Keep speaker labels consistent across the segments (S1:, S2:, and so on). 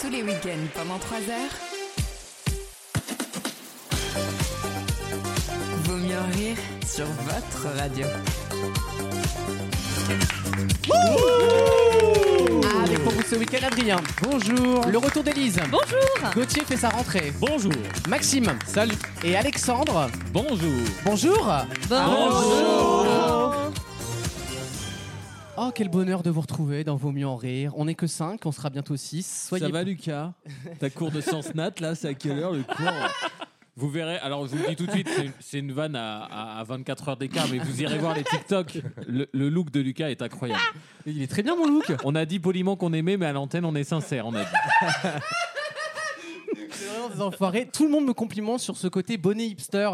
S1: tous les week-ends pendant 3 heures. Vaut mieux en rire sur votre radio.
S2: Avec Ah, pour vous ce week-end, Adrien.
S3: Bonjour.
S2: Le retour d'Élise.
S4: Bonjour
S2: Gauthier fait sa rentrée.
S3: Bonjour.
S2: Maxime.
S3: Salut.
S2: Et Alexandre.
S3: Bonjour.
S2: Bonjour. Ah.
S4: Bonjour
S2: Oh, quel bonheur de vous retrouver dans Vos Mieux en Rire. On n'est que 5, on sera bientôt 6. Soyez
S3: Ça va, Lucas Ta cours de sciences nat, là, c'est à quelle heure le cours Vous verrez, alors je vous le dis tout de suite, c'est une- c'est une vanne à, à- à 24 heures d'écart, mais vous irez voir les TikTok. Le, le look de Lucas est incroyable.
S2: Il est très bien, mon look.
S3: On a dit poliment qu'on aimait, mais à l'antenne, on est sincère, on a dit.
S2: C'est vraiment des enfoirés. Tout le monde me complimente sur ce côté bonnet hipster,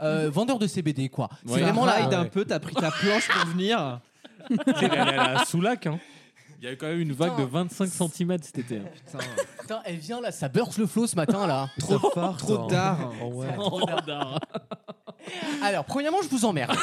S2: euh, vendeur de CBD, quoi. C'est
S3: Ouais. Ah,
S2: vraiment là.
S3: Ouais.
S5: peu, t'as pris ta planche pour venir.
S3: Elle a la soulac, hein. Il y a eu quand même une vague de 25 cm cet été. hein.
S2: Putain, elle vient là, Bah, ça beurge le flot ce matin, là.
S5: Trop fort, trop tard.
S2: Alors, premièrement, je vous emmerde.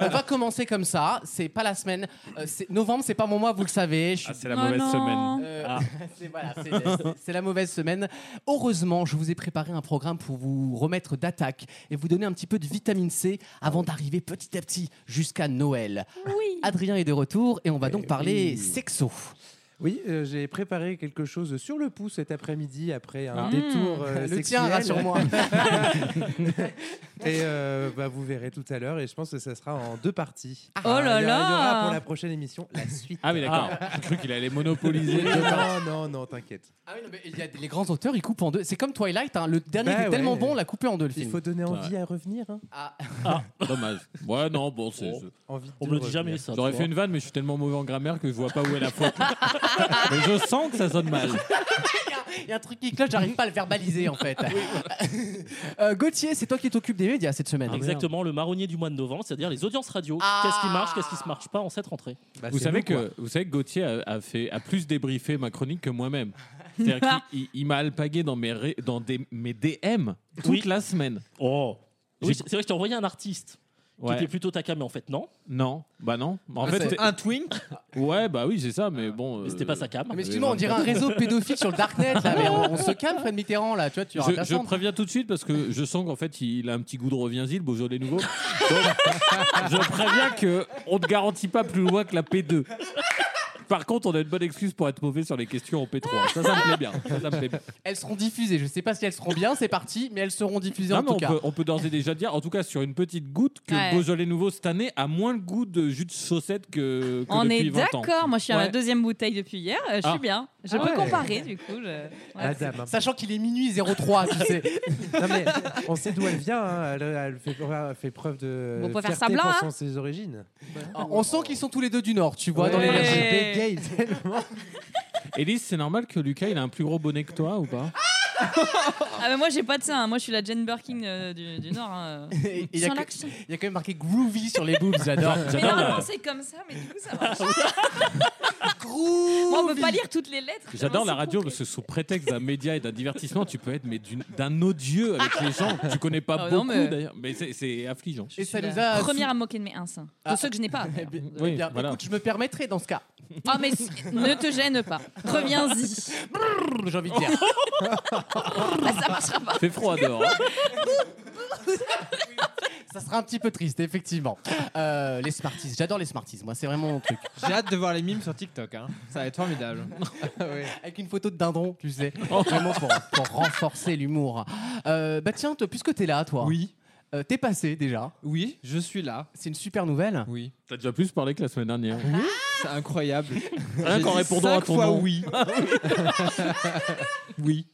S2: on va commencer comme ça. C'est pas la semaine. Euh, c'est- novembre, c'est pas mon mois, vous le savez. Je suis
S3: Ah, c'est la
S4: Oh
S3: mauvaise
S4: non.
S3: semaine.
S2: Euh,
S3: Ah.
S2: c'est voilà, c'est- c'est- c'est la mauvaise semaine. Heureusement, je vous ai préparé un programme pour vous remettre d'attaque et vous donner un petit peu de vitamine C avant d'arriver petit à petit jusqu'à Noël.
S4: Oui
S2: Adrien est de retour et on va donc
S5: Eh
S2: parler
S5: oui.
S2: sexo.
S5: Oui, euh, j'ai préparé quelque chose sur le pouce cet après-midi après un
S4: Ah.
S5: détour euh,
S2: le
S5: sexuel.
S2: tien, rassure-moi.
S5: Et euh, bah, vous verrez tout à l'heure et je pense que ça sera en deux parties.
S2: Ah.
S4: Oh là
S5: Il y aura- Il y aura
S4: là.
S5: pour la prochaine émission la suite.
S3: Ah oui, d'accord. J'ai cru qu'il allait monopoliser. le parti.
S5: non, non, non, t'inquiète.
S2: Ah oui, non, mais il y a des- les grands auteurs, ils coupent en deux. C'est comme Twilight, hein, le dernier
S5: Bah
S2: était
S5: ouais.
S2: tellement bon, on l'a coupé en deux le
S5: Il
S2: film.
S5: faut donner
S3: Ouais.
S5: envie à revenir. hein.
S2: Ah,
S3: Dommage. Ouais, non, bon, c'est.
S6: Oh.
S5: Envie
S6: On
S5: de
S6: me le dit
S5: revenir.
S6: jamais ça.
S3: J'aurais
S6: tu
S3: fait une vanne, mais je suis tellement mauvais en grammaire que je vois pas où est la faute. mais je sens que ça sonne mal.
S2: il y a un truc qui cloche, j'arrive pas à le verbaliser en fait. Euh, Gauthier, c'est toi qui t'occupes des médias cette semaine.
S6: vois. Exactement, le marronnier du mois de novembre, c'est-à-dire les audiences radio.
S2: Ah.
S6: Qu'est-ce qui marche, qu'est-ce qui se marche pas en cette rentrée
S5: Bah,
S3: vous,
S5: c'est
S3: savez
S5: nous, quoi.
S3: que, vous savez que Gauthier a, a fait, a plus débriefé ma chronique que moi-même. C'est-à-dire qu'il il- il m'a alpagué dans mes, ré- dans des, mes DM toute
S6: Oui.
S3: la semaine.
S6: Oh
S3: J'ai-
S6: Oui, c'est c'est vrai que je t'ai envoyé un artiste
S3: Ouais.
S6: qui était plutôt taca, mais en fait non.
S3: Non, bah non. En
S2: Ah,
S3: fait,
S2: c'est
S3: un twink Ouais, bah oui, c'est ça, mais bon.
S6: Mais
S3: euh,
S6: c'était pas sa cam.
S2: Mais excuse-moi, on dirait un réseau de pédophiles sur le darknet là, mais on, on se calme, Fred Mitterrand là, tu vois, tu auras
S3: Je,
S2: ta
S3: je
S2: chance.
S3: préviens tout de suite parce que je sens qu'en fait il a un petit goût de reviens-y, le Beaujolais nouveau. Donc, je préviens que on ne garantit pas plus loin que la P2. Par contre, on a une bonne excuse pour être mauvais sur les questions en P3. Ça, ça me plaît bien. Ça, ça me plaît bien.
S2: Elles seront diffusées, je sais pas si elles seront bien, c'est parti, mais elles seront diffusées
S3: Non,
S2: en
S3: mais
S2: tout
S3: on,
S2: cas.
S3: peut, on peut d'ores et déjà dire, en tout cas sur une petite goutte, que
S4: Ouais.
S3: le Beaujolais nouveau cette année a moins le goût de jus de chaussette que, que
S4: On
S3: depuis
S4: est
S3: 20 ans.
S4: d'accord, moi je suis à
S3: Ouais.
S4: ma deuxième bouteille depuis hier, euh, je suis
S3: Ah.
S4: bien. Je
S5: Ah
S4: peux
S5: ouais.
S4: comparer du coup. je-
S5: La
S4: ouais.
S5: dame. hein.
S2: Sachant qu'il est minuit 03, tu sais.
S5: Non, mais on sait d'où elle vient. hein. Elle, elle fait, elle fait preuve de.
S4: On peut faire
S5: fierté
S4: semblant,
S5: pour
S4: hein.
S5: son-
S4: Bah.
S5: ses origines.
S2: On sent qu'ils sont tous les deux du Nord, tu vois,
S5: Ouais,
S2: dans
S4: Ouais.
S2: l'énergie.
S5: elle bégaye tellement.
S3: Élise, c'est normal que Lucas il a un plus gros bonnet que toi ou pas
S4: Ah mais moi j'ai pas de ça, hein. moi je suis la Jane Birkin euh, du, du Nord. hein.
S2: Et Il y, a
S4: Sans
S2: que- Ah.
S4: l'accent.
S2: il y a quand même marqué groovy sur les boobs, j'adore.
S4: Mais normalement c'est comme ça, mais du coup ça marche.
S2: groovy
S4: Moi on peut pas lire toutes les lettres.
S3: J'adore
S4: tellement
S3: la
S4: c'est
S3: radio
S4: complet.
S3: parce que sous prétexte d'un média et d'un divertissement, tu peux être mais d'une- d'un odieux avec les gens. Tu connais pas
S4: Ah, non,
S3: beaucoup
S4: mais-
S3: d'ailleurs, mais c'est- c'est affligeant.
S2: Et ça
S4: Je suis
S2: nous
S4: la
S2: a.
S4: Première à me moquer de mes instincts, de
S2: Ah.
S4: ceux que je n'ai pas.
S2: Eh bien, eh
S3: Oui,
S2: bien,
S3: voilà.
S2: écoute, je me permettrai dans ce cas.
S4: Ah mais si- ne te gêne pas, reviens-y.
S2: Brrr, J'ai envie de dire.
S4: Ah, ça marchera pas.
S3: Fait froid dehors. hein.
S2: Ça sera un petit peu triste, effectivement. Euh, les Smarties, j'adore les Smarties, moi, c'est vraiment mon truc.
S7: J'ai hâte de voir les mimes sur TikTok, hein. ça va être formidable.
S2: Avec une photo de dindon, tu sais. Vraiment pour, pour renforcer l'humour. Euh, bah tiens, toi, puisque t'es là, toi.
S7: Oui,
S2: euh, t'es passé déjà.
S7: oui, je suis là.
S2: C'est une super nouvelle.
S7: Oui,
S3: T'as déjà plus parlé que la semaine dernière.
S7: c'est incroyable.
S3: Rien
S7: J'ai
S3: qu'en
S7: dit
S3: répondant à
S7: cinq
S3: ton
S7: fois
S3: nom.
S7: oui. oui.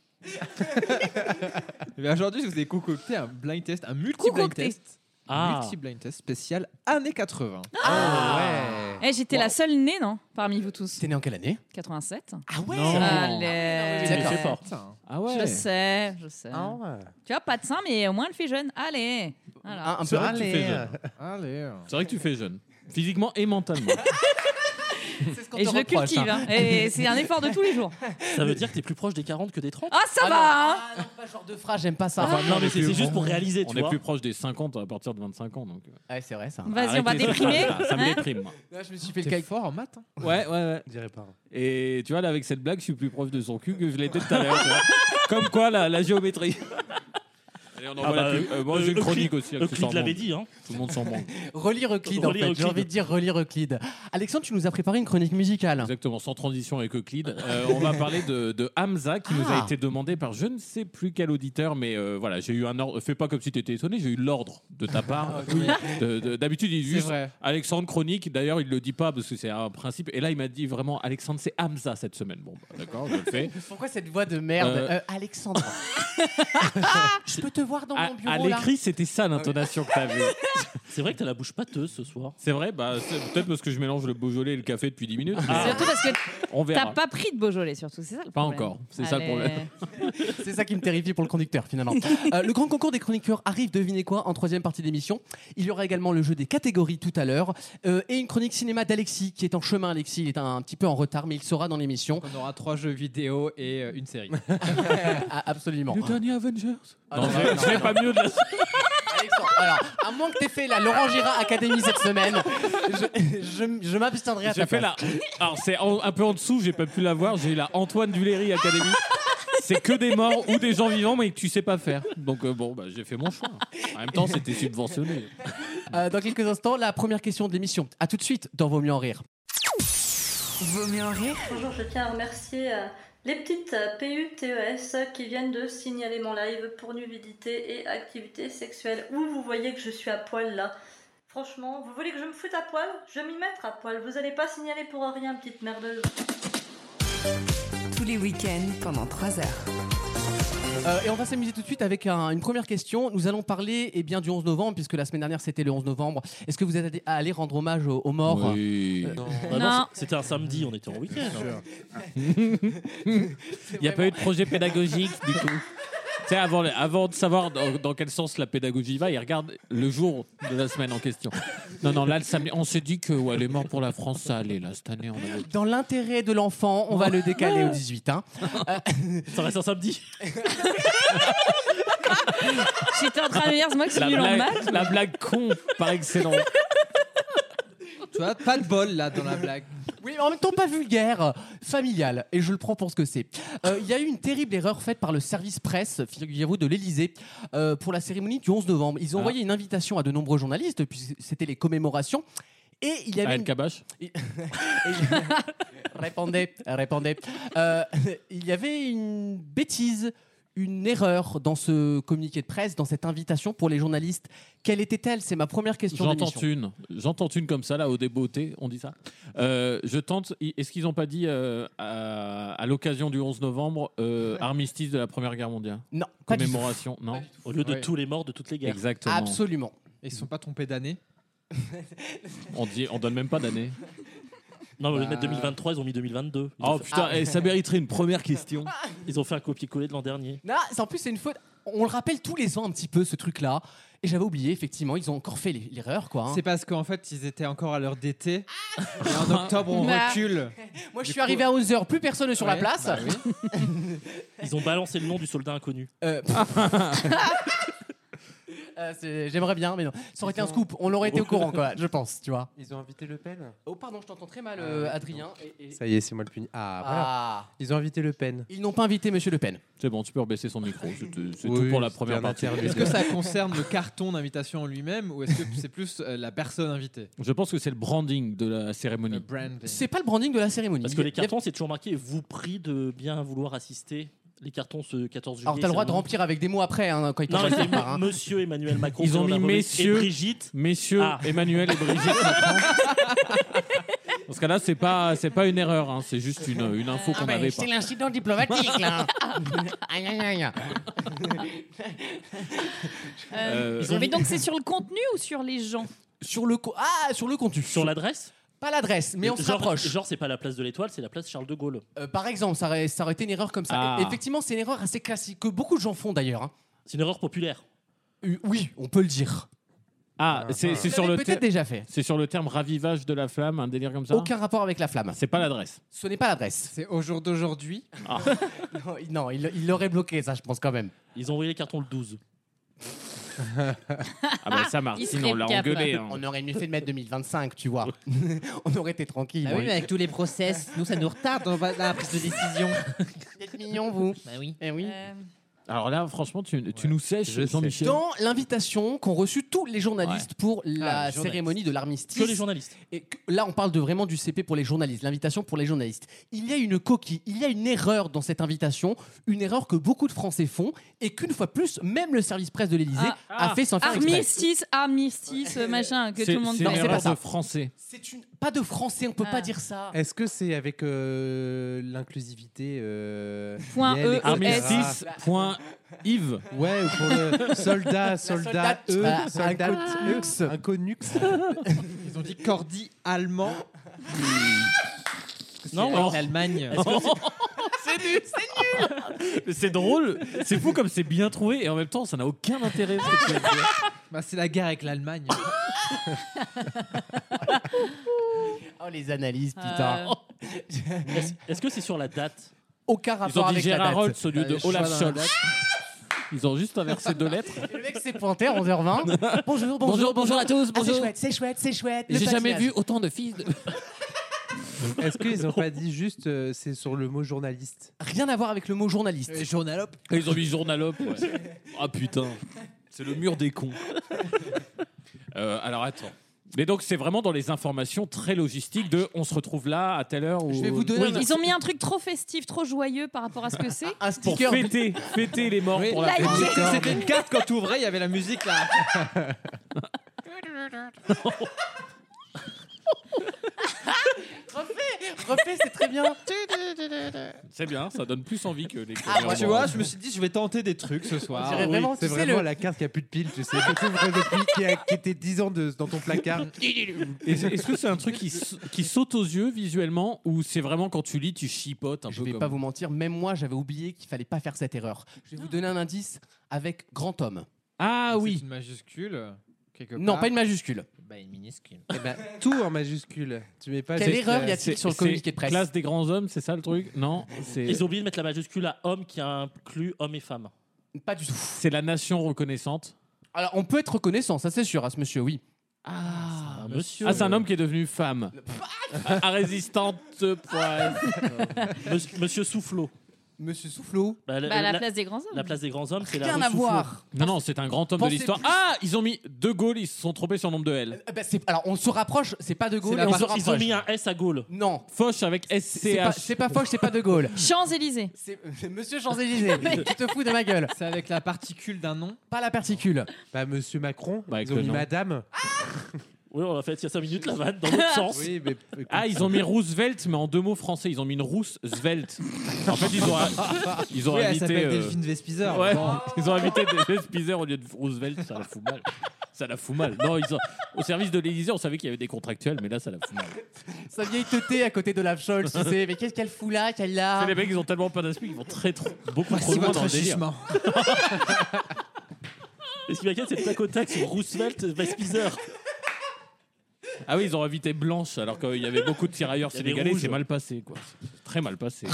S7: Eh bien, Aujourd'hui, je vous ai concocté un blind test, un multi-blind
S4: Concocté.
S7: test.
S3: Ah.
S7: Multi-blind test spécial années Oh, 80.
S2: Ah
S3: Oh,
S4: Eh, J'étais la seule née, non Parmi vous tous.
S2: T'es né en quelle année
S4: 87.
S2: Ah ouais
S3: Non.
S4: Allez.
S2: mais c'est
S3: fort.
S7: Putain.
S3: Ah
S4: Je sais, je sais.
S2: Ah
S4: Tu vois, pas de sein, mais au moins elle fait jeune. Allez. Voilà.
S2: Ah, Un, un peu hein.
S3: C'est vrai que tu fais jeune.
S7: Allez.
S3: C'est vrai que tu fais jeune. Physiquement et mentalement.
S2: C'est ce qu'on
S4: Et
S2: te
S4: je le
S2: reproche,
S4: cultive.
S2: hein.
S4: hein. Et c'est un effort de tous les jours.
S6: Ça veut dire que t'es plus proche des 40 que des 30
S4: Ah, ça
S2: Ah
S4: va, hein
S2: non, ah non, pas ce genre de phrase, j'aime pas ça.
S3: Ah, bah,
S6: Enfin, Non, mais c'est c'est juste pour réaliser,
S3: On
S6: tu
S3: est
S6: vois.
S3: plus proche des 50 à partir de 25 ans. Donc... euh,
S2: Ouais, c'est vrai ça.
S4: Vas-y, on va
S3: Arrêtez ça,
S4: déprimer.
S3: Ça, ça me
S4: hein.
S3: déprime. moi.
S2: je me suis fait
S7: T'es
S2: le calcul.
S7: fort en maths. hein.
S3: Ouais, ouais, ouais.
S5: Je dirais pas.
S6: hein.
S3: Et tu vois, là, avec cette blague, je suis plus proche de son cul que je l'étais tout à l'heure. tu vois. Comme quoi, la, la géométrie. Allez, on envoie
S6: Ah bah,
S3: la pub. Euh, moi,
S6: euh,
S3: j'ai une
S6: Euclide-
S3: chronique aussi.
S6: Euclide
S3: accessoirement.
S6: l'avait dit, hein.
S3: Tout le monde s'en branle.
S2: Relire Euclide, en
S6: Relire
S2: fait. J'ai
S6: Euclide.
S2: envie de dire relire Euclide. Alexandre, tu nous as préparé une chronique musicale.
S3: Exactement, sans transition avec Euclide. Euh, on va parler de, de Hamza qui nous
S2: Ah.
S3: a été demandé par je ne sais plus quel auditeur, mais euh, voilà, j'ai eu un ordre. Fais pas comme si tu étais étonné, j'ai eu l'ordre de ta part.
S6: Ah,
S3: De- de- D'habitude, il dit
S7: C'est
S3: juste
S7: vrai.
S3: Alexandre Chronique. D'ailleurs, il le dit pas parce que c'est un principe. Et là, il m'a dit vraiment Alexandre, c'est Hamza cette semaine. Bon, bah, d'accord, je le fais.
S2: Pourquoi cette voix de merde
S3: Euh,
S2: Euh, Alexandre. je peux te voir dans
S3: À,
S2: mon
S3: à
S2: bureau là.
S3: l'écrit, c'était ça l'intonation que t'avais.
S6: C'est vrai que t'as la bouche pâteuse ce soir.
S3: C'est vrai, bah, c'est peut-être parce que je mélange le Beaujolais et le café depuis 10 minutes. mais
S6: Ah.
S4: Surtout parce que
S3: Ah. on verra.
S4: t'as pas pris de Beaujolais, surtout. C'est ça le
S3: Pas
S4: problème.
S3: encore, c'est ça le
S4: Allez.
S3: problème.
S2: C'est ça qui me terrifie pour le conducteur finalement. Euh, le grand concours des chroniqueurs arrive, devinez quoi, en troisième partie d'émission. Il y aura également le jeu des catégories tout à l'heure euh, et une chronique cinéma d'Alexis qui est en chemin. Alexis, il est un, petit peu en retard, mais il sera dans l'émission.
S7: On aura trois jeux vidéo et euh, une série.
S2: Ah, absolument.
S3: dernier Avengers.
S2: Ah,
S3: Non,
S2: non,
S3: je-
S2: non,
S3: je fais
S2: non.
S3: pas mieux de la
S2: Alexandre, alors, à moins que t'aies fait la Laurent Gérard Academy cette semaine, je, je- je m'abstiendrai à
S3: J'ai
S2: ta
S3: fait
S2: place.
S3: la. Alors c'est en- un peu en dessous, j'ai pas pu la voir. J'ai eu la Antoine Duléry Academy. C'est que des morts ou des gens vivants, mais que tu sais pas faire. Donc euh, bon, bah, j'ai fait mon choix. En même temps, c'était subventionné.
S2: Euh, dans quelques instants, la première question de l'émission. À tout de suite dans Vaut mieux en rire.
S8: Vaut mieux en rire
S9: Bonjour, je tiens à remercier euh, les petites euh, PUTES euh, qui viennent de signaler mon live pour nudité et activité sexuelle. Où vous voyez que je suis à poil là Franchement, vous voulez que je me foute à poil Je vais m'y mettre à poil. Vous allez pas signaler pour rien, petite merdeuse.
S8: tous les week-ends pendant 3 heures.
S2: Euh, et on va s'amuser tout de suite avec un- une première question. Nous allons parler eh bien, du 11 novembre, puisque la semaine dernière c'était le 11 novembre. Est-ce que vous êtes allé- allé rendre hommage aux, aux morts
S3: Oui.
S6: Bah non,
S4: Non.
S6: c'est- C'était un samedi, on était en week-end. hein.
S3: Il n'y a pas eu de projet pédagogique du coup. Tu sais, avant, avant de savoir dans, dans quel sens la pédagogie va, il regarde le jour de la semaine en question. Non, non, là, le samedi, on s'est dit que ouais, les morts pour la France, ça allait. Là, cette année, on avait
S2: Dans l'intérêt de l'enfant, on va le décaler au 18. hein.
S6: Ça reste un samedi.
S4: J'étais en train de me dire, c'est moi qui suis
S3: la
S4: nul en maths.
S3: blague, la blague con par excellence.
S7: tu vois, pas de bol là dans la blague.
S2: Oui, mais en même temps pas vulgaire, familial, et je le prends pour ce que c'est. Euh, Il y a eu une terrible erreur faite par le service presse, figurez-vous, de l'Elysée, pour la cérémonie du 11 novembre. Ils ont
S3: Ah.
S2: envoyé une invitation à de nombreux journalistes, puisque c'était les commémorations. Et il y avait
S3: El
S2: une
S3: Kabash
S2: Répondez, répondez. Euh, il y avait une bêtise, une erreur dans ce communiqué de presse, dans cette invitation pour les journalistes. Quelle était-elle C'est ma première question.
S3: J'entends
S2: d'émission.
S3: une. J'entends une comme ça, là, au débeauté, on dit ça. Euh, je tente. i- Est-ce qu'ils n'ont pas dit euh, à, à l'occasion du 11 novembre euh, armistice de la Première Guerre mondiale
S2: Non, pas du tout.
S3: Commémoration Non
S6: Au lieu de
S7: Ouais.
S6: tous les morts de toutes les guerres.
S3: Exactement.
S2: Absolument.
S7: Ils se sont pas trompés d'année.
S3: On dit, on donne même pas d'année.
S6: Non, mais au lieu de mettre
S7: Bah.
S6: 2023, ils ont mis 2022. Ils, ont,
S3: Oh
S2: Ah.
S6: fait,
S3: putain, eh, ça mériterait une première question.
S6: ils ont fait un copier-coller de l'an dernier.
S2: Non, c'est- en plus, c'est une faute. On le rappelle tous les ans un petit peu, ce truc-là. Et j'avais oublié, effectivement, ils ont encore fait l'e- l'erreur, quoi. hein.
S7: C'est parce qu'en fait, ils étaient encore à l'heure d'été. Et en octobre, on
S4: Bah.
S7: recule.
S2: Moi, je
S7: du
S2: suis
S7: coup-
S2: arrivé à 11h, plus personne sur la
S7: Ouais,
S2: place.
S7: bah oui.
S6: Ils ont balancé le nom du soldat inconnu.
S2: Euh, Euh, c'est- J'aimerais bien, mais non. Ça aurait été un scoop, on l'aurait été au courant, quoi, je pense, tu vois.
S5: Ils ont invité Le Pen
S2: Oh, pardon, je t'entends très mal,
S5: Ah,
S2: euh,
S5: oui,
S2: Adrien. Et- et-
S5: Ça y est, c'est moi le puni. Ah, voilà.
S2: Ah.
S5: Ils ont invité Le Pen.
S2: Ils n'ont pas invité Monsieur Le Pen.
S3: C'est bon, tu peux rebaisser son micro. C'est c'est
S5: Oui,
S3: tout pour la
S5: c'était
S3: première
S5: un
S3: partie.
S5: interlude.
S7: Est-ce que ça concerne le carton d'invitation en lui-même ou est-ce que c'est plus euh, la personne invitée
S3: Je pense que c'est le branding de la
S7: Le
S3: cérémonie.
S7: branding.
S2: C'est pas le branding de la cérémonie.
S6: Parce que les
S2: Il y a-
S6: cartons, c'est toujours marqué vous prie de bien vouloir assister. Les cartons ce 14 juillet.
S2: Alors t'as le droit
S6: c'est
S2: de
S6: un-
S2: remplir avec des mots après hein, quand ils
S6: Non,
S2: t'en
S6: mais c'est
S2: passent par. hein.
S6: Monsieur Emmanuel Macron.
S3: Ils ont
S6: Bruno
S3: mis
S6: Lavarie
S3: messieurs.
S6: Et Brigitte.
S3: Messieurs
S6: Ah.
S3: Emmanuel et Brigitte. Macron. Dans ce cas-là, c'est pas c'est pas une erreur, hein, c'est juste une, une
S2: Ah,
S3: info qu'on n'avait pas.
S2: ben, l'incident diplomatique là. Aïe, aïe, aïe.
S3: Euh,
S4: Mais donc, c'est sur le contenu ou sur les gens
S2: Sur le co- ah sur le contenu.
S6: Sur l'adresse
S2: Pas l'adresse, mais on se
S6: Genre-
S2: rapproche.
S6: Genre, c'est pas la place de l'étoile, c'est la place Charles de Gaulle.
S2: Euh, par exemple, ça aurait, ça aurait été une erreur comme ça.
S3: Ah.
S2: Et- Effectivement, c'est une erreur assez classique que beaucoup de gens font d'ailleurs. hein.
S6: C'est une erreur populaire.
S2: Euh, Oui, on peut le dire.
S3: Ah, c'est c'est sur
S2: l'avez
S3: le
S2: peut-être
S3: ter-
S2: déjà fait.
S3: c'est sur le terme ravivage de la flamme, un délire comme ça.
S2: Aucun rapport avec la flamme.
S3: C'est pas l'adresse.
S2: Ce n'est pas l'adresse.
S7: C'est au jour d'aujourd'hui.
S3: Ah.
S2: Non, il- Non, il il l'aurait bloqué, ça, je pense quand même.
S6: Ils ont envoyé les cartons le 12.
S3: Ah bah ça marche.
S4: Il
S3: Sinon on
S4: serait
S3: l'a
S4: capable.
S3: engueulé. hein.
S2: On aurait mieux fait de mettre 2025, tu vois. On aurait été tranquille.
S10: Ah oui, mais avec tous les process, nous ça nous retarde dans la prise de décision.
S2: Vous êtes mignons, vous.
S10: bah oui.
S2: Eh oui.
S4: Euh,
S3: Alors là, franchement, tu, tu nous sèches,
S5: Je
S3: Jean-Michel.
S2: Dans l'invitation qu'ont reçue tous les journalistes pour la
S10: Ah, les journalistes.
S2: cérémonie de
S6: Que les
S2: l'armistice,
S6: journalistes.
S2: et que- là on parle de vraiment du CP pour les journalistes, l'invitation pour les journalistes, il y a une coquille, il y a une erreur dans cette invitation, une erreur que beaucoup de Français font et qu'une fois plus, même le service presse de l'Élysée
S3: Ah.
S2: a fait sans faire exprès.
S4: Armistice, armistice, machin, que
S3: C'est-
S4: tout le monde
S3: C'est une
S2: Non, c'est
S4: parle.
S2: pas
S3: erreur
S2: ça.
S3: de français.
S2: C'est une pas de Français, on peut
S4: Ah.
S2: pas dire ça.
S5: Est-ce que c'est avec euh, l'inclusivité euh,
S4: Point
S5: Yel,
S4: E,
S5: etc.
S3: Armistice. Point Yves.
S5: Ah. Ouais, ou pour le soldat, soldat,
S2: soldate.
S5: E,
S7: Bah,
S2: Voilà,
S5: soldat,
S2: inconnux.
S5: inconnux.
S7: Ils ont dit Cordy allemand.
S6: Non,
S7: En
S6: alors,
S7: Allemagne.
S3: C'est drôle. C'est fou comme c'est bien trouvé et en même temps ça n'a aucun intérêt. ce que tu viens de dire.
S7: Bah, c'est la guerre avec l'Allemagne.
S2: Oh les analyses, putain.
S4: Euh,
S6: est-ce est-ce que c'est sur la date
S2: Aucun
S3: Ils ont
S2: rapport
S3: dit
S2: avec la
S3: Gérard
S2: date. Euh,
S3: Holtz au lieu de
S7: Allez,
S3: Olaf
S7: choix dans la
S3: Scholz. Ils ont juste inversé deux lettres.
S2: Et Le mec s'est pointé à 11h20. Bonjour, bonjour, bonjour,
S3: à tous.
S2: Ah, c'est chouette, c'est chouette, c'est chouette. le
S3: J'ai jamais
S2: patinage.
S3: vu autant de filles. de-
S5: Est-ce qu'ils n'ont pas dit juste euh, c'est sur le mot journaliste
S2: Rien à voir avec le mot journaliste.
S7: Journalop.
S3: Ils ont mis journalope. ouais. Ah putain, c'est le mur des cons. Euh, alors attends. Mais donc c'est vraiment dans les informations très logistiques de on se retrouve là à telle heure ou
S2: Je vais vous donner un-
S4: Ils ont mis un truc trop festif, trop joyeux par rapport à ce que c'est.
S2: un
S3: pour
S2: sticker
S3: fêter, fêter les morts
S7: Oui.
S3: pour la
S4: Liker.
S7: C'était une carte quand tu ouvrais, il y avait la musique là.
S2: refait, c'est très bien.
S3: C'est bien, ça donne plus envie que les
S2: Ah, ouais.
S7: tu vois, je me suis dit, je vais tenter des trucs ce
S2: On
S7: soir.
S2: dirait vraiment,
S5: Ah C'est
S2: tu sais,
S5: vraiment
S2: le-
S5: la carte qui a plus de piles, tu sais, que t'ouvres depuis, qui, a- qui était 10 ans de- dans ton placard.
S3: Et c'est- Est-ce que c'est un truc qui, s- qui saute aux yeux visuellement ou c'est vraiment quand tu lis tu chipotes un
S2: Je
S3: peu
S2: vais
S3: comme-
S2: pas vous mentir, même moi j'avais oublié qu'il fallait pas faire cette erreur. Je vais vous donner un indice avec grand homme.
S3: Ah
S7: C'est
S3: oui.
S7: une majuscule. quelque
S2: Non,
S7: part.
S2: pas une majuscule.
S7: Bah, une minuscule.
S5: Eh ben, tout en majuscule. Tu mets pas
S2: Quelle
S5: juste,
S2: erreur
S5: euh,
S2: y a-t-il sur le
S3: c'est-
S2: communiqué de presse
S3: Classe des grands hommes, c'est ça le truc Non, c'est
S6: Ils ont oublié de mettre la majuscule à homme qui inclut homme et femme.
S2: Pas du tout.
S3: c'est la nation reconnaissante.
S2: Alors on peut être reconnaissant, ça c'est sûr à ce monsieur, oui.
S6: Ah, monsieur.
S3: Ah, c'est un homme qui est devenu femme. Ah, résistante. poil.
S6: Monsieur, monsieur Soufflot.
S2: Monsieur Soufflot.
S6: Bah, la,
S4: Bah,
S6: la-
S4: la place des grands hommes.
S6: la place des grands hommes, c'est la
S2: Rien
S6: rue
S2: à
S6: Soufflot.
S2: voir.
S3: Non, non, c'est un grand homme de
S2: Pensez
S3: l'histoire.
S2: plus.
S3: Ah, ils ont mis De Gaulle, ils se sont trompés sur le nombre de L.
S2: Euh, bah, c'est- alors on se rapproche, c'est pas de Gaulle,
S7: la
S2: on se
S6: Ils ont,
S2: rapproche.
S6: ils ont mis un S à Gaulle.
S2: Non,
S3: Foch avec
S2: c'est pas,
S3: SCH.
S2: c'est pas Foch, c'est pas de Gaulle.
S4: Champs-Élysées.
S2: C'est c'est Monsieur Champs-Élysées. tu te fous de ma gueule.
S7: C'est avec la particule d'un nom.
S2: Pas la particule.
S5: Bah, monsieur Macron,
S3: Bah, avec
S5: ils ont
S3: le
S5: mis
S3: nom.
S5: madame.
S7: Ah
S6: Oui, on a fait il y a 5 minutes la vanne dans l'autre sens.
S5: Oui, mais.
S3: Ah, ils ont mis Roosevelt, mais en deux mots français. Ils ont mis une rousse svelte. En fait, ils ont, ils ont
S7: Oui, elle
S3: invité.
S7: s'appelle
S3: euh,
S7: Delphine Vespizer.
S3: ouais,
S7: Bon.
S3: ils ont invité des Spizer au lieu de Roosevelt. Ça la fout mal. Ça la fout mal. Non, ils ont- au service de l'Élysée, on savait qu'il y avait des contractuels, mais là, ça la fout mal.
S2: Sa vieille teuté à côté de Olaf Scholz, tu sais. Mais qu'est-ce qu'elle fout là, qu'elle
S3: Tu
S2: a Ah,
S3: sais, les mecs, ils ont tellement pas d'aspect qu'ils vont très, trop,
S2: Bah,
S3: beaucoup trop
S7: Voici
S3: loin dans
S7: votre
S3: le délire.
S7: jugement.
S6: Et ce qui m'inquiète, c'est tac au tac sur Roosevelt, Vespizer.
S3: Ah oui, ils ont invité Blanche alors qu'il y avait beaucoup de tirailleurs
S6: Il y avait
S3: sénégalais,
S6: rouge.
S3: c'est mal passé quoi. C'est Très mal passé.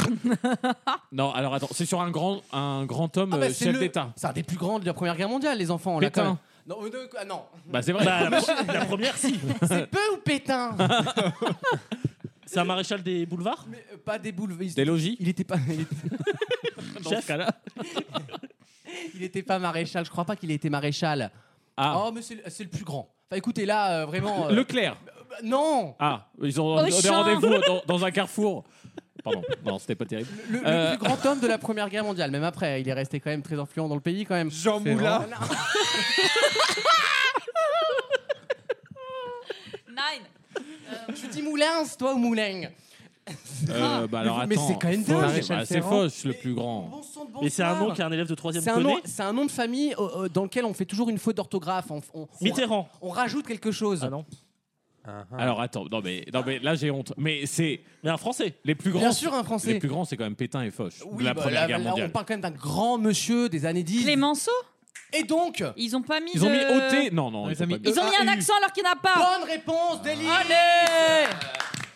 S3: non, alors attends, c'est sur un grand un grand homme
S2: Ah bah,
S3: euh,
S2: c'est
S3: chef
S2: le-
S3: d'État.
S2: C'est un des plus grands de la Première Guerre mondiale, les enfants. là,
S3: Pétain.
S2: quand même. Non, mais de- ah, non.
S3: Bah c'est vrai.
S6: Bah, la, pre- la première, si.
S2: C'est peu ou Pétain
S6: C'est un maréchal des boulevards
S2: Mais, euh, Pas des boules.
S3: Des
S2: Il,
S3: logis.
S2: il était pas, il était,
S3: Dans ce cas-là.
S2: il était pas maréchal. Je crois pas qu'il ait été maréchal.
S3: Ah.
S2: Oh, mais c'est le- c'est le plus grand. Enfin, écoutez, là, euh, vraiment. euh,
S3: Leclerc.
S2: bah, non.
S3: Ah, ils ont
S4: Auchan.
S3: des rendez-vous dans, dans un carrefour. Pardon, non, c'était pas terrible.
S2: Le, le
S3: Euh.
S2: plus grand homme de la Première Guerre mondiale. Même après, il est resté quand même très influent dans le pays, quand même.
S7: Jean Moulin.
S4: Nine. Euh,
S2: Tu dis Moulins, toi ou Moulin
S3: Euh, bah, alors,
S2: Ah, mais
S3: attends,
S2: c'est quand même
S3: Foch,
S2: dingue.
S3: bah,
S5: Maréchal
S3: C'est
S5: Ferrand.
S3: Foch le plus grand.
S2: Bon son de
S6: Mais c'est un nom
S2: bonsoir.
S6: qu'un élève de 3
S2: C'est un, nom,
S6: connaît.
S2: c'est un nom de famille euh, euh, dans lequel on fait toujours une faute d'orthographe. On, on- on-
S6: Mitterrand.
S2: on rajoute quelque chose.
S6: Ah non.
S3: Alors attends, non mais non mais là j'ai honte. Mais c'est
S6: Mais un français.
S3: les plus grands.
S2: Bien sûr, un
S3: les
S2: français.
S3: plus grands, c'est quand même Pétain et Foch.
S2: Oui,
S3: la
S2: bah,
S3: Première
S2: là,
S3: Guerre
S2: là, on
S3: mondiale.
S2: parle quand même d'un grand monsieur des années 10.
S4: Clémenceau
S2: Et donc
S4: Ils ont pas mis.
S3: Ils ont mis
S4: de-
S3: OT. Non, non,
S7: Ils
S3: ils ont
S7: ont
S3: pas
S7: mis-
S3: mis.
S4: Ils ont mis un
S2: EAU.
S4: accent alors qu'il n'y en a pas.
S2: Euh, Bonne réponse, Délie
S4: Allez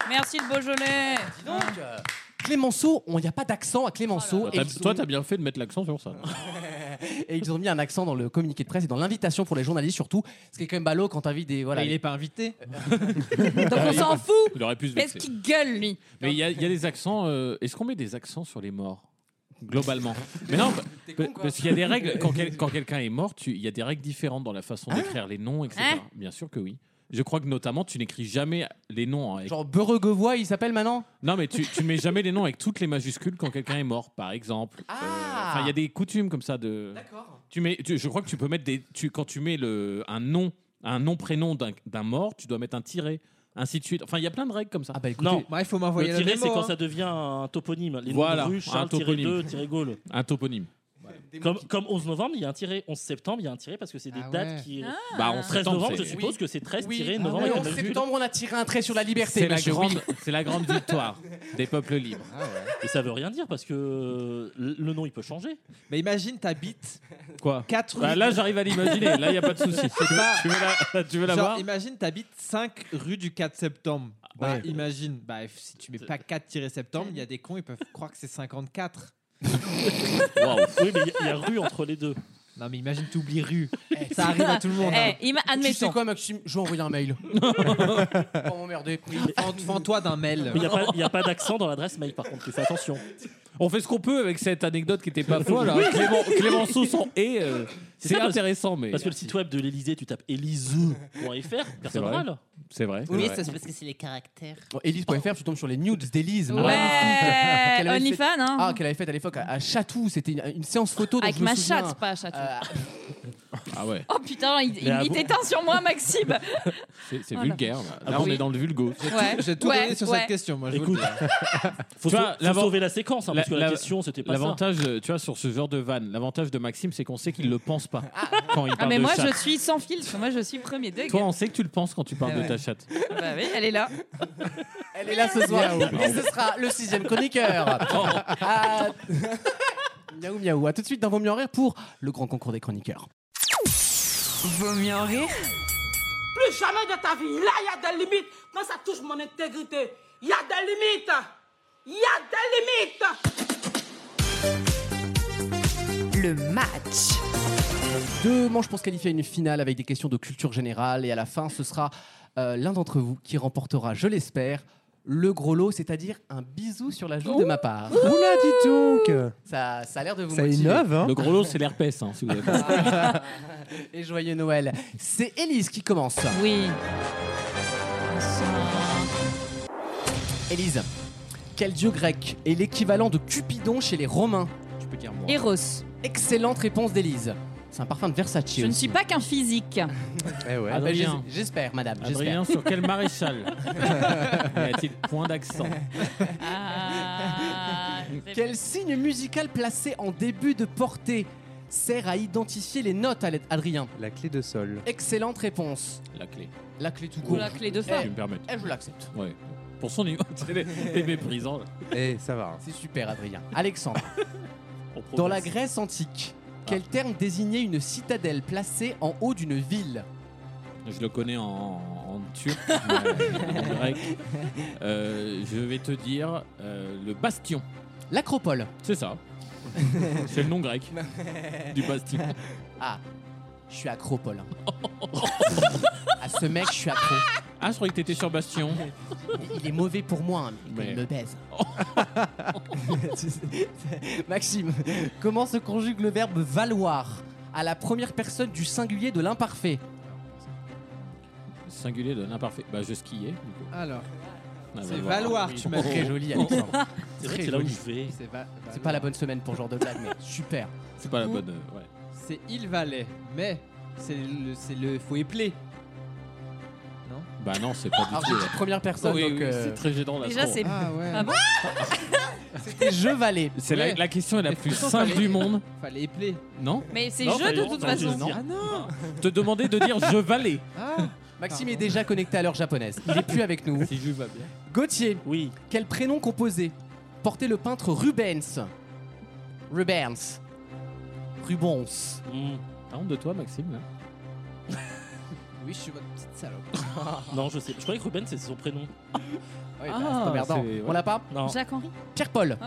S4: Merci le Beaujolais. Ah.
S2: Dis donc euh, Clémenceau, il n'y a pas d'accent à Clémenceau.
S3: Ah,
S2: et,
S3: t'as-
S2: ils
S3: Toi,
S2: ont-
S3: t'as bien fait de mettre l'accent sur ça.
S2: et ils ont mis un accent dans le communiqué de presse et dans l'invitation pour les journalistes surtout, ce qui est quand même ballot quand t'invites des... Voilà,
S7: il est pas invité.
S4: Donc on s'en fout.
S3: Il aurait pu se
S4: Qu'est-ce
S3: vexer.
S4: qu'il gueule lui
S3: Mais il y, a il y a des accents. euh, Est-ce qu'on met des accents sur les morts Globalement. Mais non, pa- parce qu'il y a des règles. Quand, quel- quand quelqu'un est mort, tu- il y a des règles différentes dans la
S2: Ah.
S3: façon d'écrire les noms, etc.
S4: Hein
S3: Bien sûr que oui. Je crois que notamment, tu n'écris jamais les noms. hein, Avec...
S2: Genre Beregovois, il s'appelle maintenant
S3: Non, mais tu, tu mets jamais les noms avec toutes les majuscules quand quelqu'un est mort, par exemple. Euh,
S2: Ah.
S3: enfin, il y a des coutumes comme ça de.
S2: D'accord.
S3: Tu mets, tu- je crois que tu peux mettre des. Tu, quand tu mets le, un nom, un nom prénom d'un d'un mort, tu dois mettre un tiret, ainsi de suite. Enfin, il y a plein de règles comme ça.
S2: Ah bah écoutez,
S6: Non,
S7: Bah, il faut
S6: le
S7: m'envoyer la
S6: tiré,
S7: mémo.
S6: c'est quand
S7: hein.
S6: ça devient un toponyme. Les
S3: Voilà,
S6: noms de rue,
S3: un
S6: Charles,
S3: toponyme.
S6: 2, tiré Gaulle.
S3: Un toponyme.
S6: Comme, comme 11 novembre, il y a un tiré. 11 septembre, il y a un tiré parce que c'est des
S7: Ah
S6: dates
S7: ouais.
S6: qui.
S3: Bah, on
S6: 13
S3: s'attend,
S6: novembre, je
S3: c'est-
S6: suppose que c'est 13
S2: Oui.
S6: tiré
S2: Ah,
S6: novembre.
S2: mais
S6: avec
S2: en
S6: la majuscule.
S2: septembre, on a tiré un trait sur la liberté.
S3: C'est la,
S2: monsieur.
S3: grande, c'est la grande victoire des peuples libres.
S7: Ah
S6: Et ça veut rien dire parce que euh, le nom, il peut changer.
S7: Mais imagine, t'habites
S3: Quoi
S7: 4 rues.
S3: Bah, Là, j'arrive à l'imaginer. Là, il n'y a pas de souci. Tu, veux la, tu veux la
S7: Genre,
S3: voir
S7: imagine, t'habites 5 rues du 4 septembre.
S3: Ah,
S7: Bah,
S2: Ouais.
S7: imagine, bah, f- si tu mets pas 4 septembre, il y a des cons, ils peuvent croire que c'est 54.
S6: Waouh. Oui, mais il y a- il y, a rue entre les deux.
S7: Non, mais imagine, t'oublies rue. Eh, Ça arrive à tout le monde. hein.
S4: Eh, ima-
S2: Tu sais
S4: admettons.
S2: quoi Maxime Je vais envoyer un mail. oh m'emmerder.
S7: Fends- Fends-toi d'un mail.
S6: Mais Il n'y a pas- il n'y a pas d'accent dans l'adresse mail, par contre. Tu fais attention.
S3: On fait ce qu'on peut avec cette anecdote qui n'était pas folle. hein. Clément, Clémenceau sans et euh,
S6: C'est
S3: c'est
S6: ça, parce-
S3: intéressant, mais
S6: Parce que le site web de l'Elysée, tu tapes elise.fr, personne
S3: vrai.
S6: n'aura là.
S3: c'est vrai.
S11: Oui, ça c'est parce que c'est les caractères.
S2: Bon, Elise.fr, tu tombes sur les nudes d'Elise.
S4: Ouais,
S2: Qu'elle avait fait-
S4: OnlyFans, hein.
S2: Ah, qu'elle avait faite à l'époque à, à Chatou. C'était une, une séance photo. dont
S4: Avec
S2: je me
S4: ma
S2: souviens.
S4: chatte, pas chatte.
S2: Euh,
S3: Ah ouais,
S4: Oh putain, il,
S6: Mais
S4: il-
S6: ah
S4: il
S6: bon
S4: t'éteint sur moi, Maxime.
S3: c'est c'est
S4: Voilà.
S3: vulgaire. Là,
S7: Ah
S3: Là, on
S7: oui.
S3: est dans le vulgo.
S4: Ouais.
S7: J'ai tout
S4: ouais,
S7: donné sur
S4: ouais.
S7: cette question, moi. Je vous le
S6: Écoute,
S7: dis. hein.
S6: faut,
S3: Tu vois,
S6: faut
S3: l'avant-
S6: sauver la séquence, hein,
S3: la-
S6: parce que la,
S3: la-
S6: question, c'était pas ça.
S3: L'avantage, euh, tu vois, sur ce genre de vanne, l'avantage de Maxime, c'est qu'on sait qu'il le pense pas quand il
S4: Ah,
S3: parle
S4: mais
S3: de
S4: moi, je
S3: chatte.
S4: suis sans filtre. Moi, je suis premier degré.
S3: Toi, on sait que tu le penses quand tu
S7: Ah
S3: parles de ta chatte.
S4: Ah Bah oui, elle est là.
S2: elle est là ce soir. Et ce sera le sixième chroniqueur. Ah.
S5: Oh.
S2: miaou, miaou. À tout de suite dans Vos Mieux en Rire pour le grand concours des chroniqueurs.
S12: Vaut mieux en rire
S1: Plus jamais de ta vie. Là, il y a des limites. Quand ça touche mon intégrité, il y a des limites. Il y a des limites.
S12: Le match.
S2: Deux manches pour se qualifier à une finale avec des questions de culture générale. Et à la fin, ce sera euh, l'un d'entre vous qui remportera, je l'espère, le gros lot, c'est-à-dire un bisou sur la joue de ma part.
S5: Oula, dis donc
S2: Ça, ça a l'air de vous
S5: Ça
S2: motiver.
S5: innove, hein
S3: Le gros lot, c'est l'herpès, hein, si vous avez pas-
S7: Ah.
S2: Et joyeux Noël. C'est Élise qui commence.
S4: Oui.
S2: Élise, quel dieu grec est l'équivalent de Cupidon chez les Romains Tu peux dire moi.
S4: Eros,
S2: Excellente réponse d'Élise. C'est un parfum de Versace.
S4: je ne
S2: aussi.
S4: suis pas qu'un physique.
S5: Eh ouais.
S2: Ah ben, j'es-
S3: Adrien.
S2: J'espère, madame. J'espère.
S3: Adrien, sur quel maréchal Y a-t-il point d'accent
S4: Ah, c'est
S2: Quel signe musical placé en début de portée sert à identifier les notes, Ad- Adrien
S5: La clé de sol.
S2: Excellente réponse.
S3: La clé.
S2: La clé tout
S4: pour
S2: court.
S4: la clé de
S3: Je
S4: fer.
S3: vais me permettre.
S2: Eh, je l'accepte.
S3: Ouais. Pour son niveau, c'est les, les méprisants.
S5: Eh, ça va. hein.
S2: C'est super, Adrien. Alexandre,
S6: On
S2: dans la
S6: progresse.
S2: Grèce antique,
S3: Ah.
S2: quel terme désignait une citadelle placée en haut d'une ville
S3: Je le connais en, en turc, mais en grec. Euh, je vais te dire euh, le bastion.
S2: L'acropole.
S3: C'est ça. C'est le nom grec du bastion.
S2: Je suis Ah, acropole. hein. à ce mec, je suis accro.
S3: Ah, je croyais que t'étais sur bastion.
S2: Il est mauvais pour moi, hein, mais
S3: Mais-
S2: il me baise. Maxime, comment se conjugue le verbe valoir à la première personne du singulier de l'imparfait
S3: Singulier de l'imparfait. Bah, je skiais. du coup.
S7: Alors,
S3: Ah,
S7: c'est
S3: bah, voilà. Oh.
S7: Valoir, tu m'as
S2: Très
S7: dit.
S2: joli, Alexandre.
S6: C'est vrai que
S2: Très
S6: c'est là où
S2: joli.
S6: je vais.
S7: C'est va-
S2: C'est pas la bonne semaine pour ce genre de blague, mais super.
S3: C'est pas la bonne. euh, ouais.
S7: C'est Il Valais, mais c'est le, c'est le faut épeler.
S3: Bah, non, c'est pas du
S2: Alors,
S3: tout.
S2: j'ai
S3: ouais.
S2: dit première personne,
S3: Oui,
S2: donc
S3: oui,
S2: euh,
S3: c'est très gênant là.
S4: Déjà, c'est.
S7: Ah ouais.
S4: Ah bon
S2: c'était je valais.
S3: C'est la,
S7: Ouais.
S3: la question est la
S7: Mais
S3: plus
S7: pourtant,
S3: simple
S7: fallait-
S3: du monde,
S7: Fallait épeler.
S3: non
S4: Mais c'est
S6: Non,
S4: jeu
S6: fallait-
S4: de toute
S6: non,
S4: façon.
S6: non.
S7: Ah non.
S3: Te demander de dire je valais.
S7: Ah.
S2: Maxime
S7: Pardon.
S2: est déjà connecté à l'heure japonaise. Il est plus avec nous.
S3: Si je va bien.
S2: Gauthier,
S6: Oui,
S2: quel prénom composé portait le peintre Rubens Rubens. Rubens.
S6: Hmm.
S3: T'as honte de toi, Maxime là
S7: Oui, je suis votre petite salope.
S6: ah, Non, je sais. Je croyais que Ruben, c'est son prénom.
S7: Oui,
S3: Ah,
S7: bah, c'est
S6: Ah,
S7: emmerdant.
S2: On l'a pas
S6: Non.
S4: Jacques-Henri
S2: Pierre-Paul.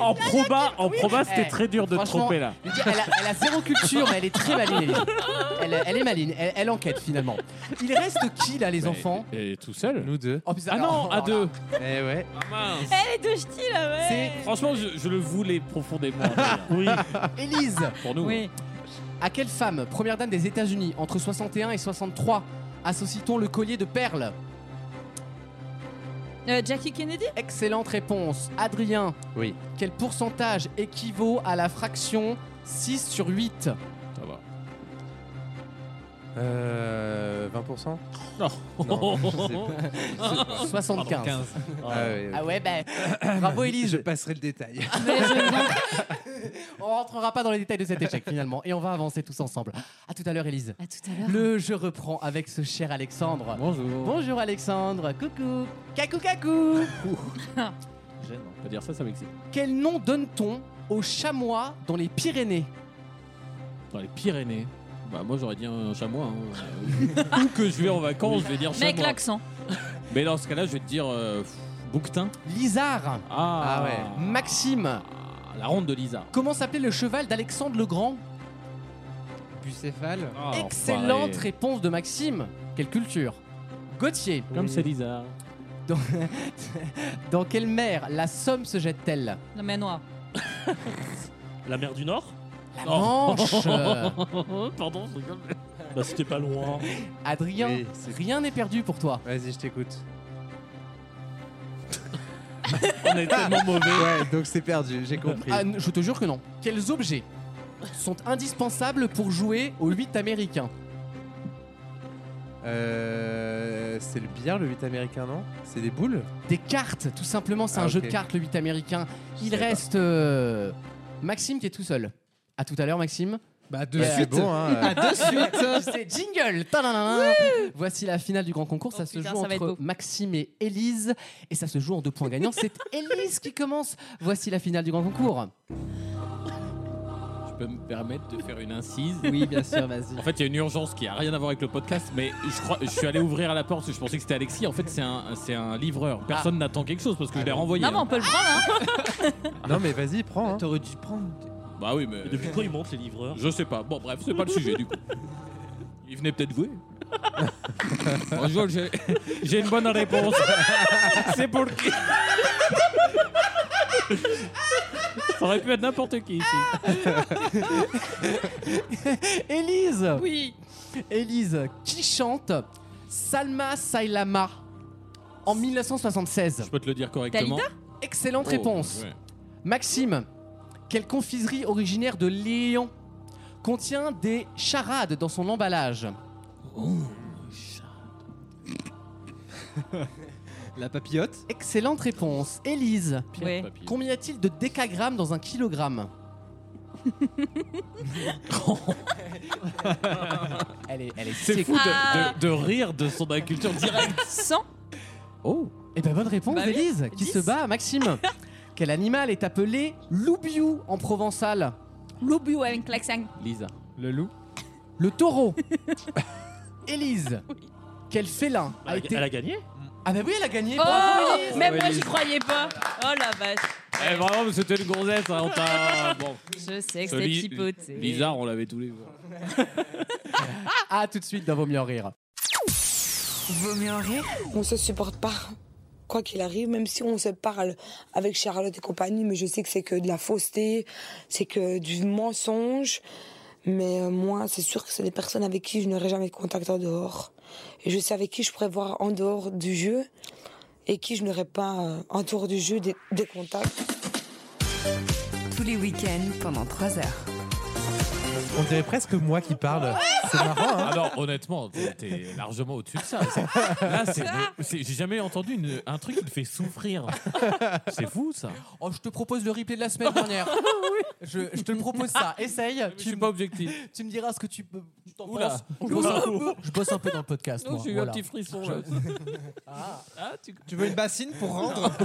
S3: En proba, en proba, c'était
S2: Eh,
S3: très dur de te
S2: franchement,
S3: tromper là.
S2: je veux dire, elle, a, elle a zéro culture, mais elle est très maligne. Elise. Elle, elle est maligne, elle, elle enquête finalement. Il reste qui là, Ah,
S3: Bah,
S2: les enfants
S3: Et tout seul
S5: Nous deux.
S2: Oh, putain,
S3: Ah non,
S2: alors,
S3: à deux.
S5: Eh ouais.
S3: Ah mince.
S4: Eh, Elle est de ch'ti, là, ouais.
S3: Franchement, je, je le voulais profondément. hein. Adèle.
S6: Oui.
S2: Élise,
S3: Pour nous.
S4: Oui.
S2: à quelle femme, première dame des États-Unis, entre 61 et 63, associe-t-on le collier de perles
S4: Euh, Jackie Kennedy
S2: Excellente réponse. Adrien,
S5: Oui.
S2: quel pourcentage équivaut à la fraction 6 sur 8
S3: Ça va.
S5: Euh, 20% Non, je sais pas.
S2: 75.
S7: 15.
S5: Ah ouais,
S2: Ah ouais, ben. Bravo, Élise.
S5: Je passerai le détail.
S2: On rentrera pas dans les détails de cet échec finalement et on va avancer tous ensemble. À tout à l'heure, Élise.
S4: À tout à l'heure.
S2: Le jeu reprend avec ce cher Alexandre.
S7: Bonjour.
S2: Bonjour Alexandre, coucou, cacou cacou.
S3: On va dire ça, ça m'excite.
S2: Quel nom donne-t-on aux chamois dans les Pyrénées
S3: Dans les Pyrénées. Bah moi j'aurais dit un chamois. hein. Où que je vais en vacances, je vais dire
S4: Mec,
S3: chamois.
S4: l'accent.
S3: Mais dans ce cas-là, je vais te dire euh, pff, bouquetin.
S2: Lizard,
S3: Ah,
S5: Ah ouais.
S2: Maxime.
S3: Ah, La ronde de Lisa.
S2: Comment s'appelait le cheval d'Alexandre le Grand
S7: Bucéphale.
S3: Ah,
S2: Excellente
S3: enfoiré.
S2: réponse de Maxime. Quelle culture. Gauthier,
S3: Comme c'est Lisa.
S2: dans quelle mer la Somme se jette-t-elle
S4: La main noire.
S6: La mer du Nord
S2: La
S3: Oh.
S2: Manche.
S6: Pardon, je rigole. Bah, c'était pas loin.
S2: Adrien,
S5: Oui, c'est-
S2: rien n'est perdu pour toi.
S5: Vas-y, je t'écoute.
S3: On est tellement mauvais.
S5: Ouais, donc c'est perdu, j'ai compris.
S2: Ah, n- Ah, je te jure que non. Quels objets sont indispensables pour jouer aux 8 américains
S5: Euh, c'est le billard, le 8 américain, non C'est des boules
S2: Des cartes, tout simplement, c'est
S5: Ah,
S2: un jeu
S5: ok.
S2: de cartes, le 8 américain. Il
S5: savais pas.
S2: reste euh, Maxime qui est tout seul. À tout à l'heure, Maxime.
S7: Bah, de
S2: Euh,
S5: C'est
S7: suite.
S5: bon, hein.
S2: de suite C'est jingle Tadadadada. Voici la finale du grand concours.
S4: Oh,
S2: ça se
S4: putain,
S2: joue
S4: ça va être
S2: entre
S4: beau.
S2: Maxime et Élise. Et ça se joue en deux points gagnants. C'est Élise qui commence. Voici la finale du grand concours.
S3: Je peux me permettre de faire une incise.
S7: Oui, bien sûr, vas-y.
S3: En fait, il y a une urgence qui a rien à voir avec le podcast, mais je crois, je suis allé ouvrir à la porte parce que je pensais que c'était Alexis. En fait, c'est un, c'est un livreur. Personne n'attend quelque chose parce que je l'ai renvoyé.
S4: Non, mais on peut le prendre, hein.
S5: Non, mais vas-y, prends. hein.
S7: T'aurais dû prendre.
S3: Bah oui, mais
S6: Et depuis quand ils montent les livreurs
S3: je sais pas. Bon, bref, c'est pas le sujet du coup. Il venait peut-être jouer. Bonjour, j'ai j'ai une bonne réponse. c'est pour qui Ça aurait pu être n'importe qui ici.
S2: Élise
S4: Oui.
S2: Élise, qui chante Salma Sailama en 1976
S3: Je peux te le dire correctement.
S2: Excellente
S3: Oh,
S2: réponse.
S3: ouais.
S2: Maxime, quelle confiserie originaire de Léon contient des charades dans son emballage
S7: La papillote.
S2: Excellente réponse. Élise,
S3: Pierre
S4: Ouais.
S3: Papillon.
S2: combien y a-t-il de décagrammes dans un kilogramme Elle est, elle est
S3: C'est fou de,
S4: Ah.
S3: de- de rire de son inculture directe.
S4: 100.
S2: Ah.
S3: Oh
S2: Eh ben bonne réponse,
S4: Bah oui,
S2: Élise, qui
S4: dix.
S2: se bat, Maxime. Quel animal est appelé loubiou en provençal
S4: L'oubou avec l'accent.
S3: Lisa.
S7: Le loup.
S2: Le taureau. Élise. Quel félin
S6: elle a,
S2: a été.
S6: elle a gagné
S2: Ah, bah oui, elle a gagné. bravo,
S4: Oh
S2: Élise.
S4: Même moi, j'y croyais pas. Oh la vache.
S3: Eh vraiment, c'était une gonzesse. hein, on t'a- bon.
S4: Je sais
S3: Ce
S4: que c'était
S3: Li-
S4: pipoté.
S3: Lisa, on l'avait tous les jours.
S2: À tout de suite dans Vaut mieux en rire.
S13: Vaut mieux en rire
S12: On se supporte pas. Quoi qu'il arrive, même si on se parle avec Charlotte et compagnie, mais je sais que c'est que de la fausseté, c'est que du mensonge. Mais euh, moi, c'est sûr que c'est des personnes avec qui je n'aurai jamais de contact en dehors. Et je sais avec qui je pourrais voir en dehors du jeu et qui je n'aurai pas euh, en dehors du jeu des- des contacts.
S13: tous les week-ends pendant 3 heures.
S5: On dirait presque moi qui parle. C'est marrant, hein.
S3: Alors Ah honnêtement, t'es- t'es largement au-dessus de ça. C'est- Là, c'est de- c'est- j'ai jamais entendu une- un truc qui te fait souffrir. C'est fou ça.
S2: Oh, je te propose le replay de la semaine dernière. je, je te le propose ça. Essaye.
S3: Je suis pas objectif.
S2: tu me diras ce que tu peux. tu t'en
S3: Oula.
S2: penses. Je bosse, un peu, je bosse un peu dans le podcast. moi,
S3: J'ai eu un
S2: voilà.
S3: petit frisson. Ah.
S4: Ah,
S7: Tu veux une bassine pour rendre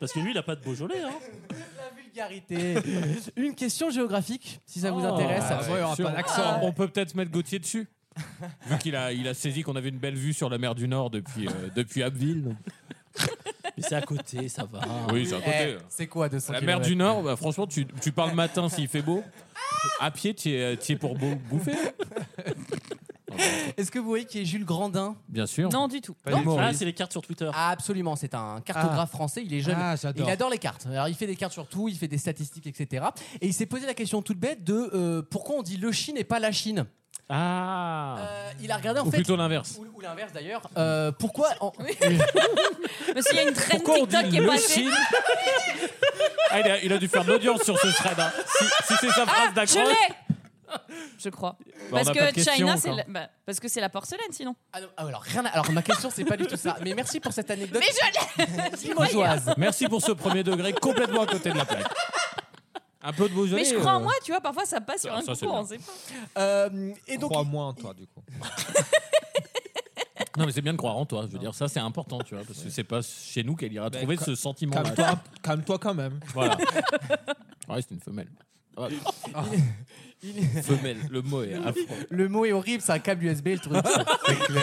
S6: Parce que lui, il a pas de Beaujolais. Hein.
S2: Vulgarité. Une question géographique, si ça vous intéresse.
S3: Ah, ouais,
S2: Sûr.
S3: sûr. On peut peut-être mettre Gauthier dessus. Vu qu'il a, il a saisi qu'on avait une belle vue sur la mer du Nord depuis, euh, depuis Abbeville.
S6: Mais c'est à côté, ça va.
S3: Oui, c'est à côté.
S2: Eh, c'est quoi 200
S3: La mer
S2: kilomètres
S3: du Nord, bah, franchement, tu, tu pars le matin s'il fait beau. À pied, tu es, t'y es pour beau- bouffer.
S2: Est-ce que vous voyez qui est Jules Grandin
S3: Bien sûr.
S4: Non, du tout.
S2: Non.
S6: Ah, c'est les cartes sur Twitter.
S2: Ah, absolument, c'est un cartographe
S6: Ah.
S2: français, il est jeune.
S6: Ah, j'adore.
S2: Il adore les cartes. Alors, il fait des cartes sur tout, il fait des statistiques, etc. Et il s'est posé la question toute bête de euh, pourquoi on dit le Chine et pas la Chine Euh,
S3: Ah
S2: Il a regardé en
S3: Ou
S2: fait.
S3: plutôt l'inverse.
S2: Ou, ou l'inverse d'ailleurs. Euh, pourquoi en-
S4: Parce qu'il y a une traîne
S2: Pourquoi on
S4: TikTok
S2: dit
S4: qui est
S2: le
S4: passée.
S2: Chine
S3: Ah, il, a, il a dû faire de l'audience sur ce thread. hein. Si, si c'est sa phrase
S4: Ah, Je
S3: d'accroche.
S4: l'ai Je crois.
S3: Bah, on
S4: parce,
S3: a pas
S4: que
S3: de question
S4: China, c'est
S3: encore.
S4: la... bah, parce que c'est la porcelaine, sinon.
S2: Ah, alors, rien à- alors, ma question, c'est pas du tout ça. Mais merci pour cette anecdote.
S4: Mais je l'ai
S2: Limogeoise.
S3: Merci pour ce premier degré complètement à côté de la plaque. Un peu de Beaujolais.
S4: Mais je crois en
S3: euh,
S4: moi, tu vois, parfois ça passe sur
S3: ça,
S4: un
S3: ça, c'est
S4: concours,
S3: bien.
S4: on sait pas.
S2: Euh, et donc,
S7: Crois moins en toi, du coup.
S3: Non, mais c'est bien de croire en toi. Je veux dire, ça, c'est important, tu vois, parce que c'est pas chez nous qu'elle ira
S7: Ben,
S3: trouver
S7: ca-
S3: ce sentiment-là.
S7: Calme-toi, calme-toi quand même.
S3: Voilà. Ouais, c'est une femelle. Ouais. Femelle, le mot est affreux.
S2: le mot est horrible, c'est un câble USB, le truc.
S3: C'est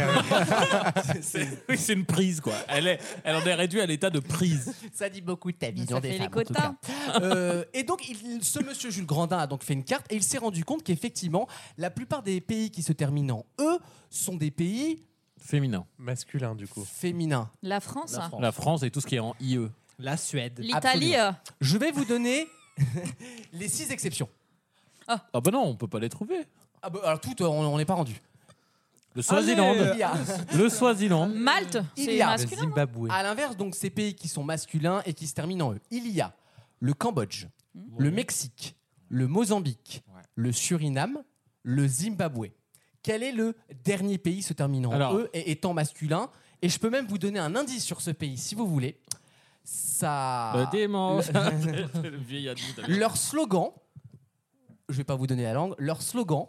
S3: Oui, c'est une prise, quoi. Elle, est, elle en est réduite à l'état de prise.
S2: Ça dit beaucoup de ta vision
S4: Ça
S2: des
S4: fait les
S2: femmes, en tout
S4: quotas.
S2: cas. Euh, et donc, il- ce monsieur Jules Grandin a donc fait une carte et il s'est rendu compte qu'effectivement, la plupart des pays qui se terminent en E sont des pays
S3: Féminin.
S5: Masculin, du coup.
S2: féminins.
S4: La France, hein.
S3: La France et tout ce qui est en E. IE.
S7: La Suède.
S4: l'Italie.
S2: Absolument.
S4: euh,
S2: Je vais vous donner les six exceptions.
S3: Ah, bah non, on peut pas les trouver.
S2: Ah bah, alors, toutes, euh, on on n'est pas rendu.
S3: Le Swaziland.
S2: Allez, il y a-
S3: Le Swaziland.
S4: Malte,
S2: Il
S4: c'est
S2: y a
S4: masculin. non
S7: Zimbabwe.
S2: À l'inverse, donc ces pays qui sont masculins et qui se terminent en E, il y a le Cambodge, le Mexique, le Mozambique, le Suriname, le Zimbabwe. Quel est le dernier pays se terminant en
S3: Alors-
S2: E et étant masculin Et je peux même vous donner un indice sur ce pays si vous voulez.
S6: Ah.
S2: Ça.
S3: Le Euh, démon.
S2: Le-
S3: Le vieil adulte avec-
S2: leur slogan, je vais pas vous donner la langue, leur slogan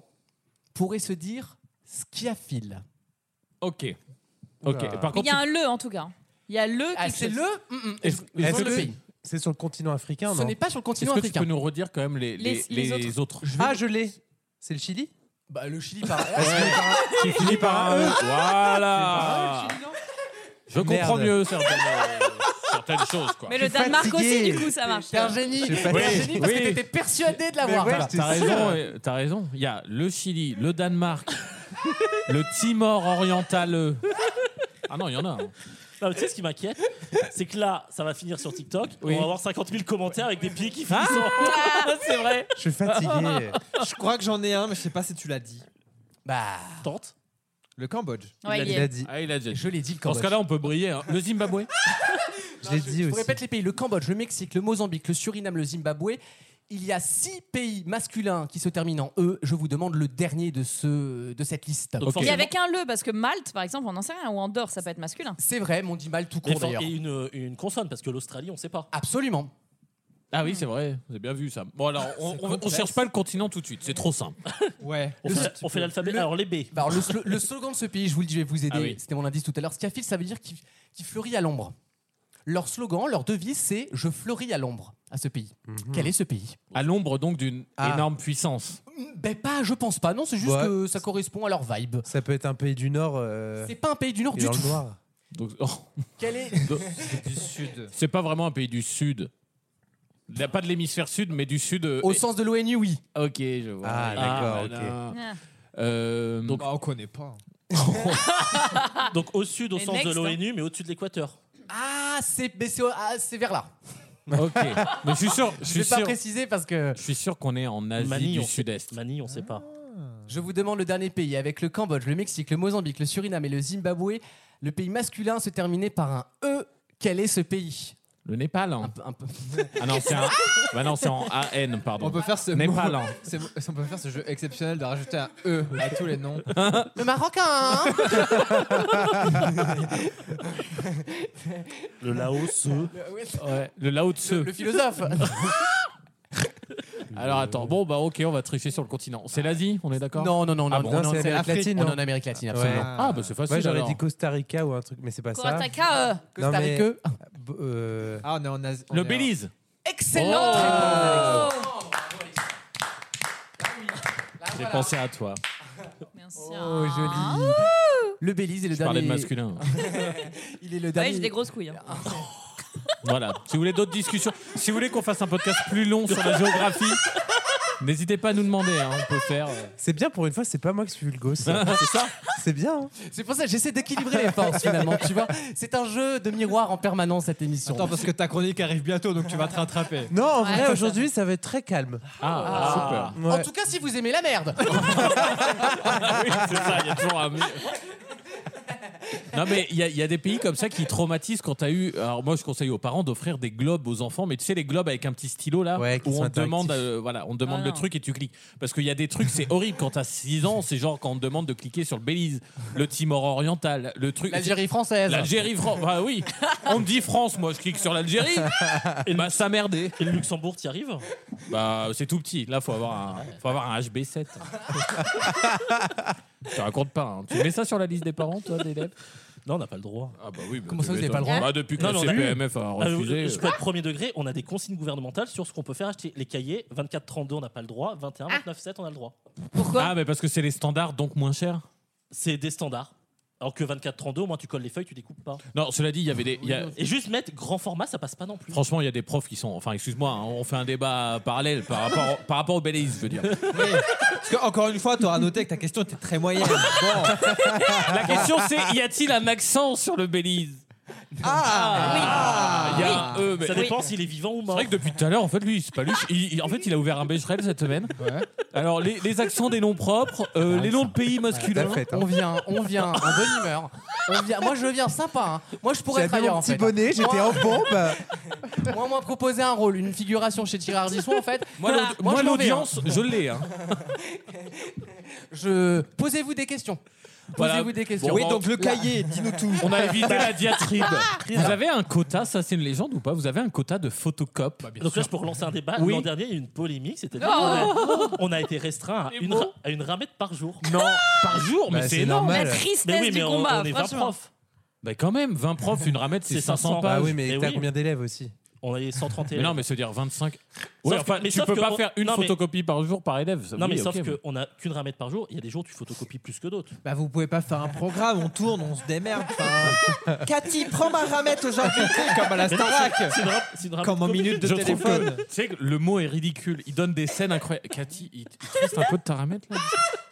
S2: pourrait se dire skiafil.
S3: Ok. Ok. Par
S4: Mais Il
S3: contre,
S4: y a un le en tout cas. Il y a le.
S2: Ah,
S4: quelque
S2: c'est
S4: chose.
S2: le. Mm, mm.
S3: Est-ce-
S2: Je vous
S3: est-ce
S2: donne le
S3: que-
S2: pays.
S5: C'est sur le continent africain,
S2: Ce
S5: non
S2: n'est pas sur le
S3: est-ce
S2: continent
S3: que tu
S2: africain.
S3: peux nous redire quand même les, les,
S4: Les- les
S3: les autres
S5: Ah, je l'ai. C'est le Chili Ah,
S2: Bah, le Chili par.
S3: Qui finit par un E.
S5: E,
S3: Voilà. Je comprends
S5: Merde.
S3: mieux certaines, euh, certaines choses, quoi.
S4: Mais
S5: Je
S4: le
S5: suis
S4: Danemark
S5: fatigué.
S4: aussi, du coup, ça marche.
S2: T'es un génie.
S5: Je
S2: T'es
S5: sais pas
S2: un
S3: si-
S2: génie parce
S3: Oui.
S2: que t'étais persuadé de
S5: Mais
S2: l'avoir.
S5: ouais,
S2: Voilà.
S5: j'étais
S3: T'as
S5: sûr.
S3: raison, euh, t'as raison. Il y a le Chili, le Danemark, le Timor oriental. Ah non, il y en a. hein.
S6: Non, mais tu sais ce qui m'inquiète C'est que là, ça va finir sur TikTok.
S3: Oui. Ah
S6: On va avoir 50 000 commentaires avec des pieds qui finissent en- C'est vrai.
S5: Je suis fatigué.
S7: Je crois que j'en ai un, mais je sais pas si tu l'as dit.
S2: Bah,
S6: Tente.
S7: Le Cambodge.
S4: Ouais, il
S5: Il
S4: y a-
S5: a dit.
S3: Ah, il a déjà.
S2: je l'ai dit le
S3: Dans ce
S2: Cambodge.
S3: cas-là, on peut briller. hein. Le Zimbabwe.
S5: Je l'ai dit
S2: Ah, Je vous
S5: aussi.
S2: répète les pays le Cambodge, le Mexique, le Mozambique, le Suriname, le Zimbabwe. Il y a six pays masculins qui se terminent en E. Je vous demande le dernier de, ce, de cette liste.
S6: Donc,
S4: Il y
S6: forcément-
S4: avait qu'un le parce que Malte, par exemple, on n'en sait rien. Ou Andorre, ça peut être masculin.
S2: C'est vrai, mon dit mal tout
S6: Et
S2: court d'ailleurs.
S6: une, euh, une consonne, parce que l'Australie, on sait pas.
S2: Absolument.
S3: Ah oui, c'est vrai. J'ai bien vu ça. Bon, alors, on, on- on cherche pas le continent tout de suite. C'est trop simple.
S7: Ouais.
S6: On fait, on fait l'alphabet. Alors, les B.
S2: Bah, alors, le, slo- le slogan de ce pays, je vous le dis, je vais vous aider.
S3: Ah oui.
S2: C'était mon indice tout à l'heure. Skyfield, ça veut dire qui, qui fleurit à l'ombre. Leur slogan, leur devise, c'est Je fleuris à l'ombre à ce pays.
S5: Mhm.
S2: Quel est ce pays
S3: À l'ombre, donc, d'une
S5: Ah.
S3: énorme puissance.
S2: Ben pas, je pense pas. Non, c'est juste
S5: Ouais.
S2: que ça correspond à leur vibe.
S5: Ça peut être un pays du Nord. euh,
S2: C'est pas un pays du Nord
S5: et
S2: du
S5: dans
S2: tout.
S5: le noir.
S3: Donc, oh,
S2: Quel est
S7: Du Sud.
S3: c'est pas vraiment un pays du Sud. Il y a Pas de l'hémisphère sud, mais du sud. euh,
S2: Au
S3: et-
S2: sens de l'ONU, oui.
S3: Ok, je vois.
S5: Ah, d'accord,
S3: bah,
S5: ok.
S3: non.
S4: Ah.
S3: Euh,
S7: Donc,
S3: donc,
S7: Ah, on connaît pas.
S6: Donc, au sud, au
S4: Et
S6: sens de
S4: next, hein.
S6: l'ONU, mais au-dessus de l'équateur.
S2: Ah, c'est mais c'est- ah, c'est vers là.
S3: ok. Mais je suis sûr, je
S2: Je
S3: suis
S2: vais pas
S3: sûr,
S2: préciser parce que
S3: je suis sûr qu'on est en Asie
S6: Manille, on
S3: du
S6: sait-
S3: Sud-Est.
S6: Manille, on sait pas.
S2: Ah. je vous demande le dernier pays avec le Cambodge, le Mexique, le Mozambique, le Suriname et le Zimbabwe. Le pays masculin se terminait par un E. Quel est ce pays
S3: Le Népal. hein.
S2: Un peu- un peu-
S3: Ah non, c'est un... bah non, c'est en AN, pardon.
S7: On peut faire ce
S3: Népal.
S7: mot-
S3: hein.
S7: c'est- on peut faire ce jeu exceptionnel de rajouter un E à tous les noms.
S2: Le Marocain hein
S6: Le Laos.
S2: Le- oui,
S3: Ouais. Le Lao Tse.
S2: le philosophe.
S3: Alors attends, bon bah ok, on va tricher sur le continent. C'est l'Asie, on est d'accord
S2: Non, non, non,
S3: Ah
S2: non,
S3: bon,
S2: non, c'est
S3: c'est
S2: l'Amérique
S3: l'Afrique.
S2: latine,
S3: On est
S2: non.
S3: en Amérique latine,
S2: Ouais.
S3: absolument.
S2: Ah, bah, c'est facile,
S5: Ouais, j'aurais
S2: alors.
S5: dit Costa Rica ou un truc, mais c'est pas
S2: Costa
S5: ça.
S2: Rica, euh,
S5: Non,
S2: Costa
S5: mais-
S2: Rica.
S5: B- euh,
S7: Ah, on est en Asie.
S3: Le Belize
S7: Excellent
S3: J'ai pensé à toi.
S2: Oh, joli. Le Belize est le
S3: Je
S2: dernier.
S3: parlais de masculin.
S2: Il est le
S4: Ouais,
S2: dernier. Ah,
S4: j'ai des grosses couilles. hein.
S3: voilà. Si vous voulez d'autres discussions, si vous voulez qu'on fasse un podcast plus long sur la géographie, n'hésitez pas à nous demander. hein, on peut faire. euh,
S5: C'est bien pour une fois, c'est pas moi qui suis le gosse.
S3: C'est ça
S5: C'est bien. hein.
S2: C'est pour ça que j'essaie d'équilibrer les forces finalement, tu vois. C'est un jeu de miroir en permanence cette émission.
S7: Attends, parce que ta chronique arrive bientôt, donc tu vas te rattraper.
S5: Non, en
S2: Ouais,
S5: vrai,
S2: ça-
S5: aujourd'hui, ça va être très calme.
S2: Ah.
S5: Ouais.
S2: En tout cas, si vous aimez la merde.
S3: oui, c'est ça, il y a toujours un. Non, mais il y, a- il y a des pays comme ça qui traumatisent quand t'as eu. Alors, moi, je conseille aux parents d'offrir des globes aux enfants, mais tu sais, les globes avec un petit stylo là,
S5: Ouais, qui
S3: où
S5: sont
S3: on te
S5: interactifs.
S3: demande, euh, voilà, on te demande
S5: Ah,
S3: le
S5: non.
S3: truc et tu cliques. Parce qu'il y a des trucs, c'est horrible. Quand t'as 6 ans, c'est genre quand on te demande de cliquer sur le Belize, le Timor oriental, le truc.
S2: L'Algérie française.
S3: L'Algérie française. Bah oui. On me dit France, moi, je clique sur l'Algérie. Et bah, ça merdait. Et le Luxembourg, t'y arrives Bah, c'est tout petit. Là, faut avoir un, faut avoir un HB7. Je te raconte pas. hein. Tu mets ça sur la liste des parents, toi, d'élèves
S6: Non, on n'a pas le droit.
S3: Ah bah oui. bah,
S6: Comment
S3: tu
S6: ça, vous n'avez
S3: m'étonnes.
S6: pas le droit
S3: Bah, Depuis que
S6: Non,
S3: le
S6: mais on a eu.
S3: CPMF a
S6: Ah,
S3: refusé.
S6: Je suis pas de premier degré, on a des consignes gouvernementales sur ce qu'on peut faire acheter. Les cahiers, 24-32, on n'a pas le droit. 21-29-7, on a le droit.
S3: Pourquoi Ah, mais parce que c'est les standards, donc moins cher
S6: C'est des standards. Alors que 24-32, au moins tu colles les feuilles, tu découpes pas.
S3: Non, cela dit, il y avait des. il y a-
S6: Et juste mettre grand format, ça passe pas non plus.
S3: Franchement, il y a des profs qui sont. Enfin, excuse-moi, hein, on fait un débat parallèle par rapport, par rapport au Belize, je veux dire.
S7: Parce que, encore une fois, t'auras noté que ta question était très moyenne. Bon.
S3: La question c'est y a-t-il un accent sur le Belize Ah, Il y a un E, mais-
S6: Ça dépend s'il est vivant ou
S3: C'est
S6: mort.
S3: vrai que depuis tout à l'heure, en fait, lui, c'est pas lui. Il- il- en fait, il a ouvert un Becherel cette semaine. Alors, les, les accents des noms propres, euh, les noms de pays masculins.
S5: hein.
S7: hein.
S2: On vient, on vient, en bonne humeur. On vient. Moi, je viens sympa. hein. Moi, je pourrais être
S5: J'avais
S2: ailleurs.
S5: mon
S2: en
S5: petit
S2: fait.
S5: bonnet, j'étais
S2: Moi-
S5: en bombe.
S2: Moi, on m'a proposé un rôle, une figuration chez Thierry Ardisson, en fait.
S3: Moi,
S2: Voilà.
S3: l'aud- moi,
S2: je m'en vais,
S3: l'audience,
S2: hein.
S3: je l'ai. hein.
S2: Je posez-vous des questions.
S3: Voilà.
S2: Posez-vous des questions.
S3: Bon, Oui, donc le
S2: Là-
S3: cahier,
S7: dis-nous tout.
S3: On a évité la diatribe. Vous avez un quota, ça c'est une légende ou pas Vous avez un quota de photocopes
S6: Bah, Donc là, je peux relancer un débat.
S3: Oui.
S6: L'an dernier, il y a eu une polémique. C'est-à-dire
S3: Non.
S6: qu'on a, on a été restreint à
S3: Les
S6: une,
S3: mots.
S6: ra- à une ramette par jour.
S3: Non, par jour, mais
S6: Bah,
S3: c'est
S6: c'est
S3: énorme.
S6: normal. La tristesse
S3: mais oui,
S6: du
S3: mais on-
S6: combat,
S3: on est 20
S6: franchement.
S3: profs. Bah quand même, 20 profs, une ramette, c'est
S6: C'est
S3: 500,
S6: 500
S3: pages.
S6: Ah oui, mais Mais t'as oui. combien
S5: d'élèves aussi
S6: On a 130
S3: Mais non, mais se dire 25.
S6: Sauf
S3: Ouais,
S6: que-
S3: enfin,
S6: mais
S3: tu
S6: sauf
S3: peux
S6: que
S3: pas
S6: on-
S3: faire une
S6: non, mais-
S3: photocopie par jour par élève. ça-
S6: Non, mais
S3: oui,
S6: sauf
S3: ok, mais-
S6: qu'on a qu'une ramette par jour. Il y a des jours, tu photocopies plus que d'autres.
S7: Bah, vous pouvez pas faire un programme, on tourne, on se démerde. enfin. Cathy, prends ma ramette aujourd'hui, comme à la
S6: Mais non,
S7: Starac.
S6: c'est- c'est une ra- c'est une ramette
S7: Comme en
S6: comique.
S7: minute de
S3: Je trouve
S7: téléphone.
S3: que, tu sais que le mot est ridicule. Il donne des scènes incroyables. Cathy, il, il te reste un peu de ta ramette là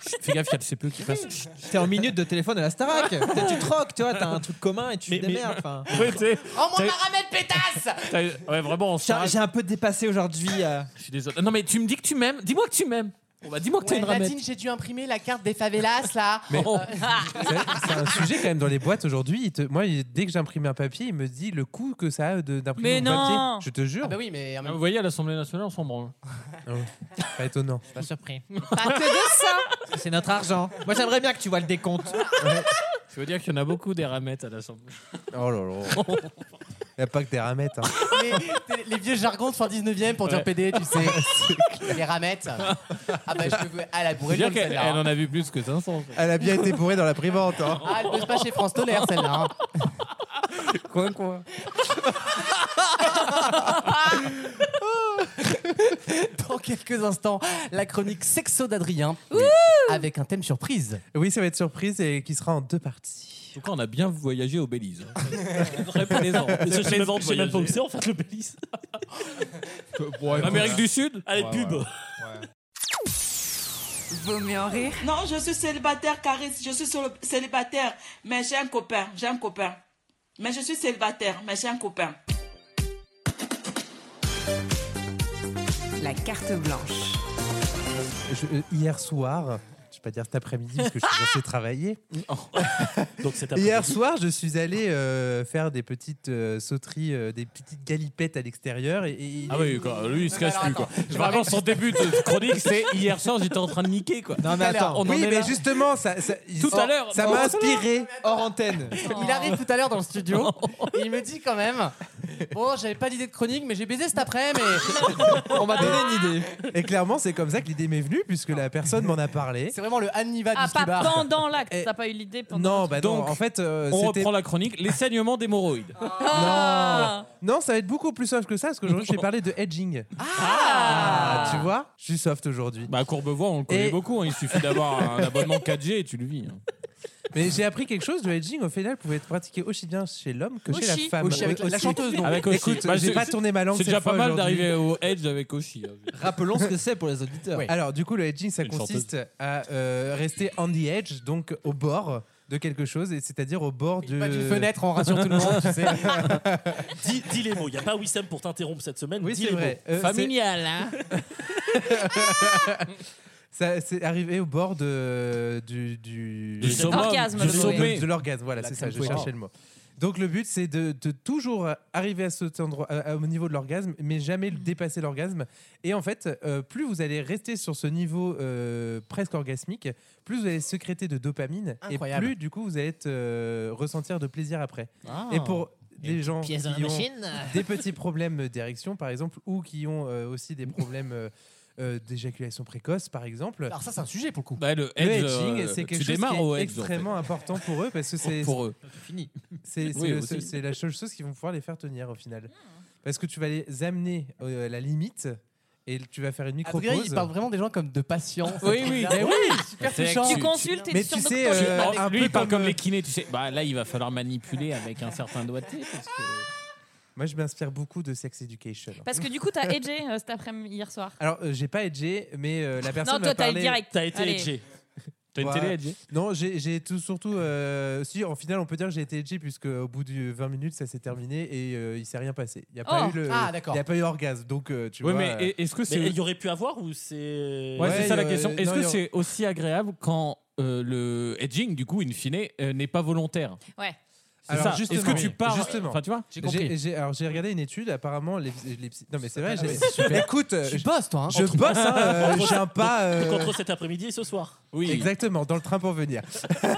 S3: Chut, Fais gaffe, il y a le CPE qui passe. Chut.
S7: T'es en minute de téléphone à la Starac. T'as- tu troques, tu vois, t'as un truc commun et tu te démerdes. enfin.
S3: Ouais, tu sais,
S2: Oh mon
S3: t'as-
S2: paramètre pétasse
S3: t'as- Ouais, vraiment, on se
S7: J'ai j'ai un peu dépassé aujourd'hui. euh.
S3: Je suis désolé. Non, mais tu me dis que tu m'aimes. Dis-moi que tu m'aimes. Bon, bah, dis-moi que t'as
S2: Ouais,
S3: une ramette.
S2: Nadine, j'ai dû imprimer la carte des favelas là.
S5: Mais-
S2: Euh,
S5: C'est c'est un sujet quand même dans les boîtes aujourd'hui. il te- Moi, il- dès que j'imprime un papier, il me dit le coût que ça a de- d'imprimer
S2: Mais
S5: un
S2: non.
S5: papier. Je te jure.
S2: Ah bah oui, mais en
S3: Ah,
S2: même
S3: Vous voyez, à l'Assemblée nationale, on s'en branle.
S5: Ah ouais. Pas étonnant.
S7: Pas surpris.
S2: pas que de ça.
S7: C'est notre argent. Moi, j'aimerais bien que tu vois le décompte.
S3: Je veux dire qu'il y en a beaucoup des ramettes à l'Assemblée.
S5: Oh là là. Il n'y a pas que des ramettes. hein.
S2: Les, les- les vieux jargons de fin 19e pour dire
S3: Ouais.
S2: PD, tu sais. les ramettes. Ah bah je te veux à la
S3: Je veux
S2: bourrée
S3: dire
S2: de
S3: qu'elle
S2: celle-là.
S3: elle
S2: hein.
S3: en a vu plus que 500.
S5: Elle a bien été bourrée dans la privante. hein.
S2: Ah, elle bosse pas chez France Tolère celle-là. hein.
S5: Coin, coin.
S2: Dans quelques instants, la chronique sexo d'Adrien avec un thème surprise.
S5: Oui, ça va être surprise et qui sera en deux parties.
S3: En tout cas, on a bien voyagé au Belize. hein. Très plaisant.
S6: Mais Je sais même,
S3: Plaisant de
S6: je sais même pas où
S3: voyager.
S6: c'est en fait le Belize.
S3: Amérique du Sud
S6: Allez,
S7: Ouais,
S6: pub.
S7: ouais.
S1: Vaut mieux en rire.
S14: Non, je suis célibataire, Carice. Je suis sur le- célibataire. Mais j'ai un copain. J'ai un copain. Mais je suis célibataire. Mais j'ai un copain.
S1: La carte blanche.
S5: Je- euh, hier soir, je vais pas dire cet après-midi parce que je suis censé travailler.
S6: Donc c'est
S5: Hier soir, je suis allé euh, faire des petites euh, sauteries, euh, des petites galipettes à l'extérieur. Et, et-
S3: Ah oui, quoi. lui il se
S2: Mais
S3: casse
S2: alors,
S3: plus quoi.
S2: attends, je
S3: Vraiment
S2: m'arrête.
S3: son début de chronique c'est hier soir j'étais en train de niquer quoi.
S7: Non, mais attends.
S3: On en
S5: oui,
S3: est
S5: mais
S3: là.
S5: justement, ça, ça-
S3: Tout à l'heure,
S5: ça
S3: non,
S5: m'a inspiré.
S7: Hors antenne.
S2: Il arrive tout à l'heure dans le studio et il me dit quand même Bon, j'avais pas d'idée de chronique, mais j'ai baisé cet après, mais
S5: On
S2: m'a donné une idée.
S5: Et clairement, c'est comme ça que l'idée m'est venue, puisque la personne m'en a parlé.
S2: c'est vraiment le Anniva
S4: Ah,
S2: du ski
S4: pas
S2: bar.
S4: pendant l'acte. T'as pas eu l'idée pendant
S5: Non, bah non,
S3: Donc,
S5: en fait. euh,
S3: on
S5: c'était-
S3: reprend la chronique, les saignements d'hémorroïdes.
S4: Ah.
S5: Non, ça va être beaucoup plus soft que ça, parce qu'aujourd'hui, j'ai parlé de edging. Ah, Tu vois Je suis soft aujourd'hui.
S3: Bah, à Courbevoie, on le connaît
S5: Et-
S3: beaucoup. hein. Il suffit d'avoir un abonnement 4G et tu le vis. hein.
S5: Mais j'ai appris quelque chose, le edging au final pouvait être pratiqué aussi bien chez l'homme que chez la
S3: Oshi.
S5: femme.
S3: Oshi, avec la- la chanteuse, donc. Avec Oshi.
S5: Écoute,
S3: Bah,
S5: j'ai
S3: c'est-
S5: pas tourné ma langue.
S3: c'est déjà
S5: cette
S3: pas
S5: fois
S3: mal
S5: aujourd'hui.
S3: d'arriver au edge avec Oshi. hein.
S5: Rappelons ce que c'est pour les auditeurs.
S3: Oui.
S5: Alors, du coup, le edging, ça
S3: Une chanteuse.
S5: consiste à euh, rester on the edge, donc au bord de quelque chose, et c'est-à-dire au bord de...
S2: Pas d'une fenêtre, on rassure tout le monde, tu sais.
S6: dis, dis les mots. Il n'y Oh, a pas Wissem pour t'interrompre cette semaine.
S5: Oui,
S6: dis
S5: c'est
S6: les
S5: vrai.
S6: mots.
S5: Euh,
S6: Familial, hein
S5: Ça, c'est arrivé au bord de, du, du,
S3: Du Du summum, orgasme,
S5: du
S3: le sommet.
S5: sommet. De, l'orgasme, voilà,
S3: La
S5: c'est ça, je
S3: crème
S5: cherchais
S3: fouettée.
S5: le mot. Donc le but, c'est de, de toujours arriver à cet endroit, à- à- au niveau de l'orgasme, mais jamais le dépasser l'orgasme. Et en fait, euh, plus vous allez rester sur ce niveau euh, presque orgasmique, plus vous allez sécréter de dopamine,
S2: Incroyable.
S5: et plus du coup vous allez être, euh, ressentir de plaisir après.
S15: Ah.
S5: Et pour
S15: Une
S5: les gens qui
S15: pièce dans la
S5: ont
S15: machine.
S5: des petits problèmes d'érection, par exemple, ou qui ont euh, aussi des problèmes euh, euh, d'éjaculation précoce, par exemple.
S2: Alors ça, c'est un sujet pour le coup.
S3: Bah, le
S5: Le
S3: edge,
S5: edging,
S3: euh,
S5: c'est quelque
S3: tu
S5: chose qui
S3: démarres au
S5: est
S3: edge, en fait.
S5: extrêmement important pour eux parce que c'est
S3: Pour eux.
S5: Fini. C'est c'est
S3: Oui,
S5: le-
S3: aussi.
S5: c'est- c'est la seule chose qui vont pouvoir les faire tenir au
S2: Ah.
S5: final. Parce que tu vas les amener euh, à la limite et tu vas faire une micro
S2: Adrien, il
S5: pause.
S2: parle vraiment des gens comme de patients.
S3: Oui, oui,
S2: Mais
S3: oui.
S2: super
S3: C'est
S2: touchant.
S3: que tu-
S4: consultes et
S5: Mais
S4: tu
S5: tu
S4: sors
S5: sais,
S4: docteur.
S5: euh, un
S3: lui,
S5: peu
S3: il parle
S5: comme,
S3: comme
S5: euh,
S3: les kinés, tu sais. Bah, là, il va falloir manipuler avec un certain doigté. Parce que...
S5: Moi, je m'inspire beaucoup de Sex Education.
S4: Parce que du coup, t'as edgé euh, cet après-midi hier soir.
S5: Alors, euh, j'ai pas edgé, mais euh, la personne.
S4: Non,
S5: m'a
S4: toi, t'as eu
S5: parlé-
S4: direct. T'as été Allez. edgé.
S3: T'as une
S5: Ouais.
S3: télé edgée
S5: Non, j'ai j'ai tout surtout. euh, si, en final, on peut dire que j'ai été edgy, puisque euh, au bout du 20 minutes, ça s'est terminé et euh, il s'est rien passé. Il n'y a, pas
S6: Oh.
S5: eu le-
S6: Ah, d'accord.
S5: il y a pas eu orgasme. Donc, euh, tu
S3: Oui,
S5: vois.
S3: mais
S5: euh,
S3: est-ce que c'est.
S6: Mais il y aurait pu avoir ou c'est.
S3: Ouais, c'est ça la
S5: euh,
S3: question. Est-ce
S5: non,
S3: que
S5: il y a-
S3: c'est aussi agréable quand euh, le edging, du coup, in fine, euh, n'est pas volontaire
S4: Ouais.
S3: C'est ça. Est-ce que tu pars Enfin, tu vois
S5: J'ai- j'ai- alors j'ai regardé une étude. Apparemment, les, les psy- non mais c'est vrai.
S6: Ah,
S5: j'ai-
S6: c'est super.
S5: Écoute, euh,
S2: Tu
S5: je-
S2: bosses, toi, hein.
S5: Je
S2: Entre-
S5: bosse. hein, euh,
S6: Entre-
S5: j'ai un pas.
S6: donc,
S5: euh,
S6: entre cet après-midi et ce soir.
S5: Exactement, dans le train pour venir.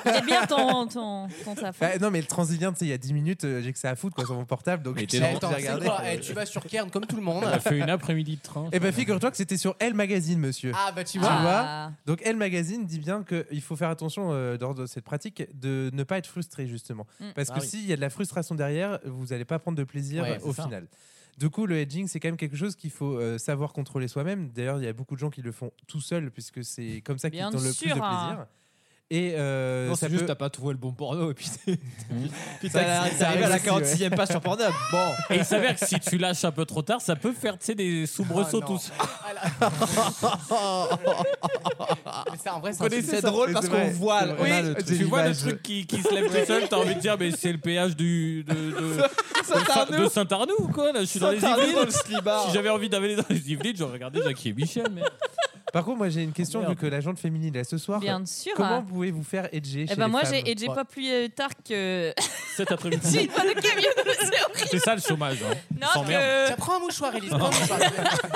S4: C'est bien ton, ton, ton taf. hein.
S5: Bah, non mais le Transilien, tu sais, il y a 10 minutes, euh, j'ai que ça à foutre quoi sur mon portable, donc
S3: Mais t'es
S5: j'ai
S3: dans-
S5: j'ai
S2: Attends, c'est
S5: regardé.
S2: quoi Eh, Tu vas sur Cairn comme tout le monde.
S3: On a fait une après-midi de train.
S5: Et ben figure-toi que c'était sur Elle Magazine, monsieur.
S2: Ah, bah, tu
S5: Tu
S2: vois.
S4: Ah.
S5: vois Donc Elle Magazine dit bien qu'il faut faire attention euh, dans dans cette pratique de ne pas être frustré justement.
S3: Mm.
S5: Parce que
S3: Ah oui.
S5: s'il y a de la frustration derrière, vous n'allez pas prendre de plaisir
S3: Ouais,
S5: euh, au
S3: c'est ça.
S5: final. Du coup, le edging, c'est quand même quelque chose qu'il faut euh, savoir contrôler soi-même. D'ailleurs, il y a beaucoup de gens qui le font tout seul puisque c'est comme ça qu'ils
S4: Bien
S5: ont le plus de
S4: sûr,
S5: plaisir.
S4: hein.
S5: Et euh,
S7: Non,
S5: ça
S7: c'est juste,
S5: peut-
S7: t'as pas trouvé le bon porno et puis t'es puis
S5: Ça,
S7: t'as-
S5: c'est-
S7: t'es arrivé à la
S5: ça arrive aussi, ouais.
S7: 46 e passe sur Pornhub. Bon.
S3: Et il s'avère que si tu lâches un peu trop tard, ça peut faire tu sais, des soubresauts
S2: Ah, non.
S3: tous.
S2: Mais c'est en vrai,
S3: Vous connaissez
S2: un-
S7: C'est drôle
S5: c'est
S7: parce
S5: vrai,
S7: qu'on voit,
S5: c'est vrai.
S7: on a
S5: Oui.
S7: le truc.
S5: J'ai
S3: Tu vois le
S5: l'image.
S3: truc qui, qui se lève tout seul, t'as envie de dire, mais c'est le péage du, de, de,
S7: Saint-Arnoult.
S3: de Saint-Arnoux ou quoi là, Je suis dans les
S7: Saint-Arnaud dans
S3: Yvelines.
S7: le slibard.
S3: Si j'avais envie d'aller dans les Yvelines, j'aurais regardé Jackie et Michel. Mais...
S5: Par contre, moi j'ai une question vu que l'agente féminine est ce soir.
S4: Bien sûr.
S5: Comment pouvez-vous faire edger
S4: Eh
S5: chez
S4: ben
S5: les
S4: moi,
S5: femmes
S4: j'ai edgé pas plus euh, tard que.
S3: Cet
S4: J'ai
S3: après-midi,
S4: une fois de camion, c'est horrible.
S3: c'est ça le chômage. Hein.
S4: Non, euh,
S3: Sans merde.
S4: que-
S2: Tiens, prends un mouchoir, Elise. prends un mouchoir.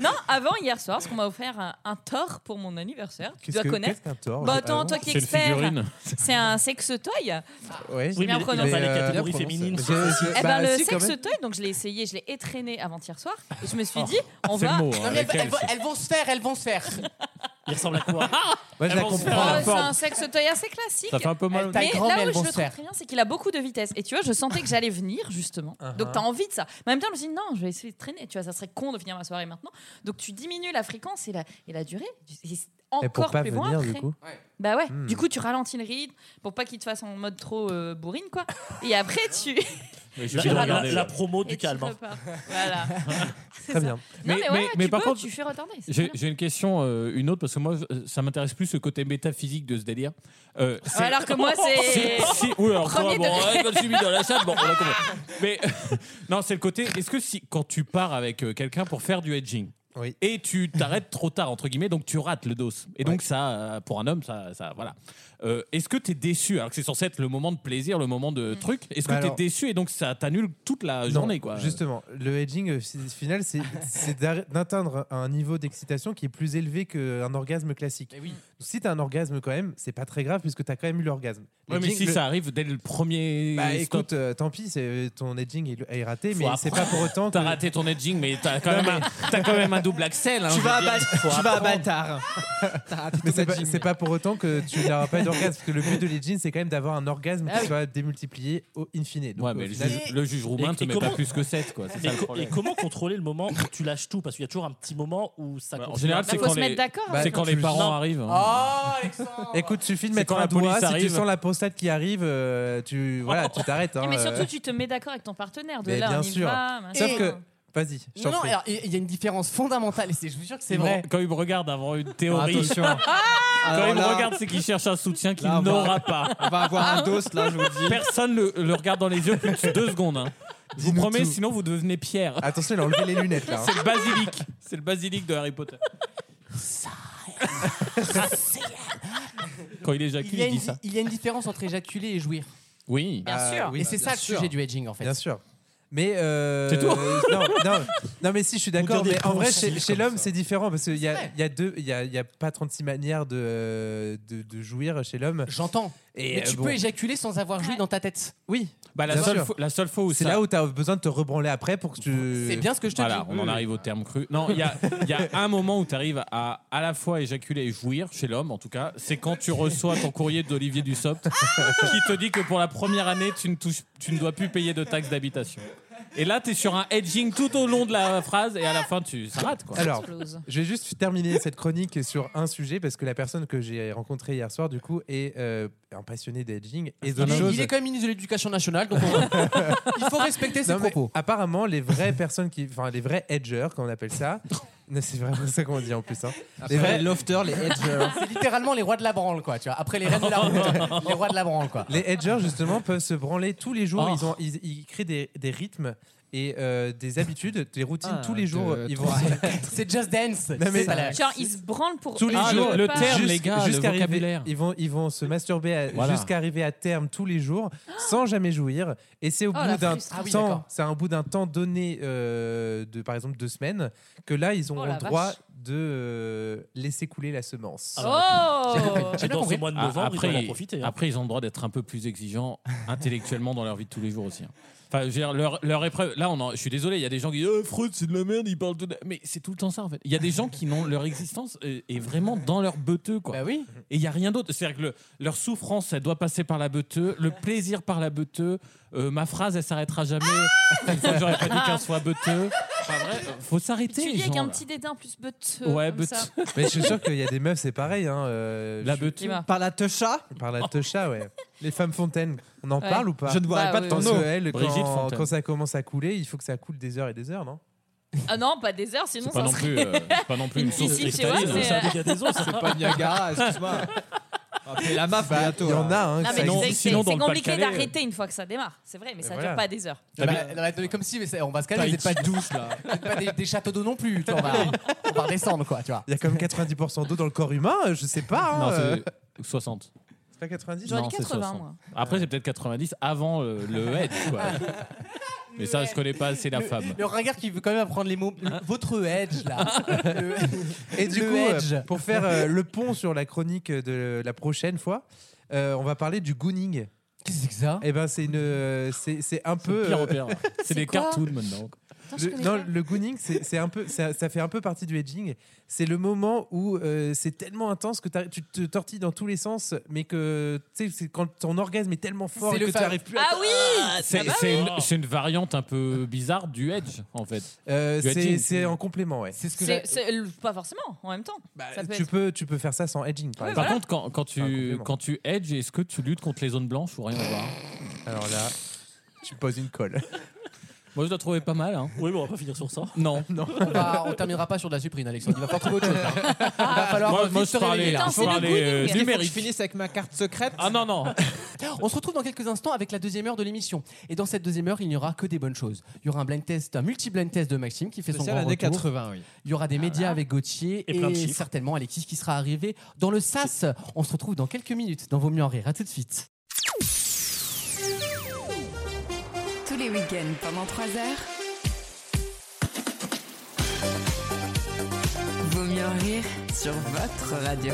S4: Non, avant hier soir, parce qu'on m'a offert un, un tort pour mon anniversaire. Tu
S5: Qu'est-ce
S4: dois
S5: que-
S4: connaître.
S5: qu'est-ce qu'un tort
S4: Bah
S5: Ah
S4: attends,
S5: bon
S4: toi qui es
S3: C'est une
S4: expert.
S3: figurine.
S4: C'est un sextoy.
S5: Ouais.
S6: Oui, mais
S4: bien
S6: il n'a
S4: prononcé.
S6: pas les
S5: Mais, euh,
S6: catégories
S5: bien
S6: féminines.
S5: prononcé. J'ai- j'ai-
S4: Eh
S5: Ah, bah,
S4: ben le
S5: si, quand même. Oh.
S4: sextoy, donc je l'ai essayé, je l'ai étraîné avant-hier soir. Et je me suis dit, on
S3: C'est le
S4: va.
S3: mot. hein,
S2: Non, mais elles,
S3: avec elle,
S2: elles vont-
S3: c'est-
S2: elles vont se faire, elles vont se faire.
S6: Il ressemble à quoi
S5: Moi je la
S3: Elles vont se
S5: comprends.
S3: faire
S4: Ah,
S3: la
S4: c'est
S3: forme. Euh,
S4: un sextoy assez classique.
S3: Ça fait un peu mal.
S2: Taille
S4: Mais
S2: grande,
S4: là
S2: mais
S4: où
S2: elles
S4: je
S2: vont
S4: le
S2: se
S4: trouve
S2: faire.
S4: très bien, c'est qu'il a beaucoup de vitesse. Et tu vois, je sentais que j'allais venir, justement.
S3: Uh-huh.
S4: Donc, tu as envie de ça. Mais en même temps, je me suis dit, non, je vais essayer de traîner. Tu vois, ça serait con de finir ma soirée maintenant. Donc, tu diminues la fréquence et la, et la durée. Et c'est
S5: Et pour
S4: encore
S5: pas
S4: plus loin
S5: venir
S4: après.
S5: du coup.
S4: Bah ouais.
S5: Hmm.
S4: Du coup, tu ralentis le rythme pour pas qu'il te fasse en mode trop euh, bourrine, quoi. Et après, tu.
S3: Mais je
S6: La,
S3: suis
S6: la-
S3: regardé,
S6: la-
S3: là.
S6: la promo
S4: et
S6: du
S4: tu
S6: calme. hein.
S4: repars. Voilà.
S5: Très bien.
S4: non, mais,
S3: Mais-
S4: ouais,
S3: mais-
S4: tu
S3: mais par
S4: peux,
S3: contre,
S4: tu fais retarder. c'est
S3: J'ai
S4: très bien.
S3: j'ai une question, euh, une autre, parce que moi, je- ça m'intéresse plus le côté métaphysique de ce délire. Euh, c'est-
S4: Alors que moi, c'est.
S3: Si- si- oui, alors,
S4: Premier
S3: bon,
S4: degré.
S3: ouais, comme je suis mis dans la salle, bon, on a compris. Mais non, c'est le côté. Est-ce que si, quand tu pars avec euh, quelqu'un pour faire du edging, Et tu t'arrêtes trop tard, entre guillemets, donc tu rates le dos. Et donc, ça, euh, pour un homme, ça, ça voilà. Euh, Est-ce que t'es déçu alors que c'est censé être le moment de plaisir, le moment
S4: Mm.
S3: de truc Est-ce que
S5: Bah
S3: t'es
S5: alors-
S3: déçu et donc ça t'annule toute la
S5: Non,
S3: Ah, journée, quoi
S5: Justement, le hedging euh, fi- final, c'est c'est d'arr- d'atteindre un niveau d'excitation qui est plus élevé qu'un orgasme classique.
S3: Eh oui.
S5: Si tu as un orgasme quand même, c'est pas très grave puisque tu as quand même eu l'orgasme.
S3: Ouais, mais
S5: L'hedging,
S3: si
S5: le-
S3: ça arrive dès le premier.
S5: Bah
S3: stop.
S5: écoute, euh, tant pis, c'est- ton edging est, est raté,
S3: Faut
S5: mais c'est pas
S3: apprendre.
S5: pour autant que.
S3: T'as raté ton edging, mais t'as quand,
S5: Non,
S3: même un-
S5: mais-
S3: t'as quand même un double axel. hein,
S5: Tu
S3: je veux
S5: vas à
S3: dire,
S5: Bal-
S3: faut
S5: tu vas à
S3: apprendre.
S2: Ah,
S5: Mais c'est pas, c'est pas pour autant que tu n'auras pas d'orgasme, parce que le but de l'edging, c'est quand même d'avoir un orgasme
S3: Ah
S5: qui
S3: oui.
S5: soit démultiplié au in fine. Donc, euh,
S3: Ouais,
S5: au
S3: mais le
S5: final-
S3: juge- le juge roumain te met pas plus que 7, quoi. C'est ça
S6: et,
S3: le
S6: co-
S3: problème.
S6: et comment contrôler le moment où tu lâches tout Parce qu'il y a toujours un petit moment où ça.
S3: en
S6: continue.
S3: général, c'est Bah, faut quand se les- mettre d'accord, c'est quand les parents
S6: Non.
S3: arrivent, hein.
S6: Ah,
S5: Écoute, suffit de
S3: C'est
S5: mettre
S3: quand
S5: un
S3: la police
S5: doigt, si tu
S3: arrive.
S5: sens la prostate qui arrive, euh, tu voilà, tu t'arrêtes. hein,
S4: mais
S5: euh.
S4: surtout, tu te mets d'accord avec ton partenaire. De
S5: Mais
S4: là,
S5: bien
S4: on y
S5: sûr.
S4: va, machin.
S5: Sauf que, vas-y, je t'en
S2: Non, non,
S5: prie.
S2: alors, il il y a une différence fondamentale, et c'est- je vous jure que c'est
S3: Il me-
S2: vrai.
S3: Quand il me regarde avant une
S2: Ah,
S3: théorie.
S2: Attention.
S3: Quand
S2: Alors
S3: il me
S2: là-
S3: regarde, c'est qu'il cherche un soutien qu'il
S2: Là, on va-
S3: n'aura pas.
S2: on va avoir un dos, là, je vous le dis.
S3: Personne le, le regarde dans les yeux plus de deux secondes. hein. Je vous
S5: Dis-nous
S3: promets,
S5: tout.
S3: sinon vous devenez Pierre.
S5: Attention, il a enlevé les lunettes là. hein.
S3: C'est le basilic. C'est le basilic de Harry Potter. Quand il éjacule,
S2: Il y, a
S3: il
S2: une,
S3: dit ça.
S2: il y a une différence entre éjaculer et jouir.
S3: Oui.
S2: Bien sûr.
S5: Ah, oui,
S2: Et c'est
S5: bien
S2: ça le
S5: sûr.
S2: sujet du hedging, en fait.
S5: Bien sûr. Mais euh,
S2: C'est tout
S5: non, non, non, mais si je suis d'accord.
S2: Ou dire
S5: Mais
S2: des
S5: en vrai,
S2: consignes
S5: chez, chez
S2: comme
S5: l'homme,
S2: ça.
S5: c'est différent parce qu'il y a,
S2: C'est vrai.
S5: il y a deux, il y a, il y a pas 36 manières de de, de jouir chez l'homme.
S2: J'entends.
S5: Et
S2: Mais
S5: euh,
S2: tu
S5: bon.
S2: peux éjaculer sans avoir joui dans ta tête.
S5: Oui.
S3: Bah, la,
S5: Bien
S3: seule
S5: sûr.
S3: fois, la seule fois où
S5: C'est
S3: ça-
S5: là où tu as besoin de te rebranler après pour que tu.
S2: C'est bien ce que je te
S3: voilà,
S2: dis.
S3: on en arrive au terme cru. Non, il y a, il y a un moment où tu arrives à à la fois éjaculer et jouir, chez l'homme en tout cas, c'est quand tu reçois ton courrier d'Olivier Dussopt qui te dit que pour la première année, tu ne, touches, tu ne dois plus payer de taxes d'habitation. Et là, tu es sur un edging tout au long de la phrase et à la fin, tu ça rate. Quoi.
S5: Alors, je vais juste terminer cette chronique sur un sujet parce que la personne que j'ai rencontrée hier soir, du coup, est euh, un passionné d'edging et
S2: Il
S5: d'autres
S2: est,
S5: choses.
S2: il est quand même ministre de l'Éducation nationale, donc on- il faut respecter ses
S5: Non, mais
S2: propos.
S5: Apparemment, les vraies personnes qui. Enfin, les vrais edgers, comme on appelle ça. Non, c'est vraiment ça qu'on dit en plus. hein.
S2: Après, les
S5: lofters, les euh, edgers.
S2: C'est littéralement les rois de la branle, quoi. Tu vois. Après les reines de la route, les rois de la branle, quoi.
S5: Les edgers, justement, peuvent se branler tous les jours.
S2: Oh.
S5: Ils, ont, ils, ils créent des, des rythmes et euh, des habitudes, des routines
S2: Un,
S5: tous les jours.
S2: deux,
S5: ils vont.
S2: trois, C'est Just Dance.
S5: Non, mais-
S2: C'est ça, la-
S4: Genre, ils se branlent pour.
S5: Tous les
S4: Ah,
S5: jours,
S4: pas-
S5: Jus- jusqu'à arriver- Ils vont, ils vont se masturber à-
S3: Voilà.
S5: jusqu'à arriver à terme tous les jours, sans jamais jouir. Et c'est au
S2: Oh,
S5: bout
S2: la
S5: d'un
S2: frustration. Ah oui,
S5: temps,
S2: d'accord.
S5: c'est un bout d'un temps donné, euh, de par exemple deux semaines, que là ils ont
S2: Oh,
S5: le
S2: la
S5: droit
S2: vache.
S5: de euh, laisser couler la semence.
S6: Ah, bah,
S4: Oh
S6: J'ai bien compris. mois de novembre, ils doivent en profiter, hein.
S3: Ah, Après, ils ont le droit d'être un peu plus exigeants intellectuellement dans leur vie de tous les jours aussi. hein. Enfin, je veux dire, leur, leur épreuve. Là, on en- je suis désolé, il y a des gens qui disent Euh, Freud, c'est de la merde, il parle de. la- Mais c'est tout le temps ça, en fait. Il y a des gens qui n'ont leur existence est, est vraiment dans leur beuteux, quoi.
S6: Bah
S2: oui.
S3: Et il n'y a rien d'autre. C'est-à-dire que le- leur souffrance, elle doit passer par la beuteux, le plaisir par la beuteux, euh, ma phrase, elle s'arrêtera jamais.
S6: Ah
S3: Une fois que j'aurais pas dit 15 fois beuteux. Enfin, vrai, euh, faut s'arrêter.
S4: Tu
S3: les
S4: lis avec
S3: gens,
S4: un
S3: là.
S4: petit dédain plus but.
S3: Ouais,
S4: comme
S3: but.
S4: ça.
S5: Mais je suis sûr qu'il y a des meufs, c'est pareil. Hein, la
S3: beuteux.
S5: Par la techa Par la techa, ouais. Les femmes fontaines, on en
S2: Ouais.
S5: parle ou pas
S2: Je ne boirai Bah, pas de oui, ton
S5: Parce
S2: eau.
S5: que elles,
S2: Brigitte
S5: quand,
S2: Fontaine.
S5: quand ça commence à couler, il faut que ça coule des heures et des heures, non
S4: Ah non, pas des heures, sinon
S5: C'est pas
S4: ça
S5: non
S4: serait-
S5: plus, euh, c'est pas non plus une
S4: Si,
S5: source
S4: si, tu vois,
S5: cristalline,
S4: c'est,
S5: ça
S4: euh,
S5: dégage des eaux, ça. C'est pas Niagara, excuse-moi.
S7: Ah,
S2: Appelez la MAF bientôt.
S5: Il y en a, hein.
S4: Non, mais
S2: Sinon-
S4: c'est- c'est-
S2: sinon, dans
S4: c'est
S2: le
S4: compliqué
S2: Pas-le-Calais,
S4: d'arrêter une fois que ça démarre, c'est vrai, mais ça
S2: voilà.
S4: dure pas des heures.
S2: Non, mais- non, mais attendez, comme si, mais c'est- on va se calmer, vous n'êtes pas douce là. Vous n'êtes pas des, des châteaux d'eau non plus. tu vois, On va, on va redescendre quoi, tu vois.
S5: Il y a quand même 90% d'eau dans le corps humain, euh, je sais
S2: Ah.
S5: pas. hein,
S3: Non,
S5: euh.
S3: c'est 60.
S5: C'est pas 90
S3: Non, c'est 60. Après, j'ai peut-être 90 avant euh, le head. quoi. Mais ça, je connais pas assez la
S2: le,
S3: femme.
S2: Le regard qui veut quand même apprendre les mots. Le- votre edge là. Le-
S5: Et du
S2: le
S5: coup,
S2: edge.
S5: euh, pour faire euh, le pont sur la chronique de la prochaine fois, euh, on va parler du gooning.
S2: Qu'est-ce que c'est ça
S5: Eh ben, c'est une, euh, c'est c'est un peu.
S3: pire au
S5: euh,
S3: pire. C'est C'est des quoi cartoons maintenant. Attends, je
S5: Le-
S3: connais
S5: non,
S3: pas.
S5: le gooning, c'est c'est un peu, ça, ça fait un peu partie du edging. C'est le moment où euh, c'est tellement intense que t'arri- tu te tortilles dans tous les sens, mais que tu sais, c'est quand ton orgasme est tellement fort
S2: C'est
S5: et
S2: le
S5: que tu
S2: fa-
S5: n'arrives plus. à...
S4: Ah oui
S3: C'est c'est une, c'est une variante un peu bizarre du edge, en fait.
S5: Euh,
S3: Du
S5: c'est
S3: edging.
S5: c'est en complément, ouais.
S2: C'est ce
S4: C'est- c'est- euh, Pas forcément, en même temps. Ça peut
S5: tu
S4: être-
S5: peux, tu peux faire ça sans edging, par
S3: Par
S5: exemple.
S3: contre, quand, quand tu, quand tu edge, est-ce que tu luttes contre les zones blanches ou rien à voir
S5: Alors là, tu poses une colle.
S3: Moi, je la trouvais pas mal. hein.
S6: Oui, mais on va pas finir sur ça.
S3: Non. non.
S2: On, va- on terminera pas sur de la supprime, Alexandre. Il va falloir trouver autre chose. là. Il va falloir
S3: Moi-
S2: vite
S3: moi, je
S2: se réveiller
S3: parlais-
S2: là.
S3: je Putain, c'est le parlais, euh, gooning.
S2: Il faut que
S3: numérique.
S2: je finisse avec ma carte secrète.
S3: Ah non, non.
S2: On se retrouve dans quelques instants avec la deuxième heure de l'émission. Et dans cette deuxième heure, il n'y aura que des bonnes choses. Il y aura un blind test, un multi-blind test de Maxime qui fait son
S16: Spécial
S2: grand
S16: années
S2: retour.
S16: 80, oui. Ah
S2: Il y aura des médias avec Gauthier
S16: Et
S2: et,
S16: plein de chiffres.
S2: certainement Alexis qui sera arrivé dans le SAS. On se retrouve dans quelques minutes dans Vos mieux en rire. À tout de suite.
S1: Tous les week-ends pendant 3 heures. Vaut mieux en rire sur votre radio.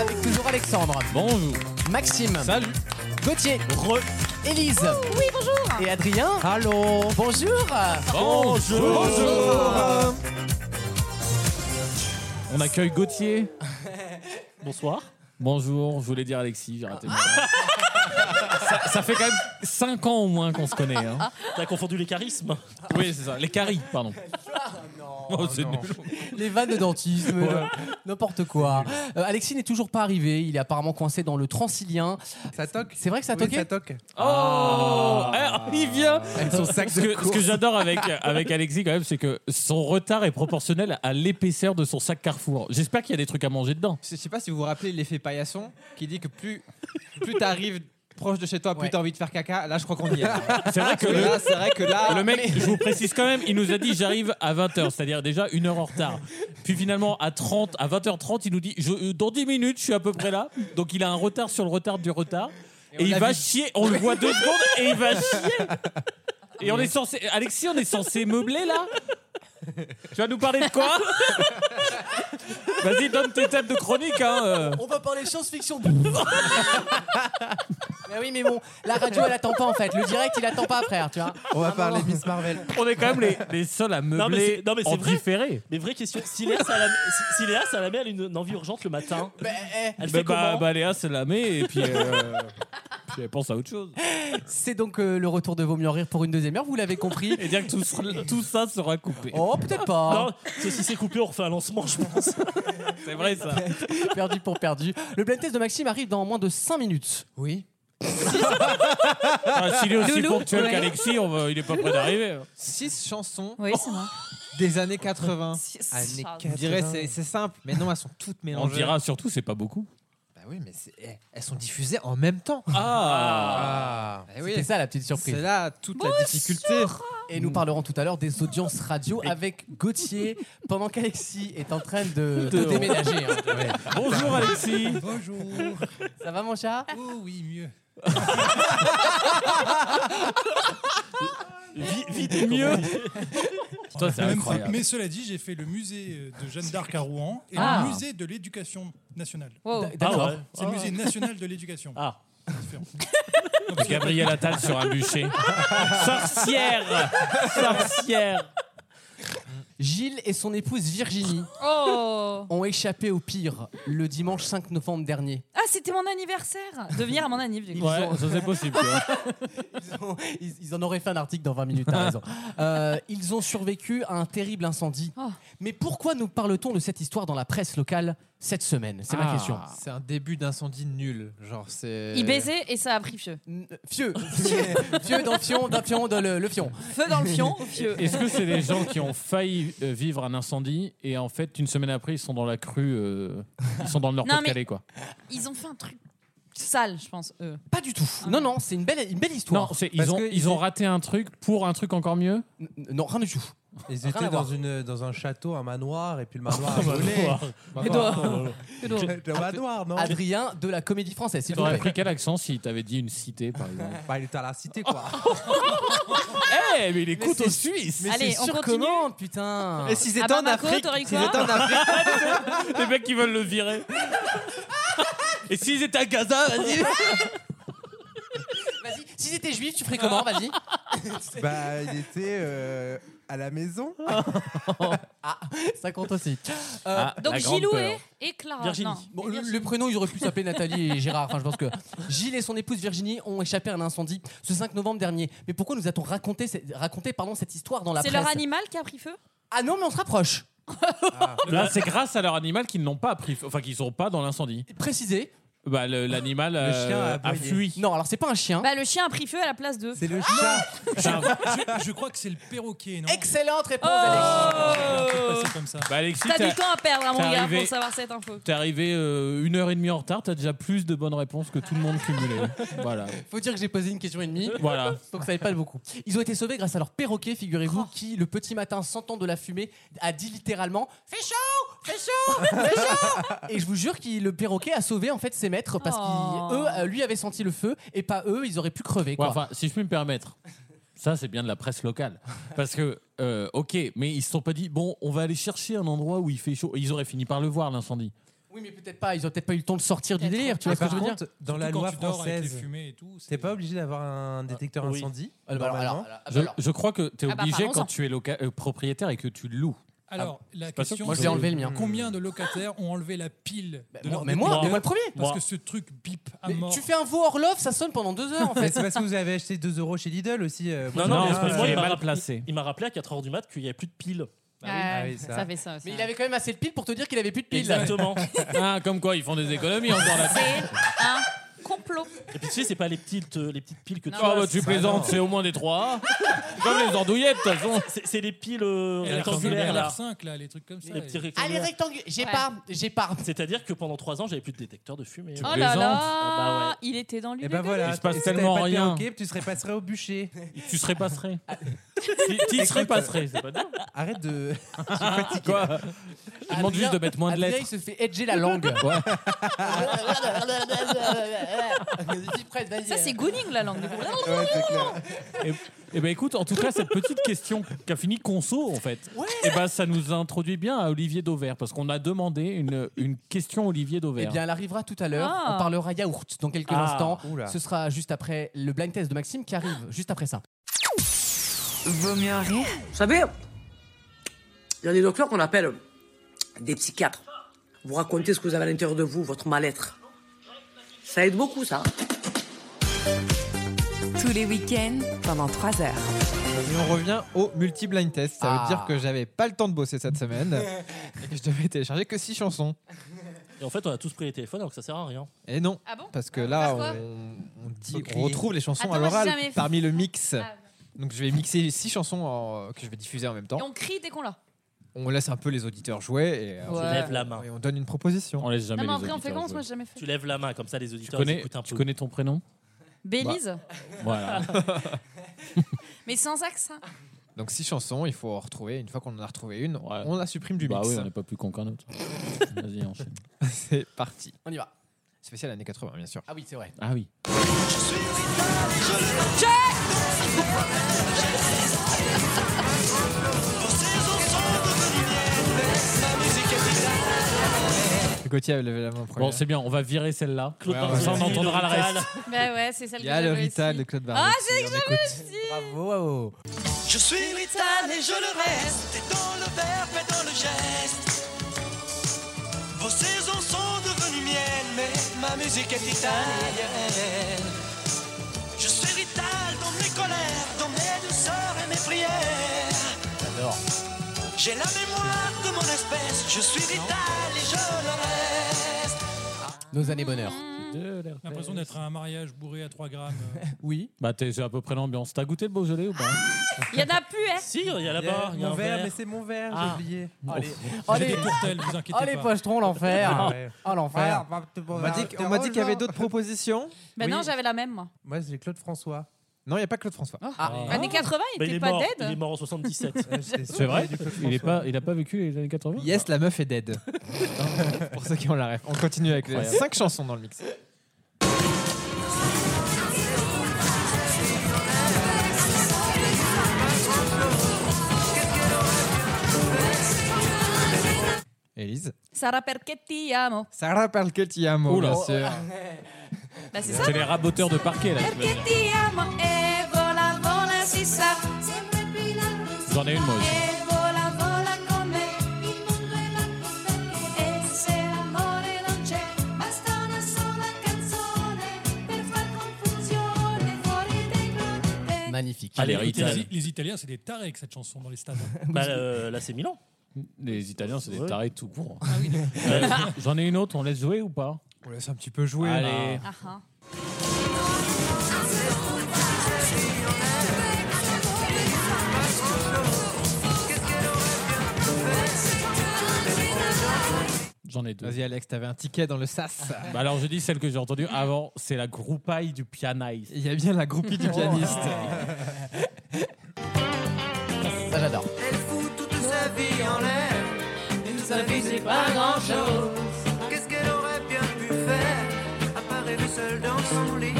S16: Avec toujours Alexandre. Bonjour. Maxime. Salut. Gauthier. Re. Élise. Oh, Oui, bonjour. Et Adrien. Allô. Bonjour.
S3: Bonjour.
S16: Bonjour.
S3: On accueille Gauthier.
S6: Bonsoir.
S3: Bonjour, je voulais dire Alexis, j'ai raté. le nom. ça, ça fait quand même 5 ans au moins qu'on se connaît. Hein.
S6: T'as confondu les charismes
S3: Oui, c'est ça, les caries, pardon. Oh, c'est nul.
S2: Les vannes de dentisme,
S3: Ouais.
S2: euh, n'importe quoi. Euh, Alexis n'est toujours pas arrivé. Il est apparemment coincé dans le Transilien.
S5: Ça toque.
S2: C'est vrai que ça
S5: Oui,
S2: toque.
S5: ça toque. Ah,
S3: Oh Eh, Il vient
S5: Avec son sac
S3: Ah. ce
S5: de
S3: que, ce que
S5: course.
S3: j'adore avec, avec Alexis, quand même, c'est que son retard est proportionnel à l'épaisseur de son sac Carrefour. J'espère qu'il y a des trucs à manger dedans.
S7: Je sais pas si vous vous rappelez l'effet paillasson qui dit que plus, plus t'arrives proche de chez toi, plus
S3: Ouais.
S7: t'as envie de faire caca. Là, je crois qu'on y est.
S3: C'est vrai que,
S7: Parce
S3: le,
S7: là, c'est vrai que là.
S3: le mec, je vous précise quand même, il nous a dit j'arrive à 20h, c'est-à-dire déjà une heure en retard. Puis finalement à 30, à 20h30, il nous dit je, euh, dans 10 minutes, je suis à peu près là. Donc il a un retard sur le retard du retard. Et,
S7: on
S3: il
S7: l'a
S3: va
S7: vu.
S3: chier, on le voit deux secondes et il va chier. Et on est censé, Alexis, on est censé meubler là Tu vas nous parler de quoi Vas-y, donne tes thèmes de chronique. Hein, euh.
S2: On va parler science-fiction. Ah, mais oui, mais bon, la radio elle attend pas en fait. Le direct il attend pas après, tu vois.
S5: On va parler de Miss Marvel.
S3: On est quand même les, les seuls à
S6: Non, mais
S3: meubler
S6: c'est- non, mais
S3: en
S6: c'est vrai.
S3: différé.
S6: Mais vraie question, si Léa, ça la, si- si Léa, ça la met à une, une envie urgente le matin, elle
S3: Bah,
S6: fait
S3: bah,
S6: comment
S3: bah, Léa se la met et puis, euh, puis elle pense à autre chose.
S2: C'est donc euh, le retour de Vaut mieux en rire pour une deuxième heure, vous l'avez compris.
S3: Et dire que tout, sera- tout ça sera coupé.
S2: Oh, peut-être pas.
S6: Non, si c'est coupé, on refait un lancement, je pense.
S3: C'est vrai ça.
S2: perdu pour perdu. Le blind test de Maxime arrive dans moins de 5 minutes.
S16: Oui.
S3: Ah, S'il est aussi
S16: Loulou,
S3: ponctuel
S16: ouais.
S3: qu'Alexis, on va- il est pas prêt d'arriver. hein.
S7: Six chansons
S4: Oui, c'est moi.
S7: des années Ah, 80.
S4: Années
S7: On dirait c'est c'est simple, mais non, elles sont toutes
S3: On
S7: mélangées.
S3: dira surtout, c'est pas beaucoup.
S7: Bah oui, mais c'est- eh, elles sont diffusées en même temps.
S2: Ah.
S3: Ah.
S7: Bah oui.
S2: C'était ça la petite surprise.
S7: C'est là toute la difficulté.
S2: Et nous parlerons tout à l'heure des audiences radio avec Gauthier pendant qu'Alexis est en train de, de déménager. hein.
S3: Bonjour Alexis.
S16: Bonjour.
S2: Ça va mon chat
S16: Oh oui, mieux.
S6: vite et mieux.
S3: Toi, c'est
S17: Même
S3: incroyable.
S17: pas. Mais cela dit, j'ai fait le musée euh, de Jeanne d'Arc à Rouen et
S2: Ah.
S17: le musée de l'éducation nationale.
S4: Wow.
S2: D- d'accord. Ah ouais.
S17: C'est le musée national de l'éducation.
S6: Ah.
S17: Différent.
S3: Gabriel Attal sur un bûcher. Sorcière Sorcière
S2: Gilles et son épouse Virginie
S4: Oh
S2: ont échappé au pire le dimanche 5 novembre dernier.
S4: Ah, c'était mon anniversaire De venir à mon anniv, du coup.
S3: Ouais, ça c'est possible.
S2: Ils, ont- ils- ils en auraient fait un article dans 20 minutes, t'as raison. Euh, ils ont survécu à un terrible incendie.
S4: Oh.
S2: Mais pourquoi nous parle-t-on de cette histoire dans la presse locale cette semaine C'est ma
S7: Ah.
S2: question.
S7: C'est un début d'incendie nul. Genre, c'est.
S4: Il baisait et ça a pris feu.
S2: Fieu Fieu dans Fion, dans Fion, dans le, le Fion.
S4: Feu dans le fion, au fieu.
S3: Est-ce que c'est des gens qui ont failli euh, vivre un incendie et en fait, une semaine après, ils sont dans la crue, euh, ils sont dans le
S4: Non, mais-
S3: Nord-Pas-de-Calais quoi
S4: Ils ont fait un truc sale, je pense, eux.
S2: Pas du tout. Non, non, c'est une belle, une belle
S3: Non,
S2: histoire.
S3: c'est-
S7: Parce
S3: ils, ont,
S7: que
S3: ils ont raté un truc pour un truc encore mieux
S2: N- non, rien du tout.
S5: Ils
S2: Rien à
S5: étaient
S2: voir.
S5: dans, une, dans un château, un manoir, et puis le manoir a
S6: Bah,
S5: brûlé.
S6: voir.
S5: Manoir.
S4: Que drôle.
S5: bah, Le manoir, non
S2: Adrien de la comédie française, s'il vous
S3: T'aurais
S2: plaît.
S3: pris quel accent si t'avais dit une cité par exemple
S5: Bah, il était à la cité, quoi.
S3: Eh, mais il
S2: écoute
S3: écoute
S2: aux
S3: aux Suisses
S2: Mais
S4: Allez,
S2: c'est
S4: on
S2: sur
S4: continue.
S2: comment, putain
S7: Et s'ils
S4: À
S7: étaient en
S4: Bamako,
S7: Afrique
S4: t'aurais
S7: S'ils
S4: quoi
S7: étaient en Afrique
S3: Les mecs qui veulent le virer. Et s'ils étaient à Gaza, vas-y.
S2: Vas-y, si c'était juif, tu ferais comment Vas-y. Ah,
S5: Bah, il était euh, à la maison.
S2: Ah, Ça compte aussi. Euh, Ah,
S4: Euh, Donc Gilou et, et Clara.
S6: Virginie.
S4: Non.
S2: Bon, le, le prénom, ils auraient pu s'appeler Nathalie et Gérard. Enfin, je pense que Gilles et son épouse Virginie ont échappé à un incendie ce 5 novembre dernier. Mais pourquoi nous a-t-on raconté, ce- raconté pardon, cette histoire dans la
S4: C'est
S2: presse
S4: leur animal qui a pris feu
S2: Ah non, mais on se rapproche.
S3: Là, c'est grâce à leur animal qu'ils n'ont pas appris, enfin qu'ils sont pas dans l'incendie.
S2: Précisé.
S3: Bah, le- l'animal euh, a, fui.
S2: Non, alors c'est pas un chien.
S4: Bah, le chien a pris feu à la place Ah de.
S5: C'est le
S17: je, je crois que c'est le perroquet, non
S18: Excellente
S4: Oh.
S18: réponse,
S17: Alexis. comme ça.
S3: Bah, Alexis,
S4: T'as
S3: t'as-
S4: du temps à perdre, hein, mon
S3: t'es
S4: gars,
S3: arrivé-
S4: pour savoir cette info.
S3: T'es arrivé euh, une heure et demie en retard, t'as déjà plus de bonnes réponses que tout le monde cumulé. voilà.
S2: Faut dire que j'ai posé une question et demie.
S3: Voilà.
S2: Donc ça n'avait pas beaucoup. Ils ont été sauvés grâce à leur perroquet, figurez-vous, qui, le petit matin, sentant de la fumée, a dit littéralement Fais chaud Fais chaud Fais chaud Et je vous jure que le perroquet a sauvé en fait ses maîtres parce
S4: Oh.
S2: qu'eux, euh, lui, avait senti le feu et pas eux, ils auraient pu crever. Quoi.
S3: Ouais, enfin, si je puis me permettre, ça c'est bien de la presse locale. Parce que, euh, ok, mais ils se sont pas dit, bon, on va aller chercher un endroit où il fait chaud. Ils auraient fini par le voir, l'incendie.
S2: oui, mais peut-être pas, ils ont peut-être pas eu le temps de sortir du délire, tu vois
S5: Mais
S2: ce que
S5: par
S2: je veux dire
S5: contre, Dans la
S17: Surtout quand
S5: loi
S17: tu dors avec les
S5: française,
S17: fumées et tout,
S5: t'es pas obligé d'avoir un détecteur
S3: Ah, oui.
S5: incendie.
S3: Ah, bah, alors,
S7: Hein
S5: normalement.
S3: alors, Je, je crois que tu es
S5: Ah bah,
S3: obligé
S5: parlons-en.
S3: quand tu es loca- euh, propriétaire et que tu loues.
S17: Alors, la
S3: C'est Ah, pas sûr
S17: question,
S3: que
S17: c'est
S3: j'ai enlevé le mien.
S17: Combien de locataires ont enlevé la pile de
S2: moi-
S17: leur
S2: mais moi,
S17: détecteur
S2: mais moi le premier.
S17: Parce
S2: Moi.
S17: que ce truc bip à
S2: Mais
S17: mort.
S2: tu fais un veau Orlov, ça sonne pendant deux heures en
S5: Mais
S2: fait.
S5: c'est parce que vous avez acheté 2 euros chez Lidl aussi. euh, moi,
S6: Non, non,
S5: j'en ai
S6: parce que
S5: un,
S6: moi,
S5: euh,
S6: il m'a rappelé- Il m'a rappelé à 4h du mat qu'il n'y avait plus de piles.
S4: Ah oui. Ah oui, ça. ça fait
S2: Mais il avait quand même assez de piles pour te dire qu'il avait plus de piles.
S6: Exactement.
S3: Ah, comme quoi, ils font des économies encore là.
S4: Un complot.
S6: Et puis tu sais, c'est pas les petites, euh, les petites piles que
S3: Ah,
S6: tu as.
S3: bah, tu plaisantes, c'est au moins des trois. Comme les andouillettes, de toute façon.
S6: C'est c'est les piles euh,
S17: Et la rectangulaire,
S6: rectangulaires. là.
S17: R5, là, les trucs comme ça.
S6: Les petits
S17: Et-
S6: rectangulaires.
S2: rectangulaire. J'ai
S4: Ouais.
S2: pas, j'ai pas.
S6: C'est-à-dire que pendant 3 ans, j'avais plus de détecteur de fumée. Ah, bah
S4: Oh là là,
S3: Ah bah
S4: il était
S3: Eh
S4: dans
S5: Et
S4: l'une.
S5: ben voilà,
S6: Il se passe
S5: si t'avais
S6: tellement
S5: pas de
S6: rien.
S5: perroquet, tu serais passerais au bûcher.
S3: Tu serais passerais. Tu serais passerais, c'est pas bien.
S5: Ah. Arrête de.
S3: Quoi Je demande juste de mettre moins de
S2: Adrien,
S3: lettres.
S2: il se fait edger la langue.
S3: Eh.
S2: Vas-y, prête, vas-y.
S4: Ça, c'est Gooning, la langue.
S3: Et, et ben écoute, en tout cas, cette petite question qui a fini conso, en fait, et ben ça nous introduit bien à Olivier Dauvert, parce qu'on a demandé une, une question Olivier
S2: Eh
S3: Dauvert.
S2: bien, elle arrivera tout à l'heure.
S3: Ah.
S2: On parlera yaourt dans quelques
S3: hein. Ah,
S2: instants.
S3: oula.
S2: Ce sera juste après le blind test de Maxime qui arrive juste après ça.
S19: Vaut mieux en rire. Vous savez, il y a des docteurs qu'on appelle des psychiatres. Vous racontez ce que vous avez à l'intérieur de vous, votre mal-être. Ça aide beaucoup, ça.
S20: Tous les week-ends pendant 3 heures.
S7: Et on revient au multi-blind test. Ça
S20: Ah.
S7: veut dire que j'avais pas le temps de bosser cette semaine et que je devais télécharger que 6 chansons.
S6: Et en fait, on a tous pris les téléphones alors que ça sert à rien.
S7: Et non, parce que là,
S5: Ah,
S6: Pourquoi
S7: on, on dit,
S6: Faut
S7: on
S6: crier.
S7: retrouve les chansons
S6: Attends,
S7: à
S6: moi, j'ai
S7: l'oral
S6: jamais fait
S7: parmi le mix.
S4: Ah.
S7: Donc je vais mixer les 6 chansons en- que je vais diffuser en même temps.
S4: Et on crie dès qu'on l'a.
S7: On laisse un peu les auditeurs jouer et euh,
S4: Ouais.
S7: on-
S6: Lève la main.
S7: et on donne une proposition.
S3: On laisse
S4: Non, mais en vrai, on fait comment Moi, j'ai jamais fait.
S6: Tu lèves la main, comme ça, les
S3: Tu
S6: auditeurs ils
S3: connais,
S6: écoutent un peu.
S3: tu connais ton prénom
S4: Bélise
S2: Bah,
S3: Voilà.
S4: Mais sans accent.
S7: Donc 6 chansons, il faut en retrouver. Une fois qu'on en a retrouvé une, on la supprime du
S3: bah
S7: mix.
S3: oui, on n'est pas plus con qu'un autre. Vas-y, enchaîne.
S7: C'est parti.
S2: On y va.
S7: Spécial années 80, bien sûr.
S2: Ah oui, c'est vrai.
S3: Ah oui.
S7: Gauthier avait levé la main en premier.
S3: Bon, c'est bien, on va virer celle-là.
S7: Claude
S3: Comme ça, on
S7: Barthes.
S3: entendra le reste.
S4: Bah ouais, c'est celle
S7: Il
S4: que
S7: y a le
S4: j'avais
S7: Rital
S4: aussi.
S7: de Claude Barbier.
S4: Ah, c'est que j'avais aussi
S2: Bravo.
S1: Je suis Rital et je le reste, et dans le verbe et dans le geste. Vos saisons sont devenues miennes, mais ma musique est italienne. Je suis Rital dans mes colères, dans mes douceurs et mes prières.
S2: J'adore.
S1: J'ai la mémoire de mon espèce, je suis Rital et je le reste.
S2: Nos années bonheur.
S3: J'ai
S17: l'impression d'être à un mariage bourré à 3 grammes. euh.
S2: Oui.
S3: Bah, t'es c'est à peu près l'ambiance. T'as goûté le Beaujolais ou pas
S4: Il y en a plus, hein
S6: Si, il y a là-bas. il y a
S5: Mon
S6: un
S5: verre, Oh, mais c'est mon verre,
S6: Ah.
S5: j'ai oublié.
S6: Allez.
S2: Allez.
S17: des tourtelles, vous inquiétez
S2: Oh les
S17: pas.
S2: pochetrons, l'enfer.
S5: Ouais.
S2: Oh l'enfer.
S5: Ah,
S7: On m'a dit, on m'a dit qu'il y avait d'autres propositions.
S4: Bah non,
S7: Oui.
S4: j'avais la même, moi.
S5: Moi, j'ai Claude François.
S7: Non, il n'y a pas Claude François.
S4: Ah. Années 80, il
S6: Mais
S4: était
S6: est
S4: pas
S6: mort.
S4: dead.
S6: Il est mort en 77.
S3: C'est vrai Il n'a pas, il a pas vécu les années Ah. 80
S7: Yes, la meuf est dead. Pour ceux qui ont la ref. On continue avec les
S3: Incroyable.
S7: 5 chansons dans le mix. Élise.
S4: Sarah perché ti amo.
S7: Sarah parle que ti amo,
S3: Oula. Oh.
S7: bien sûr.
S4: Bah c'est ça.
S3: C'est les raboteurs de parquet, là. qui
S4: Perché
S3: veulent-
S4: ti amo e vola vola si sa.
S3: J'en ai une, moi aussi.
S4: E vola vola con me. Il mondo è largo perché. E se l'amore non c'è, basta una sola canzone per far confusione fuori dai club.
S2: Magnifique.
S3: Allez,
S17: les,
S3: Rital.
S17: les- les Italiens, c'est des tarés avec cette chanson dans les stades.
S6: Bah, euh, là, c'est Milan.
S3: Les Italiens, c'est des
S6: Ouais.
S4: Ah
S3: tarés tout court. Euh, J'en ai une autre, on laisse jouer ou pas
S5: On laisse un petit peu jouer.
S4: Allez.
S5: là.
S3: J'en ai deux.
S7: Vas-y, Alex, t'avais un ticket dans le sas.
S3: Bah alors je dis celle que j'ai entendue avant, c'est la groupaille du pianiste. Oh.
S7: Il y a bien la groupie du pianiste.
S2: Ça, j'adore.
S1: Toute sa vie en l'air, une seule vie c'est pas grand chose. Qu'est-ce qu'elle aurait bien pu faire, à part rêver seule dans son lit,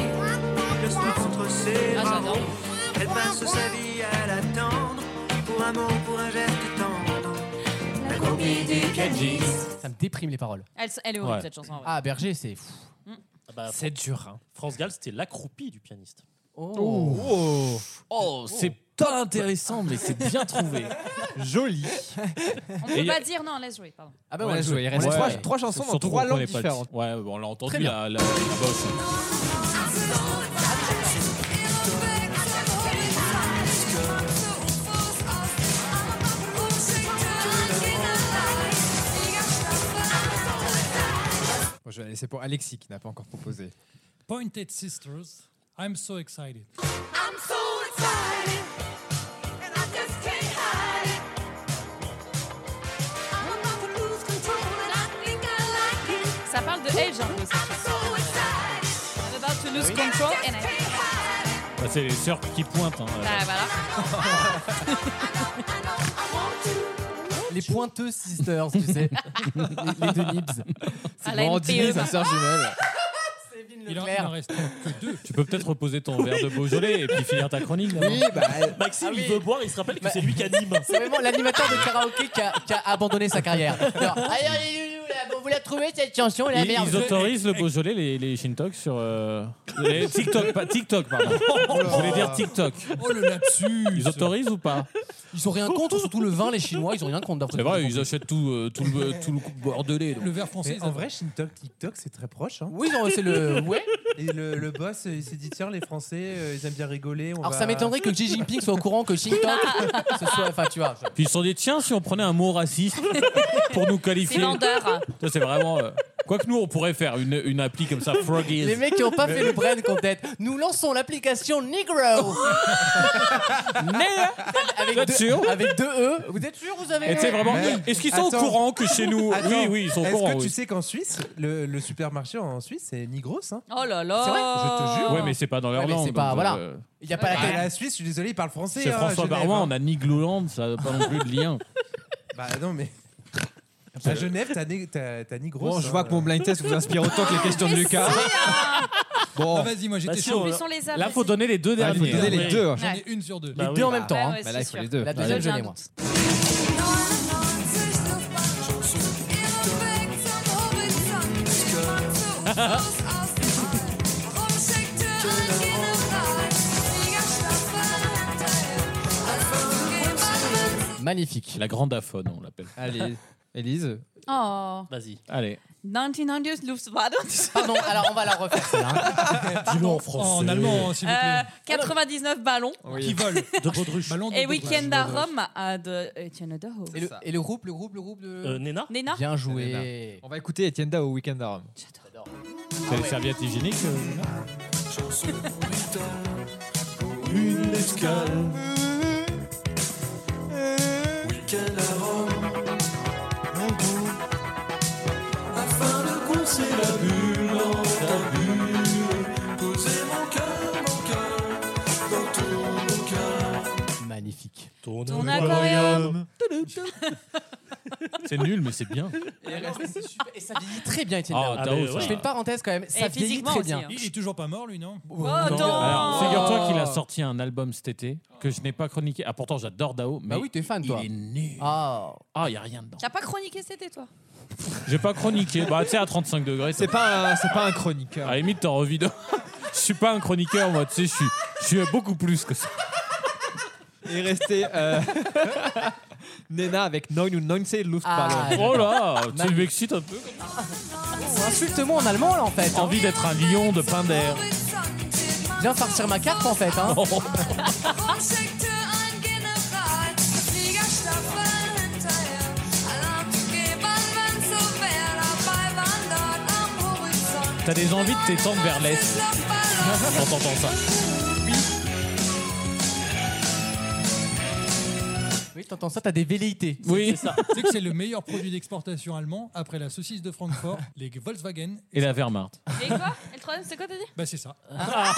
S1: le soir entre ses
S4: Ah,
S1: bras
S4: j'adore.
S1: ronds. Elle passe sa vie à l'attendre, pour un mot, pour un geste tendre. La copie du pianiste.
S2: Ça me déprime les paroles.
S4: Elle, elle est horrible cette chanson. ouais.
S2: Ah, Berger, c'est fou.
S6: c'est dur. Ah bah, France Gall, c'était l'accroupi du pianiste.
S2: Oh.
S3: Oh, c'est pas intéressant, mais c'est bien trouvé. Joli.
S4: On peut pas dire non, laisse jouer. Pardon.
S2: Ah
S3: bah
S2: ben, on l'a joué. Il reste trois- trois chansons dans trois langues différentes.
S3: Ouais, on l'a entendu
S2: Très bien.
S3: la, la, la bosse.
S7: Bon, je vais la laisser pour Alexis qui n'a pas encore proposé.
S17: Pointed Sisters, I'm so excited.
S1: I'm so excited, and I just can't hide it. I'm about to lose control, and I think I like it.
S4: Ça parle de Edge hein. un peu. cette chanson. I'm about to lose control and I-
S3: Bah, c'est les sœurs qui pointent. hein.
S4: Ah, voilà.
S2: Les pointeux sisters, tu sais. les, les deux nibs. C'est
S4: Alain
S2: Brandini,
S4: P.E.
S2: sa sœur jumelle.
S17: Il en, il en reste que deux.
S3: Tu peux peut-être reposer ton verre de Beaujolais et puis finir ta chronique.
S2: Oui, bah,
S6: Maxime, il veut boire, il se rappelle que c'est lui qui anime.
S2: C'est vraiment l'animateur de karaoké qui a, qui a abandonné sa carrière. Alors, allez, allez, loulou, là, bon, vous la trouvez cette chanson, Oh, la
S3: Ils,
S2: merde
S3: ils autorisent le Beaujolais, les, les Shintok sur. euh, les TikTok, pas TikTok, pardon. Je voulais dire TikTok.
S17: Oh le lapsus
S3: Ils autorisent ou pas
S2: Eh, Ils ont rien contre, surtout le vin, les Chinois, ils ont rien contre. d'après ce
S3: C'est
S2: que
S3: vrai,
S2: j'ai
S3: ils achètent tout, euh, tout, le, tout le bordelais. donc.
S17: Le verre français.
S5: Mais en vrai, Shintok, TikTok, c'est très proche. hein.
S2: Oui, non, c'est le- ouais.
S5: Et le, le boss, il s'est dit tiens, les Français, euh, ils aiment bien rigoler. on
S2: Alors
S5: va-
S2: ça m'étonnerait que Xi Jinping soit au courant que Xi Jinping ce soit enfin tu vois. je-
S3: Puis ils se sont dit, tiens, si on prenait un mot raciste pour nous qualifier.
S2: C'est vendeur.
S3: Ça, C'est vraiment. euh, Quoi que nous, on pourrait faire une, une appli comme ça, Froggies.
S2: Les mecs qui ont pas fait le brand content. Nous lançons l'application Negro. avec
S3: Vous êtes
S2: deux,
S3: sûr
S2: avec deux E. Vous êtes sûr vous avez
S3: Et tu sais, vraiment,
S5: Mais-
S3: est-ce qu'ils sont au
S5: Attends.
S3: courant que chez nous.
S5: Attends,
S3: oui, oui, ils sont au courant.
S5: Est-ce que
S3: oui.
S5: tu sais qu'en Suisse, le, le supermarché en Suisse, c'est Nigros hein
S4: Oh là là.
S5: C'est vrai, je te jure.
S3: Ouais, mais c'est pas dans leur
S5: Ouais, mais
S3: langue.
S5: c'est pas-
S3: donc,
S5: voilà.
S3: euh,
S2: Il y a pas
S5: Bah,
S2: la
S5: la Suisse, je suis désolé, il parle français.
S3: Chez
S5: hein,
S3: François
S2: euh,
S5: Genève,
S3: Baroin,
S5: hein.
S3: on a Nigloland, ça n'a pas non plus de lien.
S5: Bah non, mais. À Genève, t'as né- t'as t'as Nigros. hein.
S7: Bon, je vois que mon blind test vous inspire autant que les questions de Lucas. Bon.
S17: Ah, vas-y, moi j'étais
S7: Bah,
S17: chaud.
S7: si,
S17: Bah,
S7: on-
S17: alors.
S7: Puissons les
S3: hein. Là,
S7: âmes,
S3: faut donner les deux
S7: Ah, il faut
S3: derniers. hein.
S7: donner les deux.
S17: J'en ai une sur deux.
S3: Les deux en même
S2: Ah
S3: temps. hein.
S7: Bah là, il faut les deux.
S2: La deuxième je l'ai moi. Magnifique.
S3: La grande aphone, on l'appelle.
S7: Allez, Élise.
S4: Oh.
S3: Vas-y. Allez.
S4: 1990 Luftwaffe.
S2: Pardon, alors on va la refaire celle-là.
S3: Dis-le en
S17: Oh, En allemand, hein, s'il vous plaît.
S4: Euh, 99 ballons
S17: Qui vole De Baudruche.
S4: et Weekend à Rome à de Etienne Daho.
S2: Et le, et le groupe, le groupe, le groupe de.
S6: Nena
S4: Euh, Nena
S2: Bien
S7: Euh, Nena.
S2: joué.
S7: On va écouter Etienne Dao au Weekend à Rome.
S3: C'est les serviettes hygiéniques. euh,
S1: Une escale. Week-end à Rome. Mon goût. Afin de coincer la bulle dans ta bulle. Poser mon cœur, mon cœur. Dans ton cœur.
S2: Magnifique.
S3: Ton
S4: Ton aquarium.
S3: C'est nul, mais c'est bien.
S2: Et ça vieillit très bien, Étienne
S3: Ah,
S2: Dao.
S3: Dao, ça
S2: Je
S3: va.
S2: fais une parenthèse quand même. Ça vieillit très bien. Oh.
S17: Il est toujours pas mort, lui, non
S4: non.
S3: Alors, figure-toi qu'il a sorti un album cet été que je n'ai pas chroniqué. Ah, pourtant, j'adore Dao. Mais
S2: Bah oui, t'es fan, toi.
S3: Il est nul.
S2: Ah,
S3: il n'y a rien dedans.
S4: T'as pas chroniqué c'était toi
S3: J'ai pas chroniqué. Bah, tu sais, à 35 degrés. C'est
S7: pas, pas un chroniqueur.
S3: À la limite, t'as envie de. Je suis pas un chroniqueur, moi, tu sais, je suis- je suis beaucoup plus que ça.
S7: Et restez euh, Nena avec Neun ou Neunse
S4: Ah,
S7: Luftballon.
S3: Oh là, tu m'excites un peu.
S4: Oh,
S2: Insulte-moi en allemand, là, en fait. hein.
S3: Envie d'être un lion de pain d'air.
S2: Viens farcir ma carte, en fait. Hein.
S1: er Alarm zu geben, wenn so wer dabei war, dort am Horizont.
S3: T'as des envies de t'étendre vers l'Est en t'entendant ça.
S2: Oui, t'entends ça, t'as des velléités.
S3: Oui.
S17: Tu sais que c'est le meilleur produit d'exportation allemand après la saucisse de Francfort, les Volkswagen.
S3: Et la Wehrmacht.
S21: Et quoi Et le troisième, c'est quoi t'as dit
S17: Bah c'est ça.
S2: La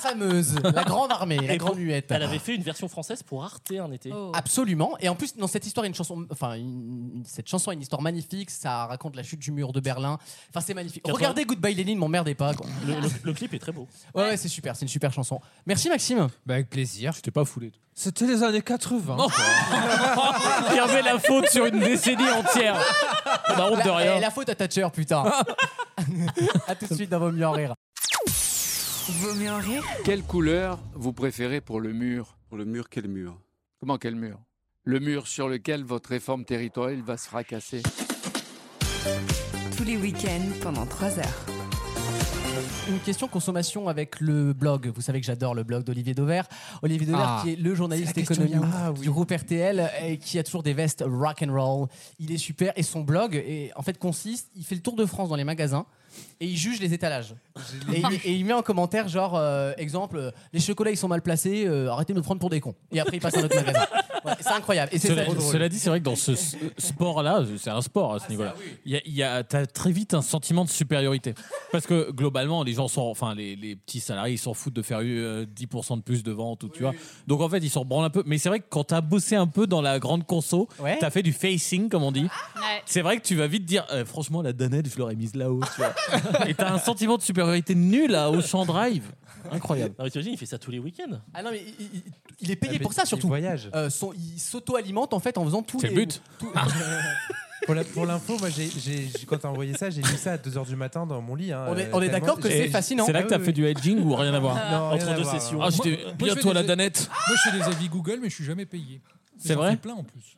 S2: fameuse, la grande armée, la
S6: Et
S2: grande
S6: bon,
S2: muette.
S6: Elle avait fait une version française pour Arte un été.
S2: Absolument. Et en plus, dans cette histoire, il y a une chanson, enfin, une- cette chanson a une histoire magnifique. Ça raconte la chute du mur de Berlin. Enfin, c'est magnifique.
S6: Quatre-vingt-
S2: Regardez Goodbye Lenin, m'emmerdez pas. quoi.
S6: Le, le- le clip est très beau.
S2: Ouais, ouais, c'est super, c'est une super chanson. Merci Maxime.
S7: Bah,
S3: avec plaisir. Je t'ai pas foulé.
S7: C'était les années 80.
S3: Il y avait la faute sur une décennie entière. On a honte de
S2: La-
S3: rien.
S2: eh, La faute à Thatcher, putain. à tout de suite dans Vaut mieux en rire.
S22: Vaut mieux en rire
S23: Quelle couleur vous préférez pour le mur Pour le mur, quel mur Comment quel mur Le mur sur lequel votre réforme territoriale va se fracasser.
S22: tous les week-ends pendant 3 heures.
S2: Une question consommation avec le blog. Vous savez que j'adore le blog d'Olivier Dauvert. Olivier Dauvert,
S24: Ah.
S2: qui est le journaliste
S24: C'est la question
S2: économique
S24: bien. Ah,
S2: du groupe RTL et qui a toujours des vestes rock and roll. Il est super et son blog est, en fait consiste. Il fait le tour de France dans les magasins et il juge les étalages. Et, il- et il met en commentaire genre euh, exemple euh, les chocolats ils sont mal placés. euh, arrêtez de me prendre pour des cons. Et après il passe à notre magasin. Ouais, c'est incroyable. Et c'est
S3: Cela,
S2: ça, le-
S3: cela dit, c'est vrai que dans ce s- sport-là, c'est un sport à ce niveau-là. Il y a, il y a- t'as très vite un sentiment de supériorité parce que globalement, les gens sont, enfin, les, les petits salariés, ils s'en foutent de faire euh, 10% de plus de vente ou tu vois. Donc en fait, ils s'en branlent un peu. Mais c'est vrai que quand t'as bossé un peu dans la grande conso,
S2: Ouais.
S3: t'as fait du facing, comme on dit.
S21: Ouais.
S3: C'est vrai que tu vas vite dire, euh, franchement, la danette, je l'aurais mise là-haut. tu vois. Et t'as un sentiment de supériorité nul à Ocean Drive. Incroyable.
S6: Non, mais t'imagines, il fait ça tous les week-ends.
S2: Ah non, mais il, il- il- il est payé pour ça surtout. Euh, son- il s'auto-alimente en fait en faisant tout.
S5: C'est le but.
S2: tout-
S3: Ah.
S5: Pour la- pour l'info, moi, j'ai- j'ai- j'ai- quand t'as envoyé ça, j'ai lu ça à 2h du matin dans mon lit. hein,
S2: On est-
S5: euh,
S2: on est
S5: tellement-
S2: d'accord que
S5: j'ai-
S2: c'est fascinant.
S3: C'est là que t'as
S5: Ah oui,
S3: fait du hedging ou rien à voir
S5: Non, rien à voir.
S3: Ah,
S17: Moi-
S3: c'était
S17: moi, je
S3: bientôt
S17: fais
S3: la
S17: des-
S3: danette.
S17: Moi, je fais des avis Google, mais je suis jamais payé.
S3: C'est
S17: J'en
S3: vrai
S17: fais plein en plus.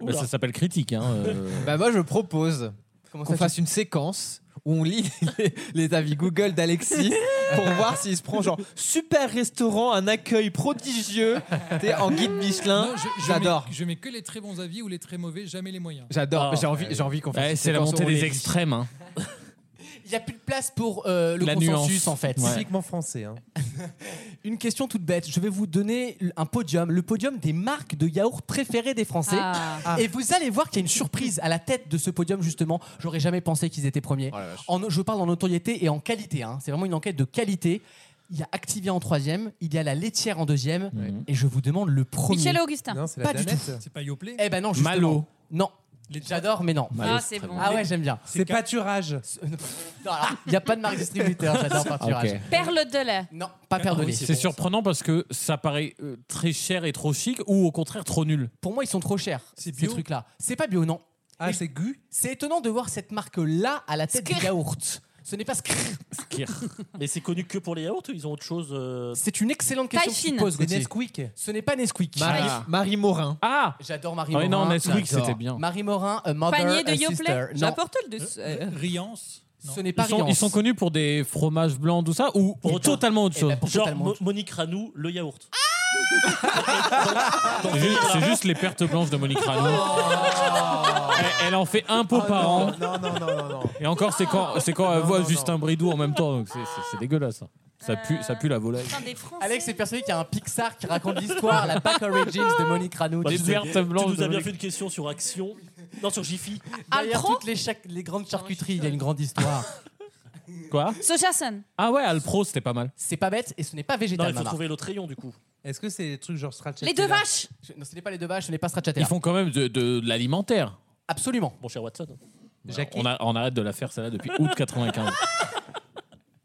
S3: Bah, ça s'appelle critique. Hein, euh.
S7: Bah moi je propose
S2: Comment
S7: qu'on
S2: ça,
S7: fasse
S2: tu-
S7: une séquence où on lit les, les avis Google d'Alexis pour voir s'il se prend genre super restaurant, un accueil prodigieux, t'es en guide Michelin,
S17: Non, je- je
S7: j'adore.
S17: mets- Je mets que les très bons avis ou les très mauvais, jamais les moyens.
S7: J'adore, j'ai envie, j'ai envie qu'on fasse.
S3: Ah. Ouais,
S7: une
S3: c'est la
S7: séquence
S3: montée
S7: où on
S3: des
S7: les lit.
S3: extrêmes. hein.
S6: Ah.
S2: Il n'y a plus de place pour euh, le
S3: La
S2: consensus
S3: nuance.
S2: en fait.
S3: Ouais.
S5: Typiquement français. hein.
S2: Une question toute bête. Je vais vous donner un podium, le podium des marques de yaourt préférées des Français.
S24: Ah.
S2: Ah. Et vous allez voir qu'il y a une surprise à la tête de ce podium justement. J'aurais jamais pensé qu'ils étaient premiers.
S17: Oh
S2: En- je parle en notoriété et en qualité. hein. C'est vraiment une enquête de qualité. Il y a Activia en troisième, il y a la laitière en deuxième, et je vous demande le premier.
S21: Michel et Augustin. Non,
S17: c'est la
S2: pas du tout.
S17: Danette. C'est pas Yoplait
S2: Eh ben non, justement.
S3: Malo.
S2: Non. J'adore, mais non.
S21: Malo, Ah, c'est c'est très bon. bon.
S2: Ah ouais, j'aime bien.
S5: C'est pâturage.
S2: Il n'y a pas de marque distributeur, j'adore pâturage.
S3: Ah, Ok.
S21: Perle de lait.
S2: Non, pas perdre de lait.
S3: Ah C'est surprenant parce que ça paraît euh, très cher et trop chic ou au contraire trop nul.
S2: Pour moi, ils sont trop chers, ces
S3: bio
S2: trucs-là. C'est pas bio, non.
S5: Ah,
S2: Et-
S5: c'est gu
S2: C'est étonnant de voir cette marque-là à la tête du yaourt. Ce n'est pas Skr.
S6: Mais c'est connu que pour les yaourts ou ils ont autre chose euh,
S2: C'est une excellente
S6: Taille
S2: question que tu
S6: fine.
S2: poses,
S6: C'est
S2: Gauthier.
S5: Nesquik.
S2: Ce n'est pas Nesquik.
S7: Marie,
S2: Ah.
S7: Marie Morin.
S3: Ah
S2: J'adore Marie
S3: Ah oui,
S2: Morin.
S3: non, Nesquik,
S2: j'adore.
S3: c'était bien.
S2: Marie Morin, a mother,
S21: Panier de
S2: a
S21: Yoplait.
S2: sister. Non,
S21: J'apporte le
S3: Euh,
S21: dessert.
S17: Riance.
S2: ce n'est
S3: Ils
S2: pas
S3: sont, ils sont connus pour des fromages blancs, tout ça, ou pour totalement autre chose.
S6: Genre Mo- Monique Ranou, le yaourt. Ah
S3: C'est ju- c'est juste les pertes blanches de Monique Ranou. Elle, elle en fait un
S1: Ah
S3: pot par an.
S5: Ah, Non, non, non, non, non.
S3: Et encore, c'est quand, c'est quand elle voit Justin Bridou en même temps. Donc c'est- c'est c'est dégueulasse. hein. Ça pue, ça pue la volaille.
S2: Alex est persuadé qu'il y a un Pixar qui raconte l'histoire, la Back Origins de Monique Ranou.
S6: Bah,
S2: tu
S6: tu
S2: sais.
S6: nous- Tu nous as bien fait une question sur Action. Non, sur Jiffy.
S2: Derrière toutes les, chac- les grandes charcuteries, il y a une grande histoire.
S3: Quoi
S21: Sochassen.
S3: Ah ouais, Alpro, c'était pas mal.
S2: C'est pas bête et ce n'est pas
S6: Non,
S2: végétal,
S6: il faut
S2: ma marque.
S6: trouver l'autre rayon du coup.
S5: Est-ce que c'est des trucs genre Stracciatella
S21: Les deux vaches.
S2: Je- Non, ce n'est pas les deux vaches, ce n'est pas Stracciatella.
S3: Ils font quand même de, de- de l'alimentaire.
S2: Absolument.
S6: Mon cher Watson.
S3: On, a- on arrête de la faire, celle-là, depuis août 95.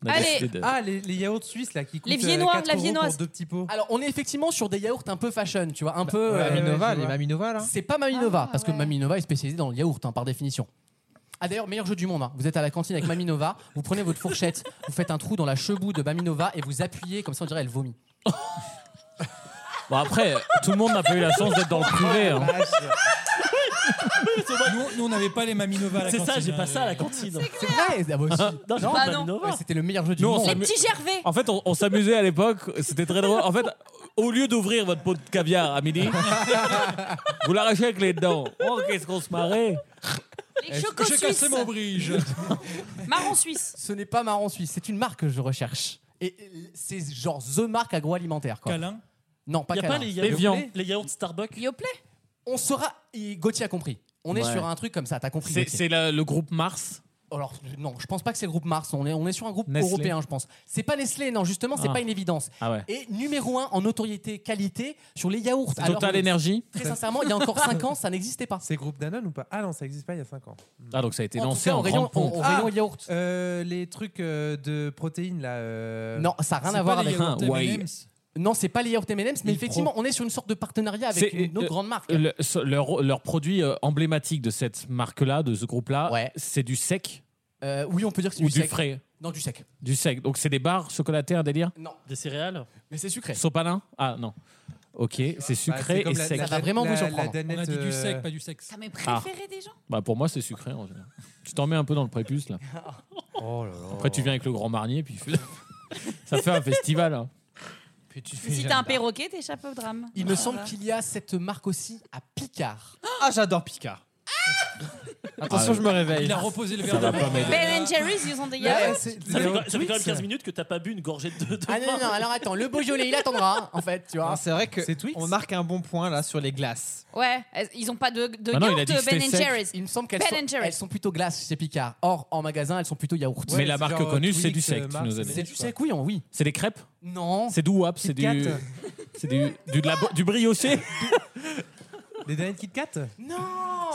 S3: On a
S21: Allez.
S3: décidé de-
S5: Ah, les, les yaourts suisses là qui coûtent
S21: Les
S5: euh,
S21: viennois,
S5: 4
S21: la
S5: euros
S21: viennoise.
S5: pour deux petits pots.
S2: Alors, on est effectivement sur des yaourts un peu fashion, tu vois, un peu. euh, Ah,
S7: Mamie Nova, les Mamie Nova, là.
S2: C'est pas Mamie Nova, parce que Mamie Nova est spécialisée dans le yaourt, hein, par définition. Ah d'ailleurs, meilleur jeu du monde. hein. Vous êtes à la cantine avec Mamie Nova, vous prenez votre fourchette, vous faites un trou dans la cheboue de Mamie Nova et vous appuyez, comme ça on dirait elle vomit.
S3: Bon, après, tout le monde n'a pas eu la chance d'être dans le privé. hein.
S17: Nous, nous, on n'avait pas les Maminova à la
S6: C'est ça,
S17: cantine,
S6: j'ai
S17: hein,
S6: pas ça à la
S17: les-
S6: cantine.
S2: C'est vrai ah, moi aussi.
S6: Non, j'ai
S2: Non, bah
S6: pas Mamie
S2: non.
S6: Nova.
S2: Ouais, C'était le meilleur jeu du
S3: Nous, on
S2: monde.
S21: Les
S3: s'amu-
S21: petits Gervais.
S3: En fait, on, on s'amusait à l'époque, c'était très drôle. En fait, au lieu d'ouvrir votre pot de caviar à midi, vous l'arrachez avec les dents. Oh, qu'est-ce qu'on se marrait
S4: Les chocos
S17: J'ai cassé
S4: suisses.
S17: mon brige.
S4: Marron suisse.
S2: Ce n'est pas marron suisse, c'est une marque que je recherche. Et euh, c'est genre The marque agroalimentaire. Quoi.
S17: Câlin
S2: Non, pas
S6: Y a
S2: câlin.
S6: pas les yaourts, les yaourts Starbucks
S4: Yoplait
S2: On saura. et Gauthier a compris. On est
S3: Ouais.
S2: sur un truc comme ça, t'as compris.
S3: C'est-
S2: Gauthier.
S3: c'est la- le groupe Mars
S2: Alors, non, je pense pas que c'est le groupe Mars. On est, on est sur un groupe
S3: Nestlé.
S2: européen, je pense. C'est pas Nestlé, non, justement, c'est
S3: Ah.
S2: pas une évidence.
S3: Ah ouais.
S2: Et numéro un en notoriété, qualité, sur les yaourts.
S3: Total
S2: Alors,
S3: Energy
S2: Très sincèrement, il y a encore 5 ans, ça n'existait pas. C'est groupe Danone ou pas
S5: Ah non, ça n'existe pas il y a 5 ans. Hmm.
S3: Ah, donc ça a été
S2: En tout
S3: lancé
S2: cas,
S3: en
S2: au rayon-
S3: grande pompe.
S2: au- au rayon yaourt.
S5: les trucs euh, de protéines là. euh,
S2: Non, ça n'a rien
S5: c'est
S2: à
S5: pas
S2: voir
S5: les
S2: avec.
S5: yaourts M&M's.
S2: Non, c'est pas les yaourts M&M's, mais
S5: Ils
S2: effectivement,
S5: pro-
S2: on est sur une sorte de partenariat
S3: C'est-
S2: avec une autre
S3: euh,
S2: grande marque.
S3: le- ce- leur, leur produit euh, emblématique de cette marque-là, de ce groupe-là, c'est du sec
S2: Euh, oui, on peut dire que c'est
S3: ou
S2: du
S3: du
S2: sec.
S3: frais
S2: Non, du sec.
S3: Du sec. Donc c'est des barres chocolatées, un délire
S2: Non.
S6: Des céréales
S2: Mais c'est sucré.
S3: Sopalin Ah non. Ok, c'est
S5: Bah, c'est
S3: sucré
S5: comme
S3: et
S5: la-
S3: sec.
S5: la- Ça va vraiment la- vous surprendre. la danette,
S17: On a dit du
S5: euh,
S17: sec, pas du sexe.
S4: Ça m'est préféré des gens.
S3: Bah pour moi c'est sucré en général. Tu t'en mets un peu dans le prépuce là. Après tu viens avec le grand marnier puis ça fait un festival. hein.
S4: Et si t'as un perroquet, t'échappes au drame.
S2: Il me
S4: Voilà.
S2: semble qu'il y a cette marque aussi à Picard. Ah.
S7: Ah, j'adore Picard. Attention,
S6: Ah,
S7: je me réveille.
S17: Il a reposé le
S7: Ça
S17: verre
S7: va
S17: d'avant.
S7: pas m'aider.
S4: Ben and Jerry's, ils ont des
S2: Mais,
S4: yaourts.
S2: euh, c'est-
S6: Ça fait, quand- ça fait quand même
S2: Twix.
S6: 15 minutes que t'as pas bu une gorgée de. de
S2: Ah non, non, non, alors attends, le Beaujolais, il attendra, hein, en fait, tu vois.
S7: Non, C'est vrai que on marque un bon point là sur les glaces.
S4: Ouais, elles- ils ont pas de, de
S7: Ah non, il a
S4: yaourt
S7: dit que
S4: de Ben
S7: c'était
S4: and
S7: sec.
S4: Jerry's.
S2: Il me semble qu'elles
S4: Ben
S2: sont,
S4: and Jerry's.
S2: elles sont plutôt glaces chez Picard. Or, en magasin, elles sont plutôt yaourt.
S3: Mais la marque
S2: euh,
S3: connue c'est du sec. tu nous as dit.
S2: C'est du sec, oui, on- oui.
S3: C'est des crêpes
S2: Non.
S3: C'est du wap, c'est
S2: Kit Kat.
S3: du c'est du du, de la bo- du brioché.
S2: Les derniers Kit Kat Non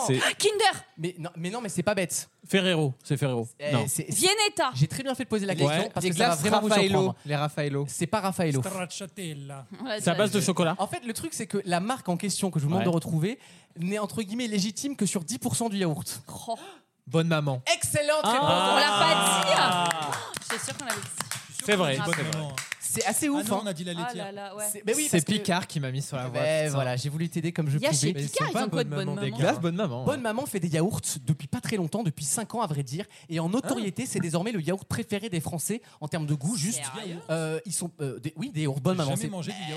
S3: C'est-
S7: Ah,
S4: Ah, Kinder
S2: mais non, mais non, mais c'est pas bête.
S3: Ferrero, c'est Ferrero.
S2: Eh,
S3: Non.
S2: c'est- c'est-
S4: Viennetta.
S2: J'ai très bien fait de poser la
S3: Ouais.
S2: question parce
S3: Les
S2: que ça va
S3: glaces
S2: vraiment vous
S3: Raffaello.
S2: surprendre.
S7: Les Raffaello.
S2: C'est pas Raffaello.
S17: Stracciatella.
S3: C'est à base de chocolat.
S2: En fait, le truc, c'est que la marque en question que je vous demande
S3: Ouais.
S2: de retrouver n'est entre guillemets légitime que sur 10% du yaourt.
S4: Oh.
S7: Bonne maman.
S2: Excellente
S4: Ah.
S2: réponse.
S4: On l'a
S3: Ah.
S4: pas dit. J'étais sûre qu'on avait dit.
S7: C'est vrai,
S4: Ah,
S7: c'est vrai.
S4: bon.
S2: C'est assez ouf.
S7: Ah non,
S2: hein.
S7: on a dit la
S4: Ah là là, ouais.
S2: C'est- mais oui, parce
S7: c'est
S2: que-
S7: Picard qui m'a mis sur la voie.
S2: Ouais,
S7: putain.
S2: voilà, j'ai voulu t'aider comme je
S7: Il y a
S2: pouvais.
S7: chez Picard, ils ont quoi de bonne maman hein
S2: Des
S7: Des glaces bonne maman, ouais.
S2: Bonne maman fait des yaourts depuis pas très longtemps, depuis 5 ans à vrai dire. Et
S7: Ah.
S2: en notoriété, c'est désormais le yaourt préféré des Français en termes de goût. Juste,
S4: Sérieux
S2: Euh, ils sont, euh, des- oui, des yaourts bonne maman. c'est-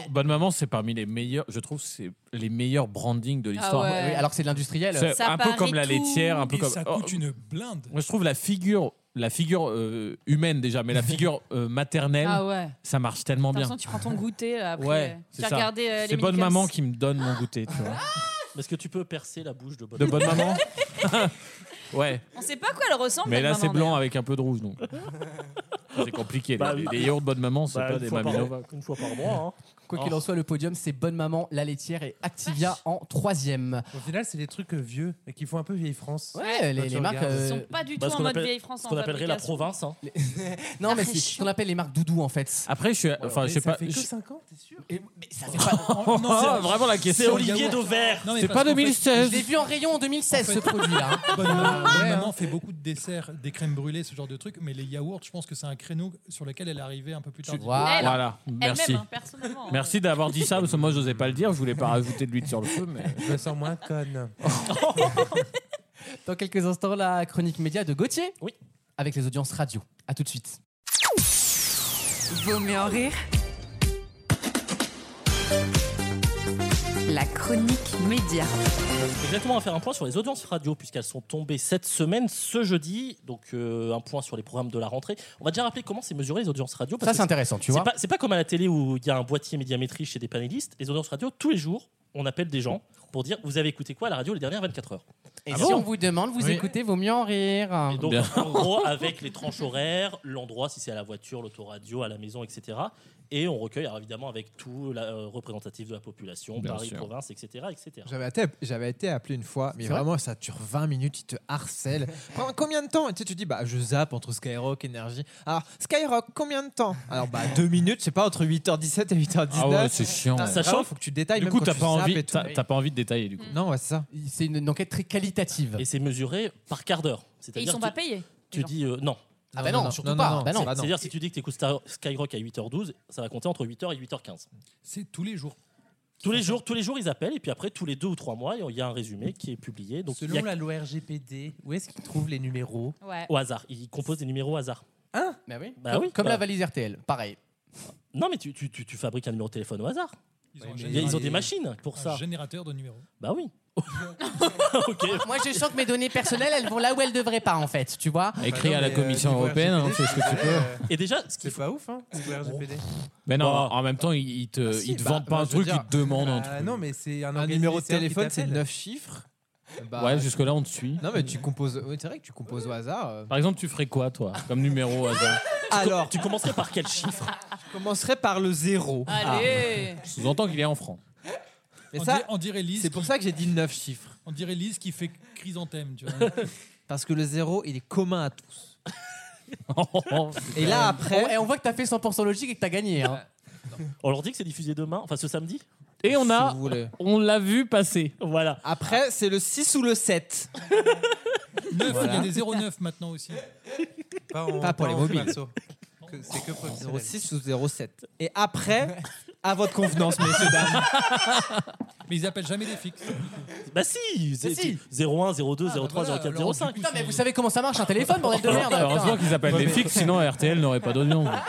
S3: Bonne maman, c'est parmi les meilleurs, je trouve, c'est les meilleurs branding de l'histoire.
S2: Ah ouais. Oui, alors que c'est de l'industriel.
S3: C'est
S2: Ça
S3: un peu
S2: paraît
S3: comme la
S2: tout.
S3: laitière, un peu
S2: Et
S3: comme.
S2: ça
S3: Oh,
S2: coûte une
S17: blinde.
S3: Moi, je trouve la figure, la figure euh, humaine déjà, mais la figure euh, maternelle,
S4: Ah ouais.
S3: ça marche tellement
S4: T'as
S3: bien.
S4: l'impression que tu prends ton goûter là, après.
S3: Ouais,
S4: tu
S3: c'est
S4: as
S3: ça.
S4: regardé euh, les
S3: C'est bonne
S4: Milkers.
S3: maman qui me donne mon goûter, tu vois.
S6: Est-ce que tu peux percer la bouche de bonne
S3: De bonne maman. ouais.
S4: On sait pas à quoi elle ressemble.
S3: Mais là,
S4: la maman,
S3: c'est blanc
S4: d'ailleurs.
S3: avec un peu de rouge, donc. C'est compliqué.
S6: Bah,
S3: les,
S6: oui.
S3: les yaourts bonne maman, c'est
S6: Bah,
S3: pas
S6: une
S3: des
S6: fois par-
S3: Maminova.
S6: Une fois par mois. hein.
S2: Quoi
S6: Oh.
S2: qu'il en soit, le podium, c'est Bonne Maman, La Laitière et Activia en troisième.
S5: Au final, c'est des trucs euh, vieux et qui font un peu vieille France.
S2: Ouais, les- les marques, euh, Ils sont pas
S4: du Bah, tout ce en qu'on mode appelle- vieille France ce en qu'on appellerait la fabrication. province, hein.
S2: non, mais c'est ce qu'on appelle les marques doudou en fait.
S3: Après, je suis. Enfin, je sais pas. je-
S5: 5 ans, t'es sûr
S2: Mais ça fait pas.
S3: non, c'est- vraiment la question.
S6: C'est Olivier Dauvert.
S17: Non, mais
S3: C'est
S17: parce
S3: pas
S17: qu'en fait,
S3: 2016.
S2: Je l'ai vu en rayon en 2016 ce produit-là. hein.
S17: Bonne maman,
S2: Ah,
S17: Bonne
S2: ouais,
S17: maman
S2: hein.
S17: fait beaucoup de desserts, des crèmes brûlées, ce genre de trucs, mais les yaourts, je pense que c'est un créneau sur lequel elle est arrivée un peu plus tard.
S3: Voilà. Voilà.
S17: Elle-même,
S3: Merci.
S17: hein,
S4: personnellement.
S3: Merci d'avoir dit ça, parce que moi, j'osais pas le dire. Je voulais pas rajouter de l'huile sur le feu, mais.
S5: Je me sens moins conne.
S2: Dans quelques instants, la chronique média de Gauthier.
S6: Oui.
S2: Avec les audiences radio. À tout de suite.
S1: Vaut mieux en rire. La chronique média.
S6: Exactement, on va faire un point sur les audiences radio, puisqu'elles sont tombées cette semaine, ce jeudi. Donc, euh, un point sur les programmes de la rentrée. On va déjà rappeler comment c'est mesuré les audiences radio.
S2: Ça,
S6: que
S2: c'est intéressant, tu
S6: c'est
S2: vois.
S6: pas- C'est pas comme à la télé où il y a un boîtier médiamétrie chez des panélistes. Les audiences radio, tous les jours, on appelle des gens pour dire Vous avez écouté quoi à la radio les dernières 24 heures
S2: Et
S6: Ah
S2: si
S6: bon
S2: on vous demande, vous
S6: Oui.
S2: écoutez, vaut mieux en rire.
S6: Et donc, en gros, avec les tranches horaires, l'endroit, si c'est à la voiture, l'autoradio, à la maison, etc. Et on recueille, alors évidemment, avec tout la, euh, représentatif de la population,
S7: Bien
S6: Paris,
S7: sûr.
S6: province, etc. etc.
S7: J'avais été, j'avais été appelé une fois, mais
S6: C'est vrai
S7: vraiment ça dure 20 minutes, ils te harcèlent. Pendant combien de temps Et tu, sais, tu dis, bah je zappe entre Skyrock, énergie. Alors, Skyrock, combien de temps Alors, bah 2 minutes, je sais pas, entre 8h17 et 8h19.
S3: Ah ouais, c'est chiant.
S7: Sachant faut que tu détailles.
S3: Du
S7: même
S3: coup,
S7: quand
S3: t'as
S7: tu
S3: pas
S7: zappes
S3: envie,
S7: et tout.
S3: t'as t'as pas envie de détailler du coup.
S7: Non, ouais, c'est ça.
S2: C'est une, une enquête très qualitative.
S6: Et c'est mesuré par quart d'heure.
S4: Et ils
S6: C'est-à-dire
S4: sont
S6: que
S4: pas payés.
S6: Tu dis euh, non.
S2: Ah bah non, surtout pas. Bah non.
S6: C'est- C'est-à-dire, si tu dis que tu écoutes Skyrock à 8h12, ça va compter entre 8h et 8h15.
S17: C'est tous les jours.
S6: Tous les jours, tous les jours, ils appellent et puis après, tous les deux ou trois mois, il y a un résumé qui est publié. Donc, il y
S5: Selon
S6: a-
S5: la loi RGPD, où est-ce qu'ils trouvent les numéros
S4: Ouais.
S6: au hasard, ils composent des numéros au hasard.
S2: Hein Bah oui.
S6: Bah
S2: comme
S6: oui,
S2: comme
S6: bah.
S2: la valise RTL, pareil.
S6: Non, mais tu, tu- tu- tu fabriques un numéro de téléphone au hasard. Ils ont, des machines pour ça.
S17: Un générateur de numéros.
S6: Bah oui.
S24: Moi, je sens que mes données personnelles, elles vont là où elles devraient pas, en fait, tu vois.
S6: Bah
S3: Écrit
S24: Bah
S6: euh,
S3: à la Commission européenne, hein, c'est ce que tu peux.
S6: Et déjà, ce
S5: C'est pas ouf, hein, niveau RGPD.
S3: Mais
S5: Oh.
S3: non, en même temps, ils ils
S6: Ah,
S3: te, ils te
S6: bah,
S3: vendent pas un truc, ils te demandent un
S5: Bah,
S3: truc.
S5: non, mais c'est un,
S3: Un
S5: organisme
S3: numéro de
S5: des services qui
S3: téléphone, c'est
S5: t'appelle.
S3: neuf
S24: chiffres.
S3: Bah, ouais, jusque-là, on te suit.
S24: Non, mais tu composes. ouais, c'est vrai que tu composes au hasard. euh.
S3: Par exemple, tu ferais quoi, toi, comme numéro au hasard
S24: Alors,
S6: tu commencerais par quel chiffre
S24: Je commencerai par le zéro.
S17: Allez.
S3: Ah. Sous-entend qu'il est en francs.
S24: Mais
S17: On
S24: ça,
S17: dirait- on dirait Lise
S24: C'est pour ça que j'ai dit 9 chiffres.
S17: On dirait Lise qui fait chrysanthème, tu vois.
S24: Parce que le zéro, il est commun à tous. et là,
S17: même-
S24: après.
S6: Oh,
S24: et on voit que t'as fait 100% logique et que t'as gagné. hein.
S6: On leur dit que c'est diffusé demain, enfin ce samedi
S3: Et on
S24: a.
S3: on l'a vu passer.
S6: Voilà.
S24: Après, c'est le 6 ou le 7.
S17: 9,
S24: Voilà.
S17: il y a des 0,9 maintenant aussi.
S5: Pas,
S24: Pas pour les mobiles.
S5: Que- C'est que professionnel.
S24: 06 ou 07. Et après, à votre convenance, messieurs, dames.
S17: Mais ils appellent jamais des fixes.
S6: Bah si, Ah, bah
S24: Mais si.
S6: 01, 02, 03,
S17: voilà,
S6: 04,
S17: alors,
S6: 05.
S24: Putain, mais vous savez comment ça marche un téléphone, bordel de
S6: bah,
S24: merde.
S3: Heureusement qu'ils appellent des fixes, sinon RTL n'aurait pas donné nom.
S6: Ah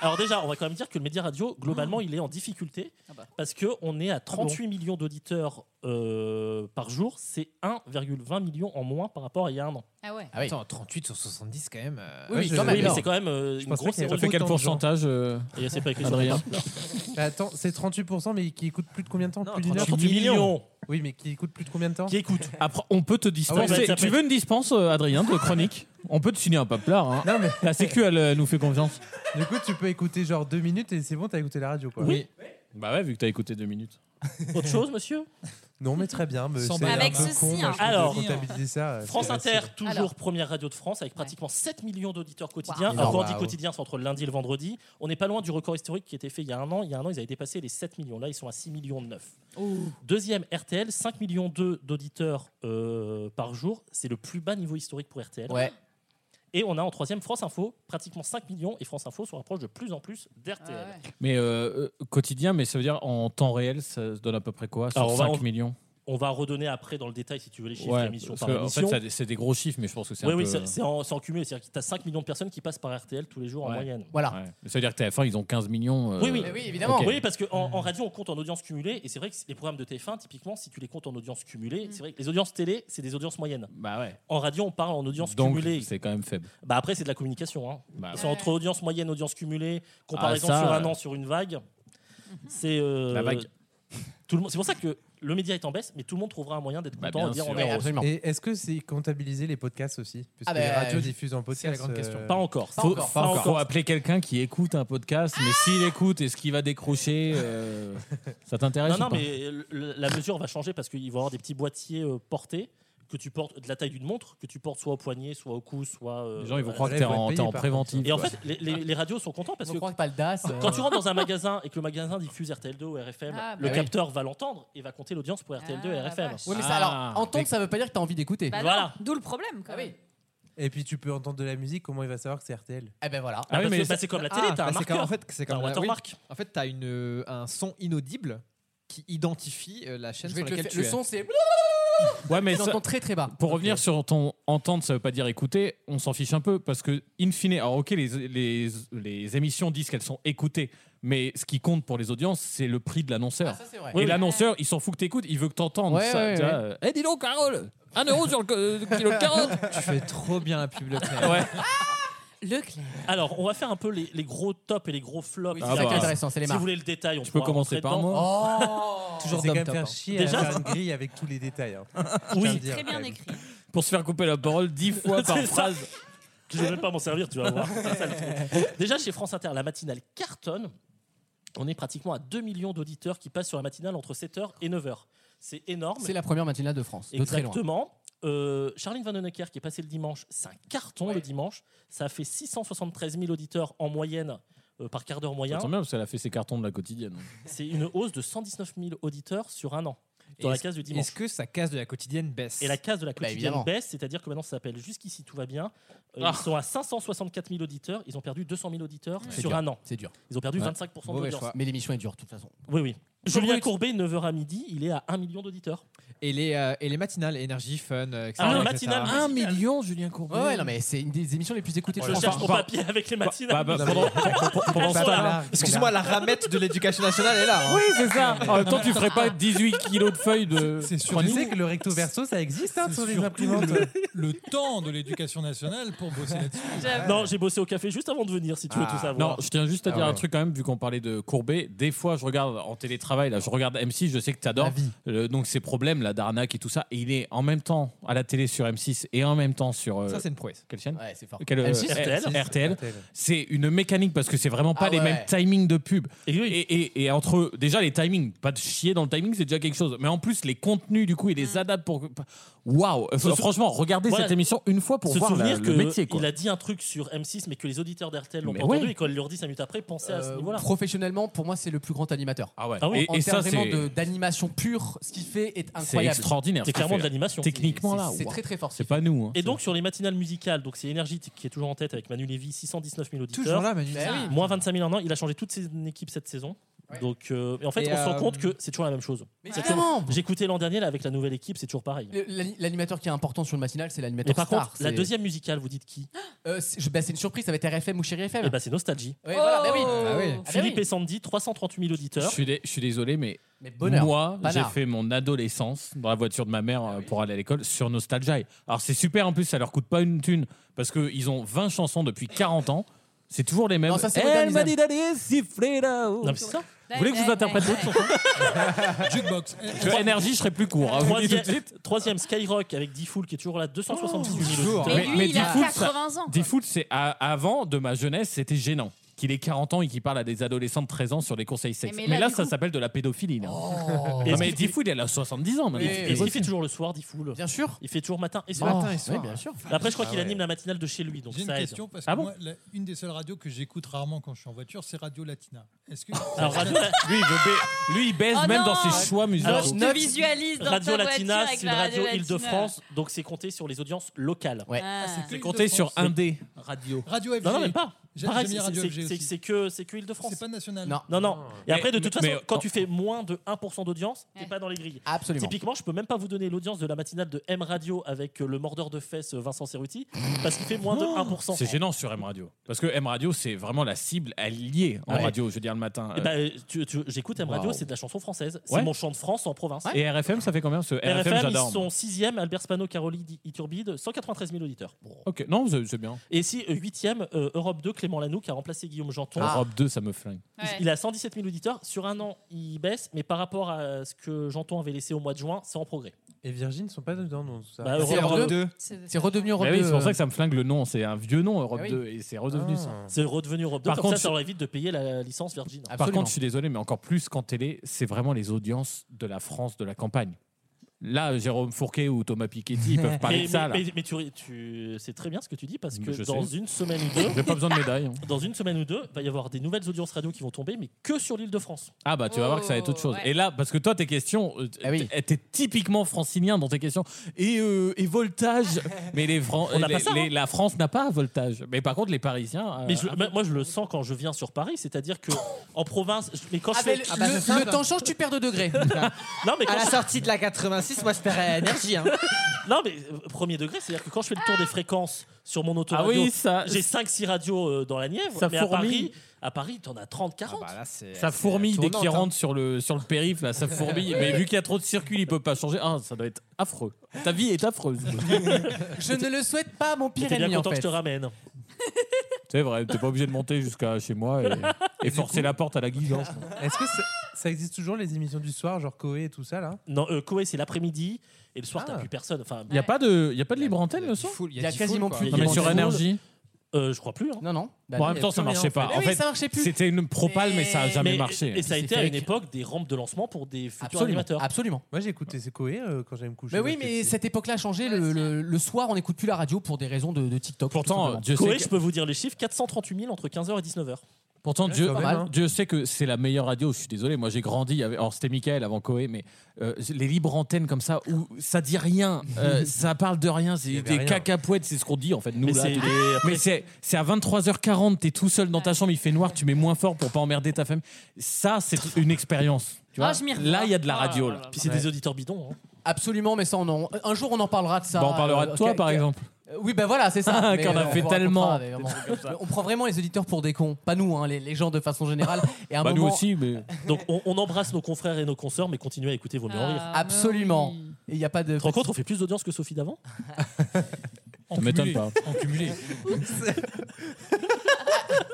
S6: Alors déjà, on va quand même dire que le média radio, globalement, il est en difficulté parce qu'on est à 38 millions d'auditeurs euh, par jour. C'est 1,20 million en moins par rapport à il y a un an.
S21: Ah ouais.
S24: Attends, 38 sur 70 quand même. euh,
S6: Oui, oui,
S24: je-
S6: quand même.
S24: énorme.
S6: c'est quand même euh,
S24: Je
S6: une
S24: pense pas
S6: grosse
S24: qu'il y ait
S6: évolution.
S3: Fait quel
S6: Autant de gens.
S3: pourcentage, euh,
S6: Et c'est pas écrit sur
S3: Adrien
S6: le papier.
S5: Bah, attends, c'est 38%, mais qui écoute plus de combien de temps Plus d'une
S6: 38 millions.
S5: Oui, mais qui écoute plus de combien de temps
S6: Qui écoute
S3: Après, on peut te dispenser.
S5: Ah ouais, ça
S3: tu
S5: peut-
S3: veux une dispense, euh, Adrien, de chronique On peut te signer un paplard. Hein.
S5: Non, mais-
S3: La Sécu, elle euh, nous fait confiance.
S5: Du coup, tu peux écouter genre 2 minutes et c'est bon, t'as écouté la radio quoi.
S3: Bah ouais, vu que t'as écouté deux minutes.
S6: Autre chose, monsieur Ah,
S5: Non, mais très bien. Mais
S3: Sans
S5: c'est
S3: blague.
S5: un
S3: Avec
S5: peu
S3: ceci,
S5: con,
S3: hein.
S5: je pense, de
S6: Alors,
S5: comptabiliser ça, euh,
S6: France
S5: c'est
S6: Inter,
S5: facile.
S6: toujours
S5: Alors.
S6: première radio de France, avec pratiquement 7 millions d'auditeurs quotidiens.
S5: Wow.
S6: Alors, quand on
S5: Wow.
S6: dit quotidien, c'est entre le lundi et le vendredi. On n'est pas loin du record historique qui était fait il y a un an. Il y a un an, ils avaient dépassé les 7 millions. Là, ils sont à 6 millions 9. Deuxième, RTL, 5 millions deux d'auditeurs euh, par jour. C'est le plus bas niveau historique pour RTL.
S24: Ouais.
S6: Et on a en troisième France Info, pratiquement 5 millions. Et France Info se rapproche de plus en plus d'RTL.
S3: Mais euh, euh, quotidien, mais ça veut dire en temps réel, ça se donne à peu près quoi Sur
S6: Alors, on va-
S3: 5
S6: on-
S3: millions
S6: On va redonner après dans le détail, si tu veux, les chiffres
S3: Ouais,
S6: émission
S3: parce
S6: par
S3: que, en
S6: émission.
S3: fait, ça- c'est des gros chiffres, mais je pense que c'est
S6: Oui,
S3: un
S6: oui,
S3: peu- euh,
S6: c'est- c'est en, c'est en cumulé. C'est-à-dire que tu as 5 millions de personnes qui passent par RTL tous les jours en
S3: Ouais.
S6: moyenne.
S3: Ouais. Ça veut dire que TF1, ils ont 15 millions. euh, Hmm.
S6: Oui, oui.
S3: ok.
S6: Oui, parce qu'en en, en radio, on compte en audience cumulée. Et c'est vrai que les programmes de TF1, typiquement, si tu les comptes en audience cumulée, c'est vrai que les audiences télé, c'est des audiences moyennes.
S3: Bah ouais.
S6: En radio, on parle en audience
S3: Donc,
S6: cumulée.
S3: c'est quand même faible.
S6: Bah après, c'est de la communication. Hein.
S3: Bah
S6: Ils sont
S3: ouais.
S6: entre audience moyenne, audience cumulée, comparaison
S3: Ah, ça,
S6: sur un
S3: euh.
S6: an, sur une vague. C'est. euh,
S3: La vague.
S6: Tout le monde. C'est pour ça que le média est en baisse, mais tout le monde trouvera un moyen d'être
S3: Bah,
S6: content et dire on est heureux.
S5: Et est-ce que c'est comptabiliser les podcasts aussi Parce
S6: Ah
S5: que les
S6: bah,
S5: radios
S6: oui.
S5: diffusent en podcast.
S6: C'est la grande question.
S5: euh,
S6: Pas encore.
S3: Faut, faut- faut appeler quelqu'un qui écoute un podcast, mais s'il
S24: Ah
S3: écoute et ce qu'il va décrocher, euh, ça t'intéresse
S6: Non, non,
S3: ou pas
S6: mais le- le- la mesure va changer parce qu'il va y avoir des petits boîtiers euh, portés que tu portes de la taille d'une montre, que tu portes soit au poignet, soit au cou, soit. euh,
S3: Les gens, ils vont
S6: voilà.
S3: croire que t'es en, t'es en préventif.
S6: Et en
S3: quoi.
S6: fait, les, les- les radios sont contents parce
S24: Ils vont croire
S6: que.
S24: que t'as le DAS, euh.
S6: Quand tu rentres dans un magasin et que le magasin diffuse RTL2 ou RFM,
S24: Ah, bah
S6: le
S24: oui.
S6: capteur va l'entendre et va compter l'audience pour RTL2 et RFM.
S24: Oui, mais ça,
S3: Ah.
S5: Ah,
S24: alors, entendre, ça veut pas dire que t'as envie d'écouter.
S6: Bah non. Voilà.
S21: D'où le problème,
S2: Ah
S21: quand même.
S5: Et puis tu peux entendre de la musique, comment il va savoir que c'est RTL
S24: Eh ben voilà. bah,
S6: Ah oui, mais
S5: bah,
S6: c'est comme la télé, t'as un
S24: c'est
S6: marqueur,
S24: en fait, c'est
S6: t'as
S24: comme
S6: un
S24: la-
S6: watermark.
S24: oui. En fait, t'as une, euh, un son inaudible qui identifie euh, la chaîne
S6: Je
S24: sur
S6: vais te le
S24: laquelle
S6: faire-
S24: tu
S6: le
S24: es.
S6: son, c'est-
S3: Ouais, mais
S24: Tu
S3: ça-
S24: l'entends très très bas.
S3: Pour revenir sur ton entendre, ça veut pas dire écouter, on s'en fiche un peu parce que, in fine, alors ok, les, les, les émissions disent qu'elles sont écoutées, mais ce qui compte pour les audiences, c'est le prix de l'annonceur.
S24: Ah, ça, c'est vrai.
S3: Et
S24: Oui, oui.
S3: l'annonceur, il s'en fout que t'écoutes, il veut que t'entendes.
S24: Ouais,
S3: ça,
S24: ouais,
S3: tu vois,
S24: ouais.
S3: euh, Eh, dis donc, Carole Un euro sur le euh, kilo de carottes
S24: Tu fais trop bien la pub Leclerc.
S3: Ouais.
S21: Leclerc.
S6: Alors, on va faire un peu les, les gros tops et les gros flops.
S24: Oui, c'est Ah ça qui est bah. intéressant, c'est les
S6: si vous
S24: marques. Oh
S6: voulez le détail, on
S3: Tu
S6: pourra
S3: peux commencer
S6: rentrer
S3: par
S6: dedans.
S24: moi.
S5: Toujours C'est quand même faire chier à
S3: hein.
S6: Déjà-
S5: faire une grille avec tous les détails. hein. Je tiens à
S3: Oui,
S5: le dire, quand même.
S3: Pour se faire couper la parole dix fois par
S6: C'est ça.
S3: phrase.
S6: Je vais même pas m'en servir, tu vas voir. C'est ça, le truc. Déjà, chez France Inter, la matinale cartonne. On est pratiquement à 2 millions d'auditeurs qui passent sur la matinale entre 7h et 9h. C'est énorme.
S24: C'est la première matinale de France, de très loin.
S6: Exactement. Euh, Charline Van Honecker, qui est passée le dimanche, c'est un carton le dimanche. Ça a fait 673 000 auditeurs en moyenne euh, par quart d'heure moyen.
S3: Ça tombe bien parce qu'elle a fait ses cartons de la quotidienne.
S6: C'est une hausse de 119 000 auditeurs sur un an.
S24: Et
S6: Dans la
S24: est-ce-
S6: case du dimanche.
S24: Est-ce que sa case de la quotidienne baisse
S6: Et la case de la
S24: Bah,
S6: quotidienne
S24: évidemment.
S6: baisse, c'est-à-dire que maintenant ça s'appelle Jusqu'ici tout va bien. Euh,
S24: Ah.
S6: Ils sont à 564 000 auditeurs, ils ont perdu 200 000 auditeurs
S24: C'est
S6: sur
S24: dur.
S6: un an.
S24: C'est dur.
S6: Ils ont perdu
S24: Ouais.
S6: 25%
S24: Mauvais
S6: d'audience.
S24: choix. Mais l'émission est dure, de toute façon.
S6: Oui, oui. Julien Courbet, 9h à midi, il est à 1 million d'auditeurs.
S24: Et les, euh, et les matinales, énergie, fun, euh, etc.
S6: Ah, les
S24: etc.
S6: matinales,
S3: Un million, Julien Courbet.
S24: Ouais, ouais, non, mais c'est une des émissions les plus écoutées de
S6: Je
S24: France.
S6: cherche mon
S24: Enfin,
S6: papier avec les
S24: bah,
S6: matinales.
S24: bah, pendant- pendant ce temps-là-
S6: hein.
S24: Excuse-moi, la ramette de l'éducation nationale est là. hein.
S3: Oui, c'est ça. En même temps, tu ferais pas 18 kilos de feuilles de.
S17: C'est sûr.
S5: Tu sais que le recto verso, ça existe hein,
S17: C'est
S5: sur les
S17: surtout
S5: imprimantes.
S17: le, le temps de l'éducation nationale pour bosser là-dessus.
S6: Non, j'ai bossé au café juste avant de venir, si tu veux tout savoir.
S3: Non, je tiens juste à
S6: Ah
S3: dire
S6: ouais.
S3: un truc quand même, vu qu'on parlait de Courbet. Des fois, je regarde en télétravail, là, je regarde M6, je sais que t'adores. euh, donc, ces problèmes, la d'arnaque et tout ça. Et il est en même temps à la télé sur M6 et en même temps sur. euh,
S24: Ça, c'est une prouesse.
S3: Quelle chaîne
S24: Ouais, c'est fort.
S3: Quel, euh,
S24: M6,
S3: RTL,
S24: RTL.
S3: RTL. C'est une mécanique parce que c'est vraiment pas
S24: Ah
S3: les
S24: ouais.
S3: mêmes timings de pub. Et, et- et entre déjà les timings, pas de chier dans le timing, c'est déjà quelque chose. Mais en plus les contenus du coup, ils les adaptent pour. Waouh euh,
S6: Se sou-
S3: Franchement, regardez
S6: Voilà.
S3: cette émission une fois pour
S6: se
S3: voir la-
S6: souvenir
S3: le
S6: que
S3: métier. Quoi.
S6: Il a dit un truc sur M6, mais que les auditeurs d'RTL l'ont
S3: Mais
S6: pas entendu
S3: ouais.
S6: et qu'on leur dit 5 minutes après, pensez à ce
S24: Euh,
S6: niveau-là.
S2: Professionnellement, pour moi, c'est le plus grand animateur.
S3: Ah ouais.
S6: Ah oui.
S2: En
S6: Et- et
S2: termes
S6: ça,
S2: vraiment
S6: c'est-
S2: de- d'animation pure, ce qu'il fait est incroyable.
S6: C'est clairement de l'animation.
S2: C'est- C'est très très fort. ce qu'il fait.
S3: nous. hein,
S6: Et donc sur les matinales musicales, donc c'est Énergie qui est toujours en tête avec Manu Lévy, 619 000 auditeurs.
S24: Toujours là, Manu. Bah oui.
S6: Moins 25 000 en an. Il a changé toute son équipe cette saison. Donc euh, et en fait,
S24: Et,
S6: on se rend
S24: euh,
S6: compte que c'est toujours la même chose.
S2: Mais
S6: C'est
S2: évidemment.
S6: toujours- J'écoutais l'an dernier là, avec la nouvelle équipe, c'est toujours pareil.
S2: Le- l'ani- L'animateur qui est important sur le matinal, c'est
S6: Mais
S2: l'animateur
S6: par
S2: star.
S6: contre, la
S2: c'est-
S6: deuxième musicale, vous dites qui
S2: Euh, c'est je- bah, c'est une surprise, ça va être RFM ou Chéri FM.
S6: Eh ben, c'est Nostalgie.
S2: Ouais, voilà, bah oui.
S6: Philippe et Sandy, 338 000 auditeurs.
S3: Je suis, dé- je suis désolé, mais,
S6: bonheur,
S3: moi, j'ai
S6: bâtard.
S3: fait mon adolescence dans la voiture de ma mère euh, pour aller à l'école sur Nostalgia. Alors c'est super en plus, ça leur coûte pas une thune parce qu'ils ont 20 chansons depuis 40 ans. C'est toujours les mêmes. Eh,
S6: Non, ça, c'est
S3: Elle
S6: moderne,
S3: m'a
S6: ils
S3: dit
S6: aiment.
S3: d'aller siffler là-haut.
S6: Non, mais c'est ça.
S3: Vous voulez que je vous interprète d'autres
S17: Jukebox.
S2: Euh,
S3: chansons Énergie, je serais plus court. hein, je vous le dis tout de
S6: Troisième,
S3: suite.
S6: troisième, Skyrock avec Diffoul qui est toujours là, 278
S2: Oh.
S6: 000 auditeurs.
S3: Mais- mais Diffoul, ça- Diffoul, c'est à- avant de ma jeunesse, c'était gênant. Qu'il ait 40 ans et qu'il parle à des adolescents de 13 ans sur les conseils sexes.
S6: Eh, Mais
S3: Mais
S6: là,
S3: là,
S6: du
S3: ça
S6: coup-
S3: s'appelle de la pédophilie. là.
S6: Oh.
S3: Ah,
S6: Est-ce
S3: mais
S6: qu'il-
S3: Diffoul, il a 70 ans maintenant.
S6: Et ce qu'il fait toujours le soir, Diffoul Bien
S2: sûr.
S6: Il fait toujours matin et
S3: Le
S6: soir.
S3: matin et soir.
S6: Oh, Oui, bien sûr. Après, je crois
S3: Ah
S6: qu'il
S3: ouais.
S6: anime la matinale de chez lui, donc
S17: J'ai une
S6: ça aide. Ah
S17: question parce que moi, la- une des seules radios que j'écoute rarement quand je suis en voiture, c'est Radio Latina. Est-ce que
S6: Alors, radio-
S3: lui, il veut ba- lui, il baise
S17: Oh
S3: même dans
S17: non
S3: ses choix musicaux.
S6: Alors,
S17: Je te
S6: note-
S17: visualise dans
S6: Radio
S17: ta voiture
S6: Latina,
S17: avec
S6: c'est une
S17: la
S6: radio
S17: Radio Latina.
S6: Île-de-France, donc c'est compté sur les audiences locales.
S17: Ouais. Ah, c'est que
S6: C'est
S17: Île-de-France.
S6: compté sur
S17: Mais-
S6: 1D radio.
S17: Radio FG.
S6: Non, non, même pas.
S17: J'ai-
S6: Pareil,
S17: j'aime bien
S6: c'est-
S17: Radio
S6: c'est-
S17: FG
S6: c'est-
S17: aussi.
S6: C'est que c'est que Île-de-France.
S17: C'est pas national. Ah.
S6: Non, non, non. Et après, de
S17: Mais-
S6: toute
S17: mais-
S6: façon, quand
S17: oh.
S6: tu fais moins de 1% d'audience, t'es pas dans les grilles.
S2: Absolument.
S6: Typiquement, je peux même pas vous donner l'audience de la matinale de M Radio avec euh, le mordeur de fesses euh, Vincent Cerruti parce qu'il fait moins de 1%.
S3: C'est gênant sur M Radio. Parce que M Radio, c'est vraiment la cible, elle est liée en
S6: Ouais.
S3: radio, je veux dire, le matin.
S6: Eh ben, euh, tu- tu- J'écoute M Radio,
S3: Wow.
S6: c'est de la chanson française. C'est
S3: Ouais.
S6: mon chant de France en province.
S3: Et RFM, ça fait combien hein, ce RFM,
S6: RFM,
S3: j'adore.
S6: ils sont 6e, Albert Spano, Caroline Iturbide, 193 000 auditeurs. Bon.
S3: Ok, non, c'est c'est bien.
S6: Et si 8e, euh, Europe 2, Clément Lanoux qui a remplacé Guillaume Janton.
S3: Ah. Europe 2, ça me flingue.
S6: Il- Il a 117 000 auditeurs. Sur un an, il baisse, mais par rapport à ce que Janton avait laissé au mois de juin, c'est en progrès.
S5: Et Virgin ne sont pas dedans, non tout ça.
S6: Bah, Europe C'est Europe 2. 2. C'est redevenu Europe
S3: Bah oui,
S6: 2,
S3: c'est pour
S6: euh.
S3: ça que ça me flingue le nom. C'est un vieux nom, Europe
S6: Ah oui.
S3: 2, et c'est redevenu
S6: Ah.
S3: ça.
S6: C'est redevenu Europe 2.
S3: Par
S6: comme
S3: contre,
S6: ça, ça leur évite de payer la licence Virgin.
S3: Par contre, je suis désolé, mais encore plus qu'en télé, c'est vraiment les audiences de la France de la campagne. Là, Jérôme Fourquet ou Thomas Piketty, ils peuvent parler
S6: mais,
S3: de ça. là.
S6: mais- mais- mais tu, tu- c'est très bien ce que tu dis parce que
S3: Je
S6: dans
S3: sais.
S6: une semaine ou deux,
S3: J'ai pas besoin de médaille. hein.
S6: dans une semaine ou deux, va y avoir des nouvelles audiences radio qui vont tomber, mais que sur l'Île-de-France.
S3: Ah bah tu vas voir que ça va être autre chose.
S6: Oh, ouais.
S3: Et là, parce que toi, tes questions, euh, t- t'es typiquement francinien dans tes questions. Et, euh, et voltage, mais les, Fran-
S6: On n'a pas
S3: les-
S6: ça,
S3: les-
S6: hein.
S3: la France n'a pas voltage. Mais par contre, les Parisiens... euh,
S6: Mais je- moi, je le sens quand je viens sur Paris, c'est-à-dire que en province, je- mais quand je
S2: Ah, mais
S6: fais- bah,
S2: le- le- le temps change, tu perds 2 degrés.
S6: non, mais
S24: À
S6: quand
S24: la
S6: je-
S24: sortie de la 86, moi, je paierais énergie. Hein.
S6: Non, mais euh, premier degré, c'est-à-dire que quand je fais le tour des fréquences sur mon auto
S24: Ah oui, ça-
S6: j'ai 5-6 radios euh, dans la Nièvre,
S3: Ça
S6: mais à
S3: fourmille.
S6: Paris, à Paris, t'en as 30-40.
S3: Ça fourmille dès qu'ils
S6: tournante, hein.
S3: rentrent sur, le, sur le périph', là, ça fourmille. Mais vu qu'il y a trop de circuits, ils peuvent pas changer. Ah, ça doit être affreux. Ta vie est affreuse.
S2: Je ne le souhaite pas, à mon pire
S6: T'es bien
S2: ennemi. en
S6: content que je
S2: fait.
S6: te ramène.
S3: C'est vrai, t'es pas obligé de monter jusqu'à chez moi et, et forcer la porte à la guidance.
S5: Est-ce que ça, ça existe toujours les émissions du soir, genre Coé et tout ça là
S6: Non, euh, Koé, c'est l'après-midi, et le soir,
S2: Ah.
S6: t'as plus personne. Enfin,
S3: Il n'y a, pas de y a pas de libre antenne le soir
S2: Il y a quasiment plus.
S3: Non, mais sur énergie
S6: Euh, je crois plus. hein.
S2: Non, non.
S3: Bon, en même temps, ça marchait pas.
S2: Mais
S3: En
S2: oui,
S3: fait,
S2: ça marchait plus.
S3: c'était une propale, mais ça a jamais
S6: Mais-
S3: marché.
S6: Et ça a
S3: C'est
S6: été à une
S3: fake.
S6: époque des rampes de lancement pour des futurs
S2: Absolument,
S6: animateurs.
S2: Absolument.
S5: Moi j'ai écouté c'est Coé euh, quand j'allais me coucher.
S2: Mais oui,
S5: parce que
S2: mais
S5: c'est-
S2: cette époque-là a changé. Le, le- le soir, on n'écoute plus la radio pour des raisons de, de TikTok.
S3: Pourtant, Dieu
S6: Koé,
S3: sait
S6: je
S3: que-
S6: peux vous dire les chiffres 438 000 entre 15h et 19h.
S3: Pourtant,
S6: Ouais,
S3: Dieu,
S6: quand même, hein.
S3: Dieu sait que c'est la meilleure radio. Je suis désolé, moi j'ai grandi. Avec, alors c'était Michael avant Coé, mais euh, les libres antennes comme ça où ça dit rien, euh, ça parle de rien,
S6: y
S3: c'est
S6: avait
S3: des
S6: rien.
S3: cacapouettes, c'est ce qu'on dit en fait. Nous,
S6: Mais
S3: là,
S6: c'est
S3: tous
S6: les-
S3: les-
S6: après-
S3: mais c'est c'est à 23h40, t'es tout seul dans ta chambre, il fait noir, tu mets moins fort pour pas emmerder ta famille. Ça, c'est une expérience. Tu vois, là, il y a de la radio. Là.
S6: Puis c'est des auditeurs bidons. hein.
S2: Absolument, mais ça, on en- un jour, on en parlera de ça.
S3: Bah, on parlera de
S2: Euh,
S3: toi,
S2: quel-
S3: par
S2: quel-
S3: exemple.
S2: Euh, Oui, ben voilà, c'est ça. Mais,
S3: Qu'on a
S2: euh, on
S3: fait
S2: vous racontera,
S3: tellement.
S2: mais vraiment. On prend vraiment les auditeurs pour des cons. Pas nous, hein, les, les gens de façon générale. Et à un
S6: Bah, nous
S2: moment-
S6: aussi, Donc on, on embrasse nos confrères et nos consoeurs, mais continuez à écouter Vaut mieux en rire.
S2: Absolument.
S5: Ah,
S2: Et Il n'y a pas de.
S6: Tu te rends compte, on fait plus d'audience que Sophie d'avant
S3: Ça m'étonne pas.
S17: En cumulé.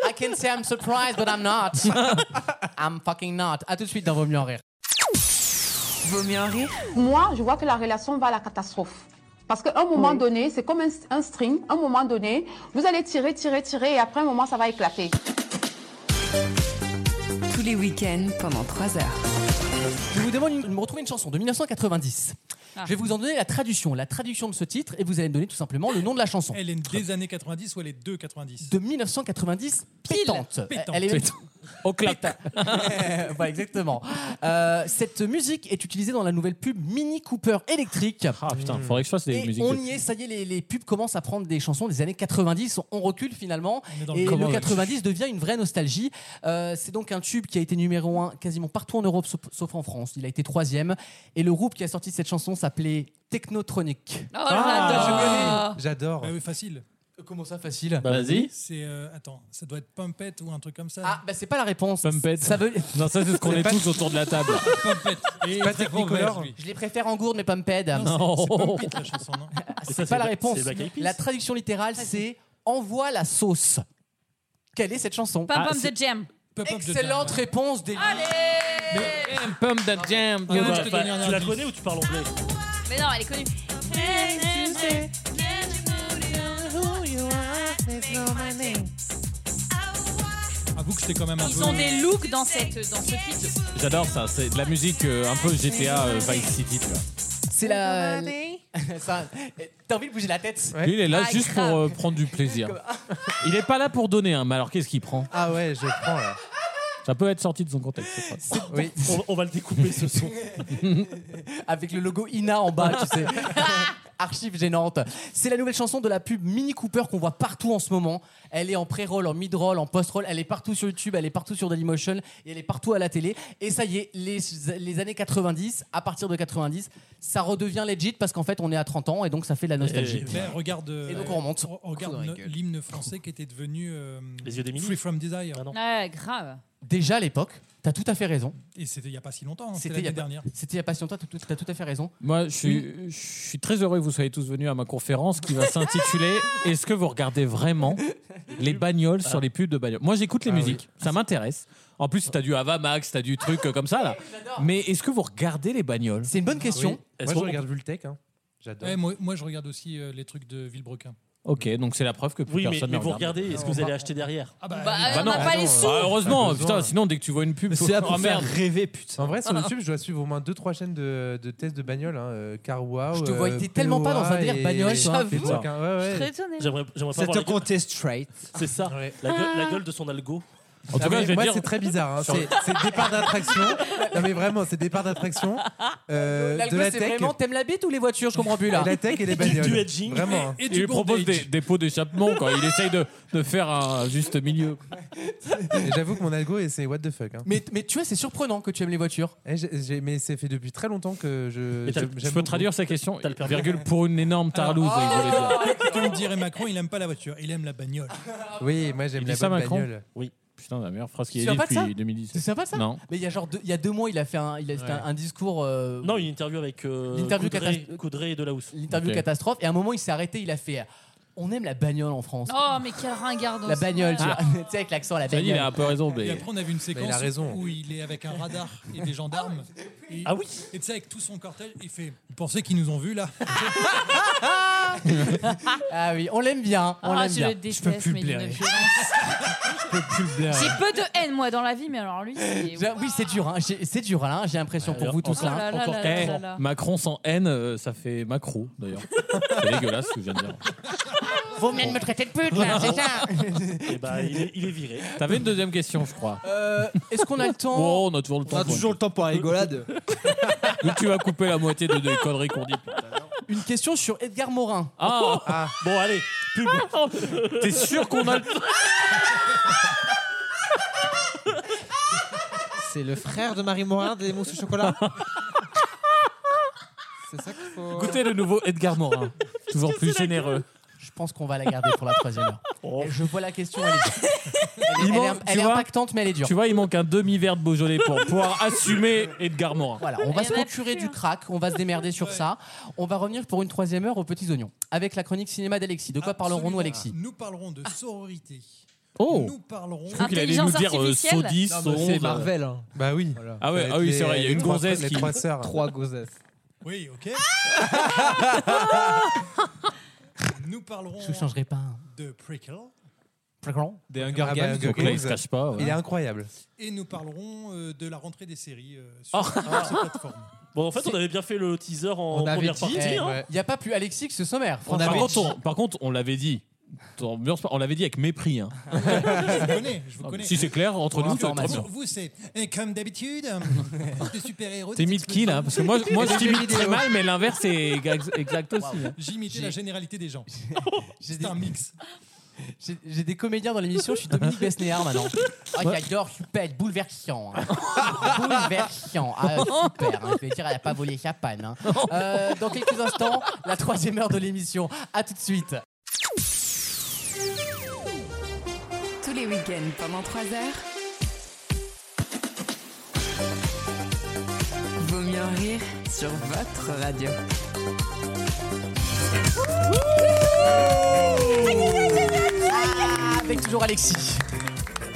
S2: I can say I'm surprised, but I'm not. I'm fucking not. À tout de suite dans Vaut mieux en rire.
S1: Vaut mieux en rire
S25: Moi, je vois que la relation va à la catastrophe. Parce qu'à un moment donné, c'est comme un, un string. À un moment donné, vous allez tirer, tirer, tirer, et après un moment, ça va éclater.
S1: Tous les week-ends pendant 3 heures.
S2: Je vous demande une- de me retrouver une chanson de 1990.
S17: Ah.
S2: Je vais vous en donner la traduction, la traduction de ce titre, et vous allez me donner tout simplement le nom de la chanson.
S17: Elle est des années 90 ou elle est de 90
S2: de 1990 pétante.
S17: Pétante.
S2: Elle est
S17: Pétante.
S2: au clap. exactement. Euh, cette musique est utilisée dans la nouvelle pub Mini Cooper électrique.
S3: Ah putain, faudrait que je fasse des
S2: Et
S3: musiques.
S2: on
S3: de-
S2: y est, ça y est, les, les pubs commencent à prendre des chansons des années 90. On recule finalement.
S3: est dans le
S2: Et
S3: comment,
S2: le
S3: là.
S2: 90 devient une vraie nostalgie. Euh, c'est donc un tube qui a été numéro un quasiment partout en Europe, sauf, sauf en France. Il a été troisième. Et le groupe qui a sorti cette chanson s'appelait Technotronic.
S17: Oh, Ah,
S2: J'adore.
S17: Bah oui, facile.
S2: Comment ça, facile
S3: Bah, vas-y.
S17: C'est. euh, attends, ça doit être Pumpette ou un truc comme ça.
S2: Ah, bah c'est pas la réponse.
S3: Pumpette.
S2: Ça veut...
S3: Non, ça, c'est ce qu'on
S17: C'est
S3: est
S17: pas-
S3: tous autour de la table.
S17: Et
S2: Patrick
S17: Frédéric
S2: Nicolor.
S17: Robert, lui.
S2: Je les préfère en gourde, mais pas me pède.
S17: Non, c'est- c'est pas Pete,
S2: la
S17: chanson, non Ah,
S2: C'est
S17: ça,
S2: pas
S17: c'est
S2: la
S17: Bla-
S2: réponse.
S17: c'est Black Eyed Peas
S2: La traduction littérale, c'est envoie la sauce. Quelle est cette chanson
S17: Ah,
S4: Pom pom the jam.
S2: Excellente réponse des
S4: Allez
S3: Pump the jam.
S6: Ah, bah, bah, tu la connais ou tu parles anglais
S4: Mais non, elle est connue.
S17: Avoue que j'étais quand même un
S4: Ils
S17: peu-
S4: ont des looks dans, cette, dans ce clip.
S3: J'adore ça. C'est de la musique euh, un peu GTA euh, Vice City. Tu vois.
S2: C'est la. Ça- T'as envie de bouger la tête
S3: Lui, il est
S4: Ah,
S3: là juste pour euh, prendre du plaisir. Il est pas là pour donner, hein, mais alors qu'est-ce qu'il prend
S5: Ah ouais, je prends là.
S3: Ça peut être sorti de son contexte, je crois.
S6: on, on va le découper ce son.
S2: Avec le logo INA en bas, tu sais. Archive gênante. C'est la nouvelle chanson de la pub Mini Cooper qu'on voit partout en ce moment. Elle est en pré-roll, en mid-roll, en post-roll. Elle est partout sur YouTube, elle est partout sur Dailymotion et elle est partout à la télé. Et ça y est, les, les années 90, à partir de 90, ça redevient legit parce qu'en fait, on est à 30 ans et donc ça fait de la nostalgie.
S6: Eh
S17: Mais regarde, euh,
S2: Et donc on remonte.
S17: regarde no- l'hymne français qui était devenu euh,
S2: Les yeux d'Émilie
S17: Free from Desire.
S3: Ah,
S4: Ouais, grave.
S2: Déjà à l'époque, t'as tout à fait raison.
S17: Et c'était il n'y a pas si longtemps, hein, c'était
S2: C'était il y
S17: l'année
S2: a-
S17: dernière.
S2: C'était il y a pas si longtemps, t'as tout- t'as tout à fait raison.
S3: Moi, je suis, je suis très heureux que vous soyez tous venus à ma conférence qui va s'intituler Est-ce que vous regardez vraiment les bagnoles
S6: Ah.
S3: sur les pubs de bagnoles Moi, j'écoute les musiques, ça m'intéresse. En plus, t'as du Hava Max, t'as du truc euh, comme ça là. Mais est-ce que vous regardez les bagnoles
S2: C'est une
S5: Ah
S2: bonne
S17: question.
S5: Moi, je regarde Vultec. Hein. J'adore.
S17: Ah Ouais, moi, moi, je regarde aussi euh, les trucs de Villebrequin.
S3: Ok, donc c'est la preuve que plus
S6: Oui, mais,
S3: personne
S6: mais
S3: ne
S6: vous
S3: regarde.
S6: regardez, est-ce que vous allez acheter derrière
S17: Ah bah,
S4: Bah,
S17: oui.
S4: on n'a pas les sous.
S3: Ah,
S5: Oh,
S3: heureusement, putain, sinon dès que tu vois une pub,
S5: euh, C'est là pour
S3: oh,
S5: faire
S3: merde.
S5: rêver, putain. En vrai,
S6: Ah.
S5: sur YouTube, je dois suivre au moins 2-3 chaînes de, de tests de bagnole. Hein, euh, Carwow.
S2: Je te voyais
S5: euh,
S2: tellement pas dans un
S5: POA
S2: délire
S5: et-
S2: bagnole, toi.
S5: et
S2: J'avoue.
S5: Vultec, hein. Ouais, ouais.
S2: Je serais
S6: étonnée. J'aimerais- j'aimerais pas
S5: Ça
S6: voir la gueule-
S5: conteste straight.
S6: C'est ça, la, gueule,
S2: Ah.
S6: la gueule de son algo.
S5: En
S3: Ah
S5: tout cas,
S6: je vais
S5: Ah moi,
S6: dire-
S5: c'est très bizarre. hein.
S6: Sur-
S5: C'est c'est départ d'attraction. Non, mais vraiment, c'est départ d'attraction. euh, de
S2: L'algo,
S5: la
S2: c'est
S5: tech.
S2: vraiment t'aimes la bite ou les voitures Je comprends plus là.
S5: La tech et les bagnoles. Du edging. Vraiment, hein. Et
S3: il
S5: du
S3: lui propose des, des pots d'échappement quand il essaye de, de faire un juste milieu.
S5: Et J'avoue que mon algo, et c'est what the fuck. hein.
S2: Mais, mais tu vois, c'est surprenant que tu aimes les voitures.
S5: Eh, j'ai- j'ai- Mais c'est fait depuis très longtemps que je.
S3: Et t'as-
S5: j'aime-
S3: je
S5: j'aime
S3: peux
S5: beaucoup. Ah
S3: traduire sa question virgule pour une énorme tarlouse. il voulait dire.
S17: Ah, Comme dirait Macron, il aime pas la voiture, il aime la bagnole.
S5: Oui, moi
S3: Il
S5: j'aime
S3: dit
S5: la
S3: ça,
S5: bonne
S3: Macron
S5: bagnole.
S3: Oui. Putain, la meilleure phrase qu'il
S2: Tu te
S3: a dit
S2: souviens pas de ça
S3: depuis 2010.
S2: C'est sympa ça
S3: Non.
S2: Mais il y a genre deux- il y a deux mois, il a fait un, il a, c'était
S3: Ouais.
S2: un, un discours. euh,
S6: Non, une interview avec euh,
S2: L'interview
S6: Coudray,
S2: catas-
S6: Coudray et Delahousse.
S2: Interview
S6: Ok.
S2: catastrophe. Et à un moment, il s'est arrêté. Il a fait euh, On aime la bagnole en France.
S4: Oh, mais quel ringard.
S2: la bagnole, tu
S4: Ah.
S2: vois. tu sais, avec l'accent, la
S3: Ça y est,
S2: bagnole.
S3: il a un peu raison. Mais...
S17: Et après, on a vu une séquence
S2: il a raison.
S17: où il est avec un radar et des gendarmes. Et,
S2: Ah oui.
S17: Et tu sais, avec tout son cortège, il fait Vous pensez qu'ils nous ont vus là
S2: Ah oui, on l'aime bien. On
S4: Ah,
S2: l'aime
S4: je
S2: bien.
S4: le déteste, mais d'une
S2: blairer.
S4: violence.
S2: Je peux plus le blairer.
S4: J'ai peu de haine, moi, dans la vie, mais alors lui, c'est.
S2: J'ai- Oui, c'est dur, hein. J'ai- c'est dur, Alain. J'ai l'impression pour vous
S3: tout
S2: tous là. hein.
S4: là là là là.
S3: Eh, Macron sans haine, euh, ça fait macro d'ailleurs. C'est dégueulasse ce que je viens de dire.
S2: Vous venez de me traiter de pute là, c'est ça
S6: Eh ben, il, est, il est viré.
S3: T'avais une deuxième question, je crois.
S2: Euh, Est-ce qu'on a le temps
S3: Bon, on a toujours le temps.
S2: a toujours
S3: le temps pour la rigolade. Donc tu vas couper la moitié de, des conneries qu'on dit.
S2: Une question sur Edgar Morin.
S3: Ah,
S6: Bon, allez, pub.
S3: T'es sûr qu'on a le
S7: C'est le frère de Marie Morin des mousses au chocolat. C'est ça qu'il faut.
S3: Écoutez le nouveau Edgar Morin, toujours plus généreux.
S2: Je pense qu'on va la garder pour la troisième heure. Je vois la question, elle est dure. Elle, est- elle
S3: Il
S2: est-
S3: manque-
S2: elle
S3: Oh. tu
S2: est
S3: vois-
S2: impactante, mais elle est dure.
S3: Tu vois, il manque un demi-verre de Beaujolais pour pouvoir assumer Edgar Morin.
S2: Voilà, on va se procurer du crack, on va se démerder sur ça. On va revenir pour une troisième heure aux petits oignons avec la chronique cinéma d'Alexis. De quoi parlerons-nous, Alexis
S17: Nous parlerons de sororité.
S2: Oh
S17: Nous parlerons.
S2: Je crois qu'il allait nous dire, euh,
S17: Intelligence
S3: Sodis,
S17: artificielle. Non, mais
S3: Sonde.
S5: Bah oui.
S3: Ah ouais, ah oui, c'est vrai, il y a une gonzesse qui-
S7: Trois gonzesses.
S17: Oui, ok. Nous parlerons.
S2: Je vous changerai pas.
S17: De Prickle.
S3: Des
S17: Hunger
S5: Ah bah,
S17: Games,
S5: Hunger
S17: donc là, il
S5: Games.
S17: se cache pas, ouais.
S5: Il est incroyable.
S17: Et nous parlerons euh, de la rentrée des séries euh, sur
S6: Oh.
S17: ces plateformes.
S6: Bon, en fait, on avait bien fait le teaser en
S17: On avait
S6: première
S17: dit,
S6: partie.
S17: eh,
S6: hein.
S2: Il n'y a pas plus Alexis que ce sommaire.
S3: On
S2: franchement.
S3: par, contre, on, par contre, on l'avait dit. T'ambiances pas- On l'avait dit avec mépris. hein.
S17: Je vous connais,
S2: Oh,
S17: je vous connais.
S3: Si c'est clair, entre nous, très bien.
S17: Pour vous, c'est euh, comme d'habitude, euh, de super-héros.
S3: T'es mis de qui là Parce que moi, moi je
S17: Des jeux
S3: t'imite
S17: vidéo.
S3: très mal, mais l'inverse est ex- exact aussi. hein.
S17: J'ai imité la généralité des gens. C'est un mix.
S2: J'ai- J'ai des comédiens dans l'émission, je suis Dominique Besnéard maintenant. Ah, j'adore, super, bouleversant. hein. bouleversant. Ah, super, hein. je vais dire, elle n'a pas volé sa panne. hein. Euh, dans quelques instants, la troisième heure de l'émission. À tout de suite.
S4: Tous les week-ends pendant 3 heures. Vaut mieux en rire sur votre radio.
S2: Ah, Avec toujours Alexis.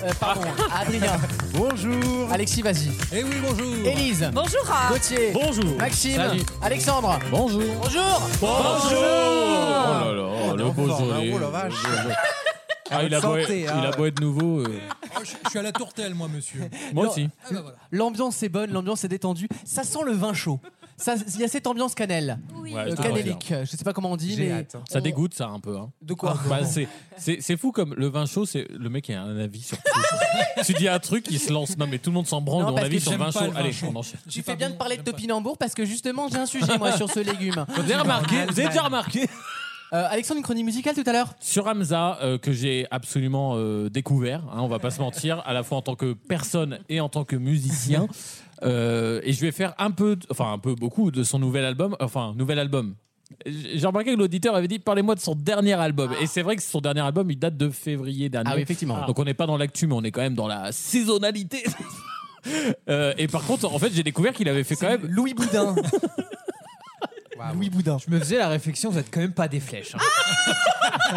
S2: Euh, pardon, Adrien.
S5: Bonjour.
S2: Alexis, vas-y.
S17: Eh oui, bonjour.
S2: Élise.
S1: Bonjour.
S2: Gauthier.
S3: Bonjour.
S2: Maxime.
S3: Salut.
S2: Alexandre.
S3: Bonjour.
S2: Bonjour.
S3: Oh là là, le Beaujolais.
S17: oh la vache.
S3: Le Beaujolais. Ah, il, a beau,
S17: Santé,
S3: il
S17: hein.
S3: a beau être nouveau. euh,
S17: Oh, je, je suis à la tourtelle, moi, monsieur.
S3: Moi aussi.
S17: Ah bah voilà.
S2: L'ambiance est bonne, l'ambiance est détendue. Ça sent le vin chaud. Ça- Il y a cette ambiance cannelle.
S3: Ouais,
S2: Euh,
S3: je te
S2: cannélique.
S3: confirme.
S2: Je sais pas comment on dit, mais. on-
S3: Ça dégoûte, ça, un peu. hein.
S2: De quoi
S3: Bah, c'est- C'est c'est fou comme le vin chaud, c'est le mec il a un avis sur tout. tu dis un truc, il se lance. Non, mais tout le monde s'en branle
S2: Non,
S3: de mon
S2: parce
S3: avis
S2: que
S3: sur le
S2: j'aime
S3: vin
S2: pas
S3: chaud.
S2: le vin
S3: Allez,
S2: chaud.
S3: on enchaîne.
S2: Tu fais bien de parler de topinambour parce que justement j'ai un sujet moi sur ce légume.
S3: Vous avez remarqué, vous avez déjà remarqué
S2: Euh, Alexandre, une chronique musicale tout à l'heure
S3: Sur Hamza, euh, que j'ai absolument euh, découvert, hein, on va pas se mentir, à la fois en tant que personne et en tant que musicien. Euh, et je vais faire un peu, de- enfin un peu beaucoup de son nouvel album, enfin nouvel album. J'ai remarqué que l'auditeur avait dit parlez-moi de son dernier album. Et c'est vrai que son dernier album, il date de février dernier.
S2: Ah oui, effectivement.
S3: Donc on n'est pas dans l'actu, mais on est quand même dans la saisonnalité. Euh, et par contre, en fait, j'ai découvert qu'il avait fait quand même
S2: Louis Boudin.
S7: Louis Boudin. Je me faisais la réflexion, vous êtes quand même pas des flèches. hein.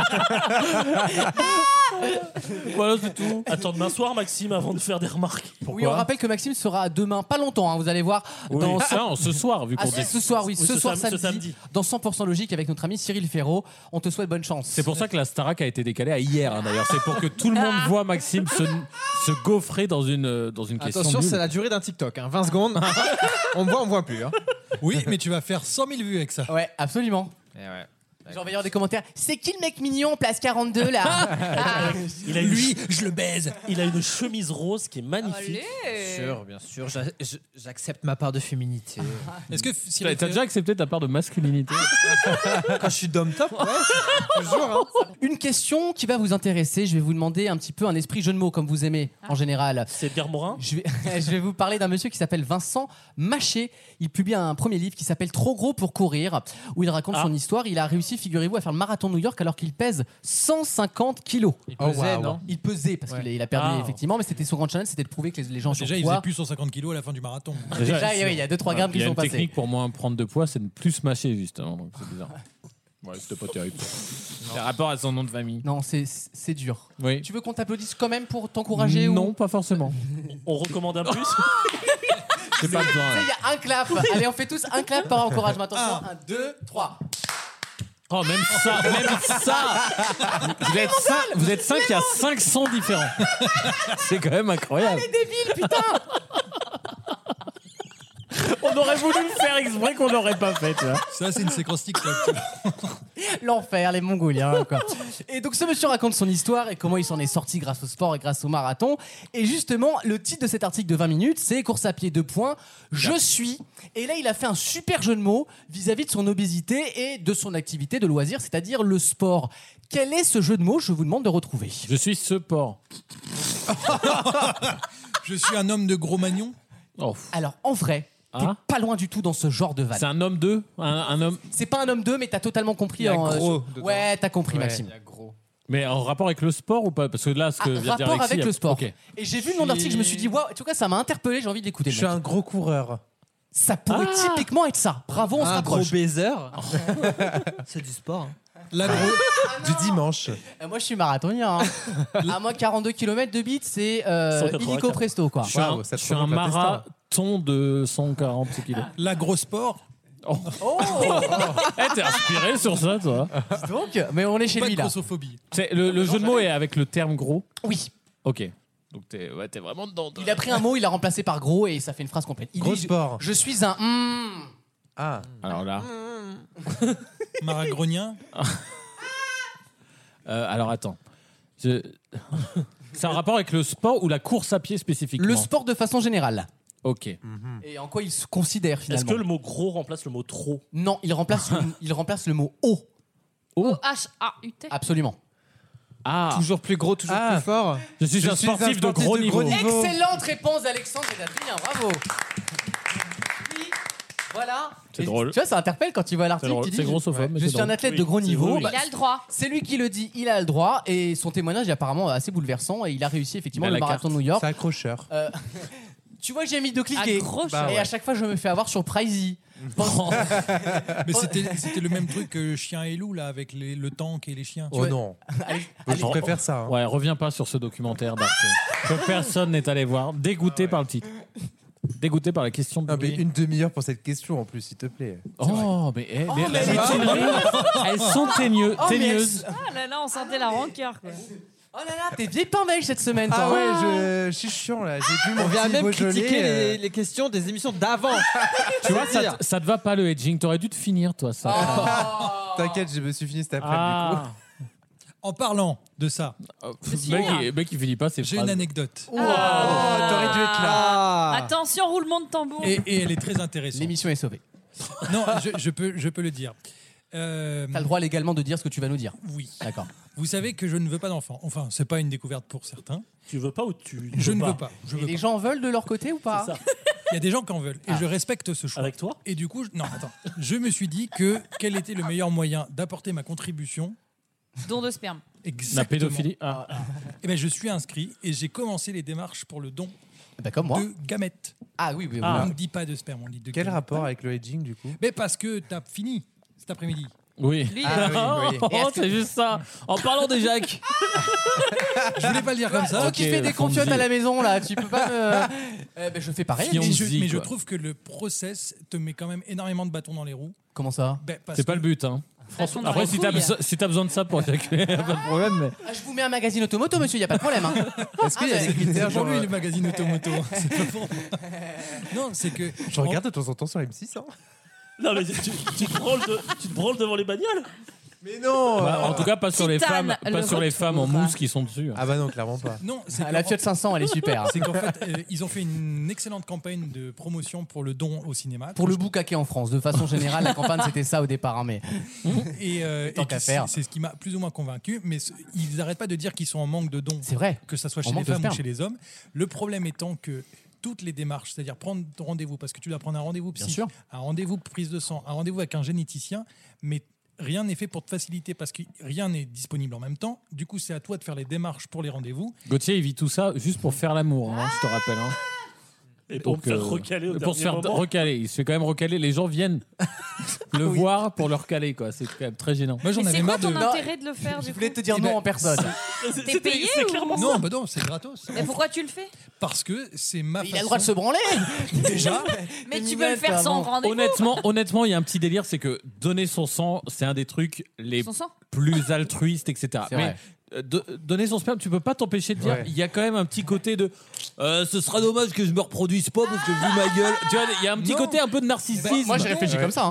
S3: voilà, c'est tout.
S6: Attends demain soir, Maxime, avant de faire des remarques.
S2: oui, on rappelle que Maxime sera demain, pas longtemps, hein, vous allez voir.
S3: Oui.
S2: dans
S3: Ah, non, ce soir, vu
S2: Ah,
S3: qu'on
S2: ce-
S3: dit-
S2: ce soir, oui,
S3: Oui,
S2: ce,
S3: ce
S2: soir
S3: sam-
S2: samedi,
S3: ce
S2: dans 100% logique avec notre ami Cyril Ferraud. On te souhaite bonne chance.
S3: C'est pour ça que la Starac a été décalée à hier, hein, d'ailleurs. C'est pour que tout le monde voit Maxime se, se gaufrer dans une, euh, dans une question.
S7: Attention,
S3: nulle.
S7: c'est la durée d'un TikTok. hein, 20 secondes. on me voit, on me voit plus. hein.
S17: Oui, mais tu vas faire 100 000 vues avec ça.
S2: Ouais, absolument.
S7: Eh
S2: J'en vais lire des commentaires. C'est qui le mec mignon, place 42 là
S6: Il a une-
S2: Lui,
S7: je le baise.
S6: Il a une chemise rose qui est magnifique.
S7: Bien sûr, bien sûr. j'a- je- J'accepte ma part de féminité.
S17: Est-ce que
S3: T'as t'as déjà accepté ta part de masculinité
S17: Ah.
S7: Quand je suis dom top, ouais, toujours. hein.
S2: Une question qui va vous intéresser. Je vais vous demander un petit peu un esprit jeu de mots, comme vous aimez en général.
S6: C'est Edgar Morin
S2: Je vais, je vais vous parler d'un monsieur qui s'appelle Vincent Maché. Il publie un premier livre qui s'appelle Trop gros pour courir, où il raconte son histoire. Il a réussi, figurez-vous, à faire le marathon de New York alors qu'il pèse 150 kilos. Il
S7: pesait, non
S2: Il pesait parce qu'il a- il a perdu,
S17: Ah.
S2: effectivement, mais c'était son grand challenge, c'était de prouver que les, les gens
S17: Déjà, il
S2: surpoids-
S17: faisait plus 150 kilos à la fin du marathon.
S2: Déjà, Déjà, il y a- il y a deux, trois grammes qui
S3: Il y a
S2: sont
S3: une
S2: passés.
S3: technique pour moi, prendre de poids, c'est de plus mâcher, justement. Donc c'est bizarre. Ouais, c'était pas terrible. Par rapport à son nom de famille.
S2: Non, c'est c'est dur.
S3: Oui.
S2: Tu veux qu'on t'applaudisse quand même pour t'encourager ou-
S3: Non, pas forcément.
S6: On recommande un plus
S3: J'ai pas besoin.
S2: Tu sais,
S3: là.
S2: il y a un clap. Allez, on fait tous un clap par encouragement. Attention, un, deux, trois.
S3: Oh, même ça, même ça Vous êtes cinq, vous êtes cinq il y a 500 différents. C'est quand même incroyable.
S2: débile, putain
S3: On aurait voulu le faire exprès qu'on n'aurait pas fait.
S17: Ça, c'est une séquence TikTok.
S2: L'enfer, les Mongoliens, quoi. Et donc, ce monsieur raconte son histoire et comment il s'en est sorti grâce au sport et grâce au marathon. Et justement, le titre de cet article de 20 minutes, c'est Course à pied, deux points, je suis. Et là, il a fait un super jeu de mots vis-à-vis de son obésité et de son activité de loisir, c'est-à-dire le sport. Quel est ce jeu de mots Je vous demande de retrouver.
S3: Je suis ce porc.
S17: Je suis un homme de gros magnon.
S3: Oh.
S2: Alors, en vrai, t'es
S17: Ah.
S2: pas loin du tout dans ce genre de vanne.
S17: C'est
S3: Hein un homme 2 un, homme
S2: C'est pas un homme 2, mais t'as totalement compris.
S3: Il y a
S2: en, euh,
S3: gros
S2: je-
S3: dedans.
S2: Ouais, t'as compris,
S3: Ouais.
S2: Maxime.
S3: Il y a Mais en rapport avec le sport ou pas Parce que là, ce que
S2: Ah,
S3: vient de dire
S2: rapport
S3: Alexis,
S2: avec
S3: il y a-
S2: le sport.
S3: Ok.
S2: Et j'ai vu le nom de l'article, je me suis dit, waouh, en tout cas, ça m'a interpellé, j'ai envie de l'écouter.
S5: Je suis un gros coureur.
S2: Ça pourrait
S3: Ah.
S2: typiquement être ça. Bravo, on se
S5: Un gros
S2: rapproche.
S5: baiser.
S2: C'est du sport.
S7: hein. Ah.
S17: La grosse.
S5: Du dimanche.
S2: Euh, moi, je suis marathonien. hein. à moi, 42 km de bite, c'est euh,
S3: 184.
S2: illico presto, quoi.
S3: Je suis un, je suis un marathon de 140 kilos.
S17: La grosse sport.
S3: Oh, Eh, T'es inspiré sur ça, toi
S2: Donc, mais on est chez
S17: Pas
S2: lui
S17: de
S2: là.
S17: grossophobie.
S3: C'est- Le, le jeu de mots est avec le terme gros
S2: Oui.
S3: Ok. Donc t'es ouais, t'es vraiment dedans. toi.
S2: Il a pris un mot, il l'a remplacé par gros et ça fait une phrase complète. Il
S3: Gros
S2: dit, je-
S3: sport.
S2: Je, suis un. hmm.
S5: Ah.
S3: Alors
S2: Mmh,
S3: là.
S17: Maragrognien.
S3: Euh, alors attends. Je- C'est un rapport avec le sport ou la course à pied spécifiquement
S2: Le sport de façon générale.
S3: Ok.
S5: Mhm.
S2: Et en quoi il se considère finalement
S6: Est-ce que le mot gros remplace le mot trop
S2: Non, il remplace, le- il remplace le mot haut.
S4: O-H-A-U-T.
S2: Absolument.
S3: Ah.
S7: Toujours plus gros, toujours plus fort.
S3: Je suis un sportif de gros niveau.
S2: Excellente réponse d'Alexandre et d'Adrien, bravo. Oui, Voilà.
S3: C'est
S2: Et
S3: drôle.
S2: Tu vois, ça interpelle quand tu vois l'article.
S3: drôle,
S2: tu dis,
S3: c'est
S2: je-
S3: grossophobe, mais
S2: Je
S3: c'est
S2: suis un
S3: drôle.
S2: athlète
S3: Oui,
S2: de gros
S3: c'est
S2: niveau. Bah,
S3: drôle. Il a
S4: le droit.
S2: C'est lui qui le dit. Il a le droit. Et son témoignage est apparemment assez bouleversant. Et il a réussi effectivement
S5: Il a
S2: le
S5: la
S2: marathon
S5: carte.
S2: de New York.
S5: C'est accrocheur.
S2: Euh, tu vois, j'ai mis deux
S7: Ah,
S2: clics et,
S17: Accrocheur.
S2: et
S17: Bah ouais. Oh.
S2: à chaque fois, je me fais avoir sur Pricey.
S17: Mais c'était c'était le même truc que chien et loup là avec les- le tank et les chiens.
S3: Oh non.
S17: je préfère
S5: ça. hein.
S2: hein.
S3: Ouais, reviens pas sur ce documentaire d'Arte que personne n'est allé voir. Dégoûté par le titre. Dégoûté par la question de.
S5: Non, mais une demi-heure pour cette question en plus, s'il te plaît.
S3: Oh, mais, eh, les-
S5: mais-
S3: les teigneries, elles sont teigneux-
S4: Oh, mais elles-
S3: teigneuses.
S4: Ah là là, on sentait la rancœur. Quoi.
S2: Oh là là, t'es vieille pain cette semaine.
S5: Ah
S2: toi.
S5: ouais, je, je suis chiant là. J'ai vu mon
S7: On vient
S5: petit
S7: même
S5: Beaujolais,
S7: critiquer
S5: euh,
S7: les, les questions des émissions d'avant.
S3: Tu vois, ça,
S7: C'est-à-dire-
S3: te- ça te va pas le edging. T'aurais dû te finir, toi, ça.
S5: T'inquiète, je me suis fini cet après-midi.
S3: Ah. Oh,
S17: En parlant de ça,
S3: mec, il, mec, il finit pas ses
S17: j'ai
S3: phrases.
S17: une anecdote.
S4: t'aurais dû être là. Ah. Attention, roulement de tambour.
S17: Et, et elle est très intéressante.
S2: L'émission est sauvée.
S17: Non, je, je peux, je peux le dire. Euh,
S2: T'as le droit légalement de dire ce que tu vas nous dire.
S17: Oui.
S2: D'accord.
S17: Vous savez que je ne veux pas d'enfants. Enfin, c'est pas une découverte pour certains.
S6: Tu veux pas ou tu
S17: Je ne veux pas. Je
S2: Et
S17: veux
S2: les
S17: pas.
S2: gens veulent de leur côté ou pas
S17: Il y a des gens qui en veulent et
S2: Ah.
S17: je respecte ce choix.
S6: Avec toi
S17: Et du coup, je... non, attends. Je me suis dit que quel était le meilleur moyen d'apporter ma contribution
S4: Don de sperme.
S17: Exactement.
S3: pédophilie Ah.
S17: Eh ben, je suis inscrit et j'ai commencé les démarches pour le don
S2: Eh ben, comme moi.
S17: de gamètes.
S2: Ah oui, oui.
S17: On
S2: oui.
S17: ne dit pas de sperme, on dit de
S5: Quel
S17: gamètes.
S5: rapport avec le hedging du coup
S17: Mais parce que t'as fini cet après-midi.
S3: Oui.
S17: Lui, il a- Ah oui, oui.
S3: Oh, c'est juste ça. En parlant des Jacques.
S17: Je voulais pas le dire comme ça.
S2: Toi qui fais des confiottes à la maison là, tu peux pas me. Eh ben, je fais pareil.
S17: mais je, mais je trouve que le process te met quand même énormément de bâtons dans les roues.
S2: Comment ça
S17: Ben, parce
S3: C'est pas
S17: que-
S3: le but, hein.
S17: Franchement,
S3: Après, si t'as
S17: couille.
S3: beso- si t'as besoin de ça pour éjaculer, pas de problème. Mais...
S2: Ah, je vous mets un magazine automoto, monsieur, y a pas de problème. Hein.
S5: Est-ce qu'il y a
S2: Ah,
S5: des
S2: mais-
S5: critères
S17: Pour
S5: genre,
S17: lui,
S5: euh,
S17: le magazine Automoto. C'est pas pour moi. Non, c'est que.
S5: Je regarde de temps en temps sur M6. Hein.
S6: Non, mais tu, tu te branles de- tu te branles devant les bagnoles
S5: Mais non
S3: Bah, en tout cas, pas sur les
S6: Titane,
S3: femmes,
S6: le
S3: pas sur les
S6: retour.
S3: femmes en mousse qui sont dessus.
S5: Ah bah non, clairement pas.
S17: Non, c'est
S2: Ah,
S17: que-
S2: la Fiat 500, elle est super.
S17: C'est qu'en fait, euh, ils ont fait une excellente campagne de promotion pour le don au cinéma.
S2: Pour le boucaquet en France, de façon générale, la campagne c'était ça au départ, hein, mais.
S17: Et, euh,
S2: Tant
S17: et
S2: qu'à
S17: que
S2: faire.
S17: c'est- C'est ce qui m'a plus ou moins convaincu, mais ce- ils n'arrêtent pas de dire qu'ils sont en manque de dons.
S2: C'est vrai.
S17: Que ça soit
S2: En
S17: chez les
S2: manque de
S17: femmes ou
S2: sperme.
S17: chez les hommes. Le problème étant que toutes les démarches, c'est-à-dire prendre ton rendez-vous, parce que tu dois prendre un rendez-vous psy,
S2: sûr.
S17: un rendez-vous prise de sang, un rendez-vous avec un généticien, mais rien n'est fait pour te faciliter parce que rien n'est disponible en même temps. Du coup, c'est à toi de faire les démarches pour les rendez-vous.
S3: Gauthier, il vit tout ça juste pour faire l'amour, hein, je te rappelle. hein.
S6: Et pour
S3: Donc,
S6: me faire
S3: euh,
S6: recaler au
S3: Pour se faire
S6: dernier moment.
S3: recaler. Il se fait quand même recaler. Les gens viennent le voir pour le recaler, quoi. C'est quand même très gênant.
S17: Moi, j'en
S4: Mais
S17: avais
S4: c'est quoi
S17: marre
S4: ton
S17: de.
S4: intérêt de le faire du coup
S2: te dire
S17: Eh ben,
S2: non en personne.
S4: T'es payé
S17: c'est
S4: ou
S17: clairement ça. Non, bah non, c'est gratos.
S4: Mais pourquoi tu le fais
S17: Parce que c'est ma
S2: Il a le droit de se branler
S17: Déjà,
S4: Mais tu peux
S2: mignonne,
S4: le faire
S2: ta
S4: sans
S2: maman.
S4: rendez-vous.
S3: Honnêtement, honnêtement, il y a un petit délire, c'est que donner son sang, c'est un des trucs les
S4: Son sang
S3: plus altruistes, etc.
S2: C'est
S3: Mais
S2: vrai.
S3: euh, do- donner son sperme, tu peux pas t'empêcher de dire,
S2: Ouais.
S3: il y a quand même un petit côté de, euh, ce sera dommage que je me reproduise pas parce que vu ma gueule, tu vois, il y a un petit côté
S5: Eh ben,
S3: un peu de narcissisme.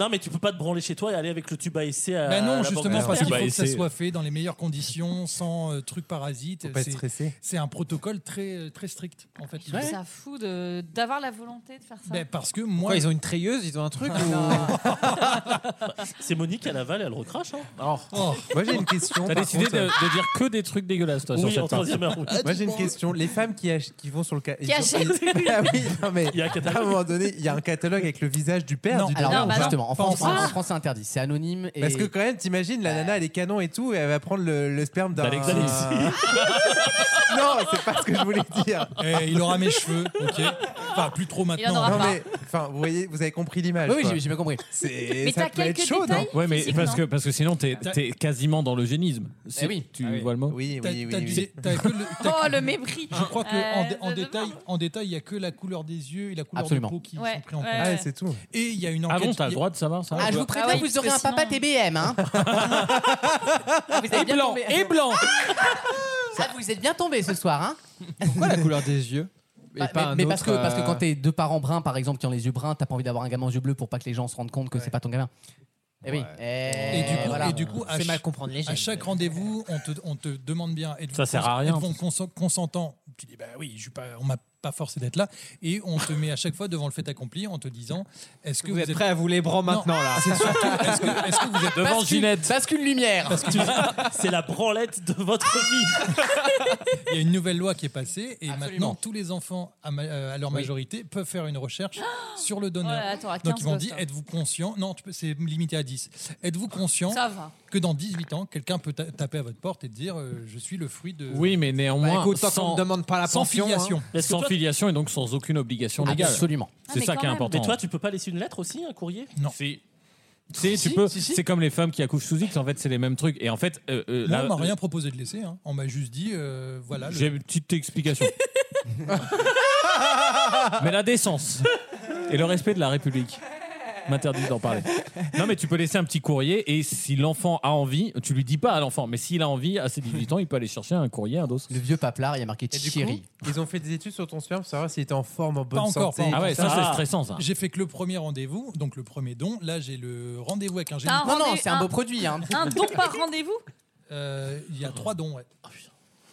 S6: Non, mais tu peux pas te branler chez toi et aller avec le tube à essai
S3: Euh,
S6: à.
S17: Ben non,
S6: la
S17: justement,
S6: banque
S17: parce qu'il
S6: Bah,
S17: faut que ça
S6: essai.
S17: soit fait dans les meilleures conditions, sans euh, trucs parasites.
S5: pas être
S17: C'est-
S5: stressé.
S17: C'est un protocole très, euh, très strict, en fait.
S4: Je trouve ça fou de- d'avoir la volonté de faire ça.
S17: Ben, parce que moi.
S7: Quoi, ils ont une treilleuse, ils ont un truc ou-
S6: C'est Monique, elle avale et elle recrache. Hein.
S17: Oh.
S5: Moi j'ai une question.
S3: T'as
S5: par
S3: décidé
S5: contre. Ah,
S3: de, de dire que que des trucs dégueulasses, toi, sur
S5: Oui,
S3: cette
S5: en troisième
S3: partie.
S5: heure, oui. Moi, j'ai une question. Les femmes qui, ach- qui vont sur le. Ca...
S14: Qui
S5: ils ont-
S14: achètent.
S5: ils- ah oui, non, mais
S6: il y a un
S5: catalogue. À un moment donné, il y a un catalogue avec le visage du père. du
S24: alors
S5: daron,
S24: non,
S5: pas-
S24: justement, en
S5: pas
S24: France, en France, c'est interdit, c'est anonyme. Et...
S5: Parce que quand même, t'imagines, la nana, elle est canon et tout, et elle va prendre le, le sperme d'un.
S24: D'Alex-
S5: non, c'est pas ce que je voulais dire.
S17: Eh, il aura mes cheveux, ok. Enfin, plus trop maintenant. hein.
S5: Il en aura Non, pas. mais, enfin, vous voyez, vous avez compris l'image.
S17: Oui, oui,
S5: quoi.
S17: j'ai- j'ai bien compris.
S5: C'est,
S17: Mais
S5: ça
S17: t'as
S5: peut être
S17: quelques
S5: chaud,
S17: détails
S5: non
S3: Ouais, mais parce que, parce que sinon, t'es
S17: T'as-
S3: t'es quasiment dans l'eugénisme. Si
S17: oui.
S3: Tu vois le mot
S5: Eh Oui,
S17: T'as- t'as du- t'as que le- t'as
S21: Oh,
S17: que-
S21: le mépris.
S17: Je crois que
S21: Euh,
S17: en, dé- en
S21: de- de-
S17: détail, en détail, il y a que la couleur des yeux et la couleur
S3: Absolument.
S17: de peau qui
S21: Ouais,
S17: sont pris en compte.
S21: ouais, Ah, ouais, ouais. c'est
S5: tout.
S17: Et il y a une
S3: Ah
S17: enquête.
S3: bon, t'as le
S17: il y a-
S3: droit de savoir ça
S24: Ah, je vous préviens,
S17: Ah oui,
S24: vous aurez un
S17: parce que
S24: papa TBM. Hein. Ah, vous êtes
S3: Et
S24: bien
S3: blanc,
S24: tombé.
S3: et blanc.
S24: Ah, vous êtes bien tombé ce soir. Hein.
S7: Pourquoi la couleur des yeux et
S24: Bah,
S7: pas
S24: mais
S7: un
S24: mais parce,
S7: autre,
S24: que, parce que
S7: euh,
S24: quand t'es deux parents bruns, par exemple, qui ont les yeux bruns, t'as pas envie d'avoir un gamin aux yeux bleus pour pas que les gens se rendent compte que c'est pas ton gamin. Eh oui.
S17: Et du coup,
S24: voilà.
S17: et du coup, à
S24: c'est mal
S17: ch-
S24: comprendre les gens.
S17: À chaque rendez-vous, on te, on te demande bien êtes-vous
S3: Ça sert à
S17: cons-
S3: rien.
S17: êtes-vous cons- consentant Tu dis bah oui, je suis pas, on m'a pas forcé d'être là. Et on te met à chaque fois devant le fait accompli en te disant est-ce que
S7: Vous êtes prêts à vous les bras maintenant, là
S17: C'est surtout est-ce que, est-ce que vous êtes
S24: Bascule lumière.
S6: C'est la branlette de votre vie.
S17: Il y a une nouvelle loi qui est passée et
S6: Absolument.
S17: maintenant tous les enfants à, ma- euh, à leur majorité peuvent faire une recherche sur le donneur.
S21: Oh là là, t'auras 15
S17: Donc ils vont
S21: gosses,
S17: dire
S21: hein.
S17: êtes-vous conscient Non, tu peux- c'est limité à 10. Êtes-vous conscient
S21: Ça va.
S17: que dans 18 ans, quelqu'un peut ta- taper à votre porte et te dire euh, je suis le fruit de
S3: Oui, mais néanmoins,
S17: Bah, écoute, tant
S3: sans,
S17: qu'on me demande pas la
S3: sans
S17: pension,
S3: filiation.
S17: hein. Parce que
S3: Sans
S17: toi-
S3: filiation et donc sans aucune obligation légale.
S6: Ah,
S3: C'est
S6: mais
S3: ça
S6: quand
S3: qui est
S6: même.
S3: important.
S6: Mais toi, tu peux pas laisser une lettre aussi, un courrier
S17: Non.
S3: Si. Si, tu peux. C'est comme les femmes qui accouchent sous X, en fait, c'est les mêmes trucs. Et en fait, euh, euh,
S17: Moi,
S3: la-
S17: on m'a rien proposé de laisser. hein. On m'a juste dit euh, voilà. le-
S3: J'ai une petite explication. mais la décence et le respect de la République m'interdit d'en parler. Non, mais tu peux laisser un petit courrier et si l'enfant a envie, tu lui dis pas à l'enfant, mais s'il a envie, à ses 18 ans, il peut aller chercher un courrier, un dos.
S24: Le vieux paplard, il y a marqué
S5: Et du coup, ils ont fait des études sur ton sperme pour savoir s'il était en forme, en bonne
S17: Pas encore.
S5: santé.
S17: pas
S3: Ah
S17: encore. Ah.
S5: J'ai-
S17: J'ai fait que le premier rendez-vous, donc le premier don. Là, j'ai le rendez-vous avec un hein.
S21: T'as
S17: génie.
S21: un rendez- Un don par rendez-vous
S17: Euh, Il y a trois dons, ouais.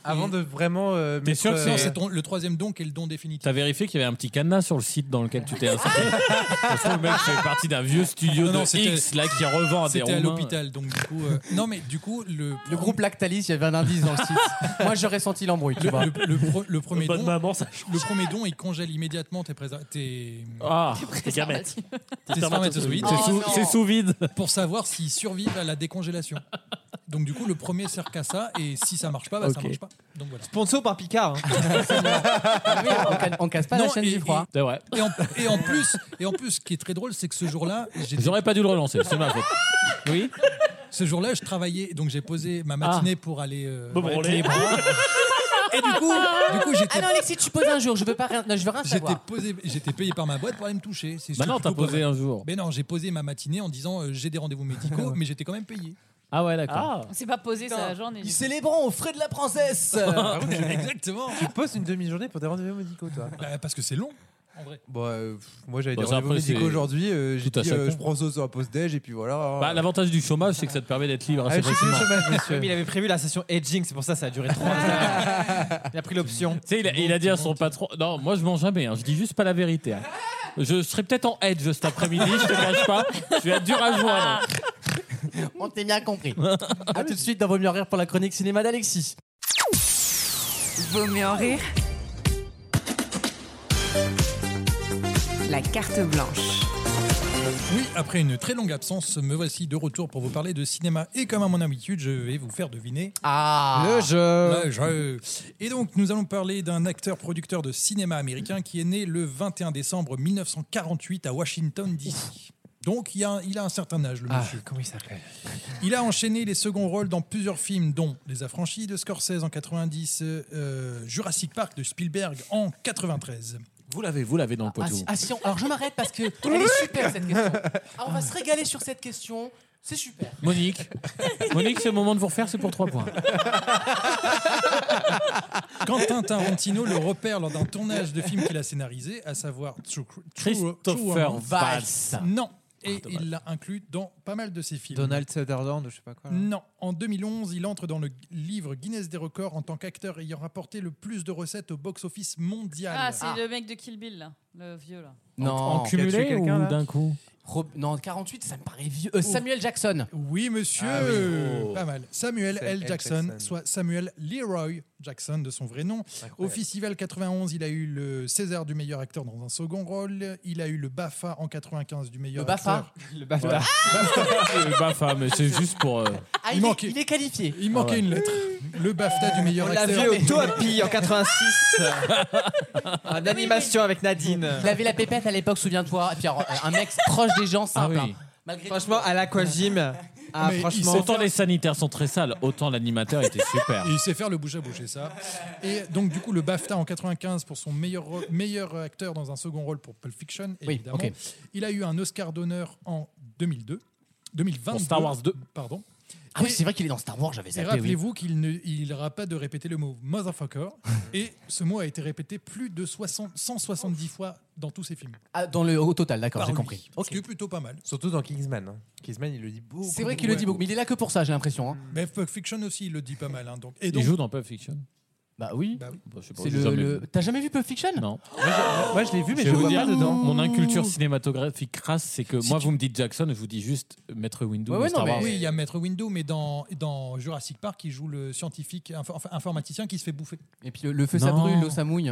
S5: Avant de vraiment. euh,
S3: Oh, T'es sûr
S5: mettre,
S3: que c'est-
S5: euh,
S17: C'est ton- le troisième don qui est le don définitif.
S3: T'as vérifié qu'il y avait un petit cadenas sur le site dans lequel tu t'es inscrit Parce que le mec fait partie d'un vieux studio
S17: Non, non,
S3: de
S17: c'était-
S3: X là qui revend à des
S17: C'était à
S3: Roumains.
S17: l'hôpital, donc du coup. euh, non, mais du coup, le.
S24: Le groupe Lactalis, il y avait un indice dans le site. Moi, j'aurais senti l'embrouille, tu
S17: Le,
S24: vois.
S17: le- le pro- le premier
S24: Bonne
S17: don,
S24: maman, ça
S17: le premier don, il congèle immédiatement tes présa- tes
S3: ah,
S17: tes gamètes, tes spermatozoïdes.
S3: spermatozoïdes. C'est sous- Oh, c'est non. sous vide
S17: pour savoir s'ils survivent à la décongélation. Donc du coup, le premier sert qu'à ça et si ça marche pas, bah, ça
S3: Ok.
S17: marche pas. Donc voilà.
S7: Sponsor par Picard.
S24: on casse pas la chaîne
S17: et,
S24: du froid.
S17: et-
S3: C'est vrai.
S17: Et en, et en plus, et en plus, ce qui est très drôle, c'est que ce jour-là, j'ai-
S3: J'aurais pas dû le relancer, c'est ma faute. Oui.
S17: ce jour-là, je travaillais, donc j'ai posé ma matinée pour aller euh,
S3: Me
S17: avec
S3: branler.
S17: les bras. Et du coup, du coup, j'étais
S24: Ah non, Alexis, tu poses un jour, je veux pas rien, non, je veux rien
S17: J'étais
S5: Ah
S24: savoir.
S17: posé- j'étais payé par ma boîte pour aller me toucher. C'est
S3: Bah
S17: ce
S3: non,
S17: que je
S3: t'as
S17: comprends
S3: posé
S17: pas.
S3: un jour.
S17: Mais non, j'ai posé ma matinée en disant euh, j'ai des rendez-vous médicaux, mais j'étais quand même payé.
S3: Ah ouais,
S21: On s'est pas posé sa journée.
S24: Ils célébrant aux frais de la princesse.
S17: Ah Bah Exactement.
S5: Tu poses une demi-journée pour des rendez-vous médicaux, toi.
S17: Bah, parce que c'est long.
S5: Bon, euh, pff, moi j'avais
S17: Bah,
S3: Bon,
S5: des
S3: ça,
S5: rendez-vous
S3: après, c'est
S5: médicaux aujourd'hui. euh, j'ai
S3: tout à
S5: dit,
S3: chacun.
S5: euh, je prends ça sur la pause déj et puis voilà.
S3: Bah, L'avantage du chômage, c'est que ça te permet d'être libre
S5: Ah,
S3: assez
S5: je suis plus au
S3: facilement.
S5: chômage, monsieur.
S7: Il avait prévu la session edging, c'est pour ça que ça a duré trois heures. Il a pris l'option.
S3: Tu sais, il, a- il a dit à son patron Non, moi je mens jamais, hein, je dis juste pas la vérité. hein. Je serai peut-être en edge cet après-midi, je te cache pas. Je vais être dur à joindre.
S24: On t'a bien compris. A tout de suite dans Vaut mieux en rire pour la chronique cinéma d'Alexis.
S22: Vaut mieux en rire. La carte blanche.
S17: Oui, après une très longue absence, me voici de retour pour vous parler de cinéma. Et comme à mon habitude, je vais vous faire deviner.
S24: Ah
S7: Le jeu.
S17: Le jeu. Et donc, nous allons parler d'un acteur-producteur de cinéma américain qui est né le 21 décembre 1948 à Washington, D.C. Donc, il a, il a un certain âge,
S22: Ah.
S17: le monsieur.
S7: comment il s'appelle
S17: Il a enchaîné les seconds rôles dans plusieurs films, dont Les Affranchis de Scorsese en 90, euh, Jurassic Park de Spielberg en 93.
S3: Vous l'avez, vous l'avez dans le
S24: Ah, si, ah, si, on- alors je m'arrête parce que elle est super cette question. Ah, on va se régaler sur cette question. C'est super.
S3: Monique, Monique, c'est le moment de vous refaire, c'est pour 3 points.
S17: Quentin Tarantino le repère lors d'un tournage de film qu'il a scénarisé, à savoir True, True-
S3: Christopher Ah,
S17: True-
S3: Waltz.
S17: Non, et il l'a inclus dans pas mal de ses films.
S7: Donald Sutherland, je sais pas quoi. là.
S17: Non, en 2011, il entre dans le livre Guinness des
S24: Ah,
S17: records en tant qu'acteur ayant rapporté le plus de recettes au box-office mondial.
S21: Ah, c'est le mec de Kill Bill là. Le vieux, là.
S3: En- en cumulé ou d'un coup
S24: Rob- Non, 48, ça me paraît vieux. Euh, Samuel Jackson.
S17: Oui, monsieur. euh,
S24: Ah oui.
S2: Oh.
S17: Pas mal. Samuel
S24: C'est
S17: L.
S24: L.
S17: Jackson,
S24: Jackson.
S17: soit Samuel Leroy Jackson de son vrai nom. Au Festival 91, il a eu le César du meilleur acteur dans un second rôle. Il a eu le BAFA en 95 du meilleur
S24: Le BAFA Ah,
S17: acteur.
S24: Le
S3: BAFTA. Le BAFTA, mais c'est juste pour. euh,
S24: Ah, il, est, il est qualifié.
S17: Il manquait
S3: Ah ouais.
S17: une lettre. Le BAFTA du meilleur
S7: On
S17: acteur.
S7: l'avait au Toapi en 86. en animation avec Nadine.
S24: Il avait la pépette à l'époque, souviens-toi. Et puis alors, euh, un mec proche des
S2: Ah
S24: gens,
S5: Ah
S24: simple. hein. Malgré
S7: Franchement, à l'aquagym. Ah, franchement.
S3: autant les sanitaires sont très sales, autant l'animateur était super.
S17: Et il sait faire le bouche à bouche, c'est ça. Et donc, du coup, le BAFTA en 95 pour son meilleur, rôle- meilleur acteur dans un second rôle pour Pulp Fiction,
S3: Oui,
S17: évidemment.
S3: ok.
S17: Il a eu un Oscar d'honneur en 2002. 2022.
S3: Pour Star Wars 2.
S17: Pardon.
S24: Ah oui, c'est vrai qu'il est dans Star Wars, j'avais
S17: Et
S24: zappé. oui.
S17: rappelez-vous qu'il ne- il n'aura pas de répéter le mot motherfucker. et ce mot a été répété plus de 60 170 fois dans tous ses films.
S24: Ah, dans le, au total, d'accord,
S17: Par
S24: j'ai
S17: lui.
S24: compris.
S17: Ce qui est plutôt pas mal.
S5: Surtout dans Kingsman. hein. Kingsman, il le dit beaucoup.
S24: C'est vrai qu'il le dit beaucoup, mais il est là que pour ça, j'ai l'impression. hein.
S17: Mais Pulp Fiction aussi, il le dit pas mal. hein, donc. Et
S3: Il
S17: donc-
S3: joue dans Pulp Fiction
S24: Bah oui.
S3: je sais pas,
S24: C'est
S3: j'ai
S24: le-
S3: jamais
S24: le-
S3: vu.
S24: T'as jamais vu Pulp Fiction
S3: Non.
S5: Moi, je l'ai vu, mais je le
S3: vais vous
S5: vois
S3: dire,
S5: pas dedans.
S3: Mon inculture cinématographique crasse, c'est que
S17: Si
S3: moi,
S17: tu-
S3: vous me dites Jackson, je vous dis juste Maître Windu.
S17: Ouais,
S3: ou
S17: ouais, non,
S3: Star
S17: mais-
S3: Wars.
S17: Oui, il y a Maître Window, mais dans, dans Jurassic Park, il joue le scientifique info- enfin, informaticien qui se fait bouffer.
S24: Et puis le, le feu ça
S3: Non.
S24: brûle, l'eau ça mouille.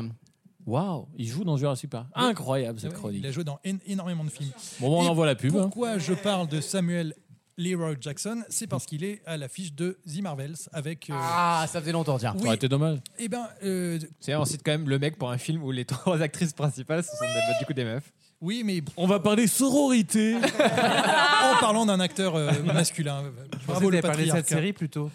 S3: Waouh, il joue dans Jurassic Park. Incroyable cette
S17: Ah, Ouais,
S3: chronique.
S17: Il a joué dans en- énormément de films.
S3: Bon, on
S17: Et
S3: envoie la pub. hein.
S17: Pourquoi je parle de Samuel Leroy Jackson C'est parce qu'il est à l'affiche de The Marvels avec. euh,
S24: Ah, ça faisait longtemps, tiens.
S17: Oui. Ouais, t'es
S3: dommage.
S17: Eh ben, euh,
S7: C'est on cite quand même le mec pour un film où les trois actrices principales ce sont des- du coup des meufs.
S17: Oui, mais
S3: on va parler sororité.
S17: en parlant d'un acteur euh, masculin. Bravo le
S5: t'avais parlé de cette
S17: patriarcat.
S5: série plutôt.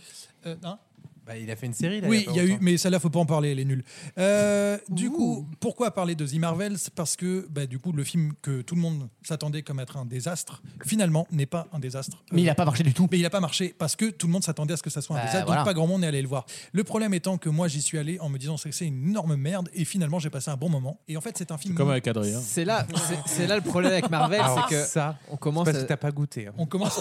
S17: Euh, hein
S5: Bah, il a fait une série là.
S17: Oui,
S5: pas
S17: il y a eu,
S5: longtemps.
S17: mais celle-là, faut pas en parler, elle est nulle. Euh, du coup, pourquoi parler de The Marvels Parce que, bah, du coup, le film que tout le monde s'attendait comme être un désastre, finalement, n'est pas un désastre. Euh,
S24: Mais il a pas marché du tout.
S17: Mais il a pas marché parce que tout le monde s'attendait à ce que ça soit un
S24: Bah,
S17: désastre,
S24: voilà.
S17: donc pas grand monde est allé le voir. Le problème étant que moi, j'y suis allé en me disant que c'est une énorme merde, et finalement, j'ai passé un bon moment. Et en fait, c'est un film.
S3: Comme avec Adrien.
S7: C'est là, c'est- c'est là le problème avec Marvel,
S17: Ah,
S5: Alors
S7: c'est que
S5: ça,
S7: on commence.
S5: c'est parce
S7: à-
S5: que t'as pas goûté. hein.
S17: On commence.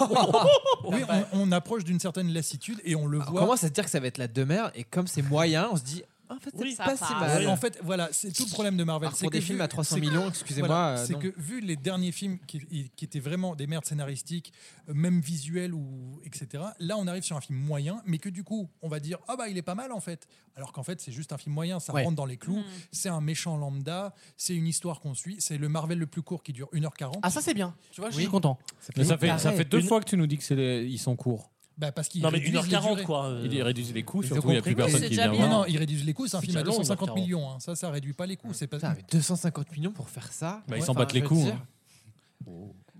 S17: oui, on, on approche d'une certaine lassitude et on le
S7: on
S17: voit. Bah,
S7: commence à se dire que ça va être la demeure et comme c'est moyen, on se dit ah, en fait c'est
S17: Oui,
S7: pas si mal.
S17: Ah En fait, voilà, c'est tout le problème de Marvel.
S7: Alors,
S17: c'est
S7: pour
S17: que
S7: des films à 300
S17: c'est que-
S7: millions, excusez-moi,
S17: voilà,
S7: euh,
S17: c'est
S7: non.
S17: que vu les derniers films qui, qui étaient vraiment des merdes scénaristiques, euh, même visuelles ou etc. Là, on arrive sur un film moyen, mais que du coup, on va dire ah bah il est pas mal en fait. Alors qu'en fait, c'est juste un film moyen, ça
S24: Ouais.
S17: rentre dans les
S7: Mm.
S17: clous. C'est un méchant lambda, c'est une histoire qu'on suit. C'est le Marvel le plus court qui dure 1h40.
S24: Ah, ça c'est bien. Tu vois, je
S17: Oui.
S24: suis content.
S3: Mais ça fait, ça
S17: Arrête.
S3: fait deux
S17: Ah, Une-
S3: fois que tu nous dis que c'est les- ils sont courts.
S17: Bah, parce qu'ils
S6: Non, mais
S17: réduisent les
S6: 1h40,
S17: durées.
S6: quoi, euh.
S3: Ils réduisent les coûts,
S6: Ils ont
S3: surtout il n'y a
S6: compris
S3: plus
S6: que
S3: personne
S6: c'est
S3: qui
S6: déjà
S3: vient.
S6: bien.
S3: voir.
S17: Non, non, ils réduisent les coûts. C'est un
S6: C'est
S17: film à
S6: déjà long,
S17: 250
S6: 1h40.
S17: millions. hein. Ça, ça réduit pas les coûts. C'est pas.
S7: Putain, mais 250 millions pour faire ça.
S3: Bah,
S7: Ouais,
S3: ils s'en
S7: enfin,
S3: battent les
S7: je veux
S3: couilles,
S7: dire,
S3: hein.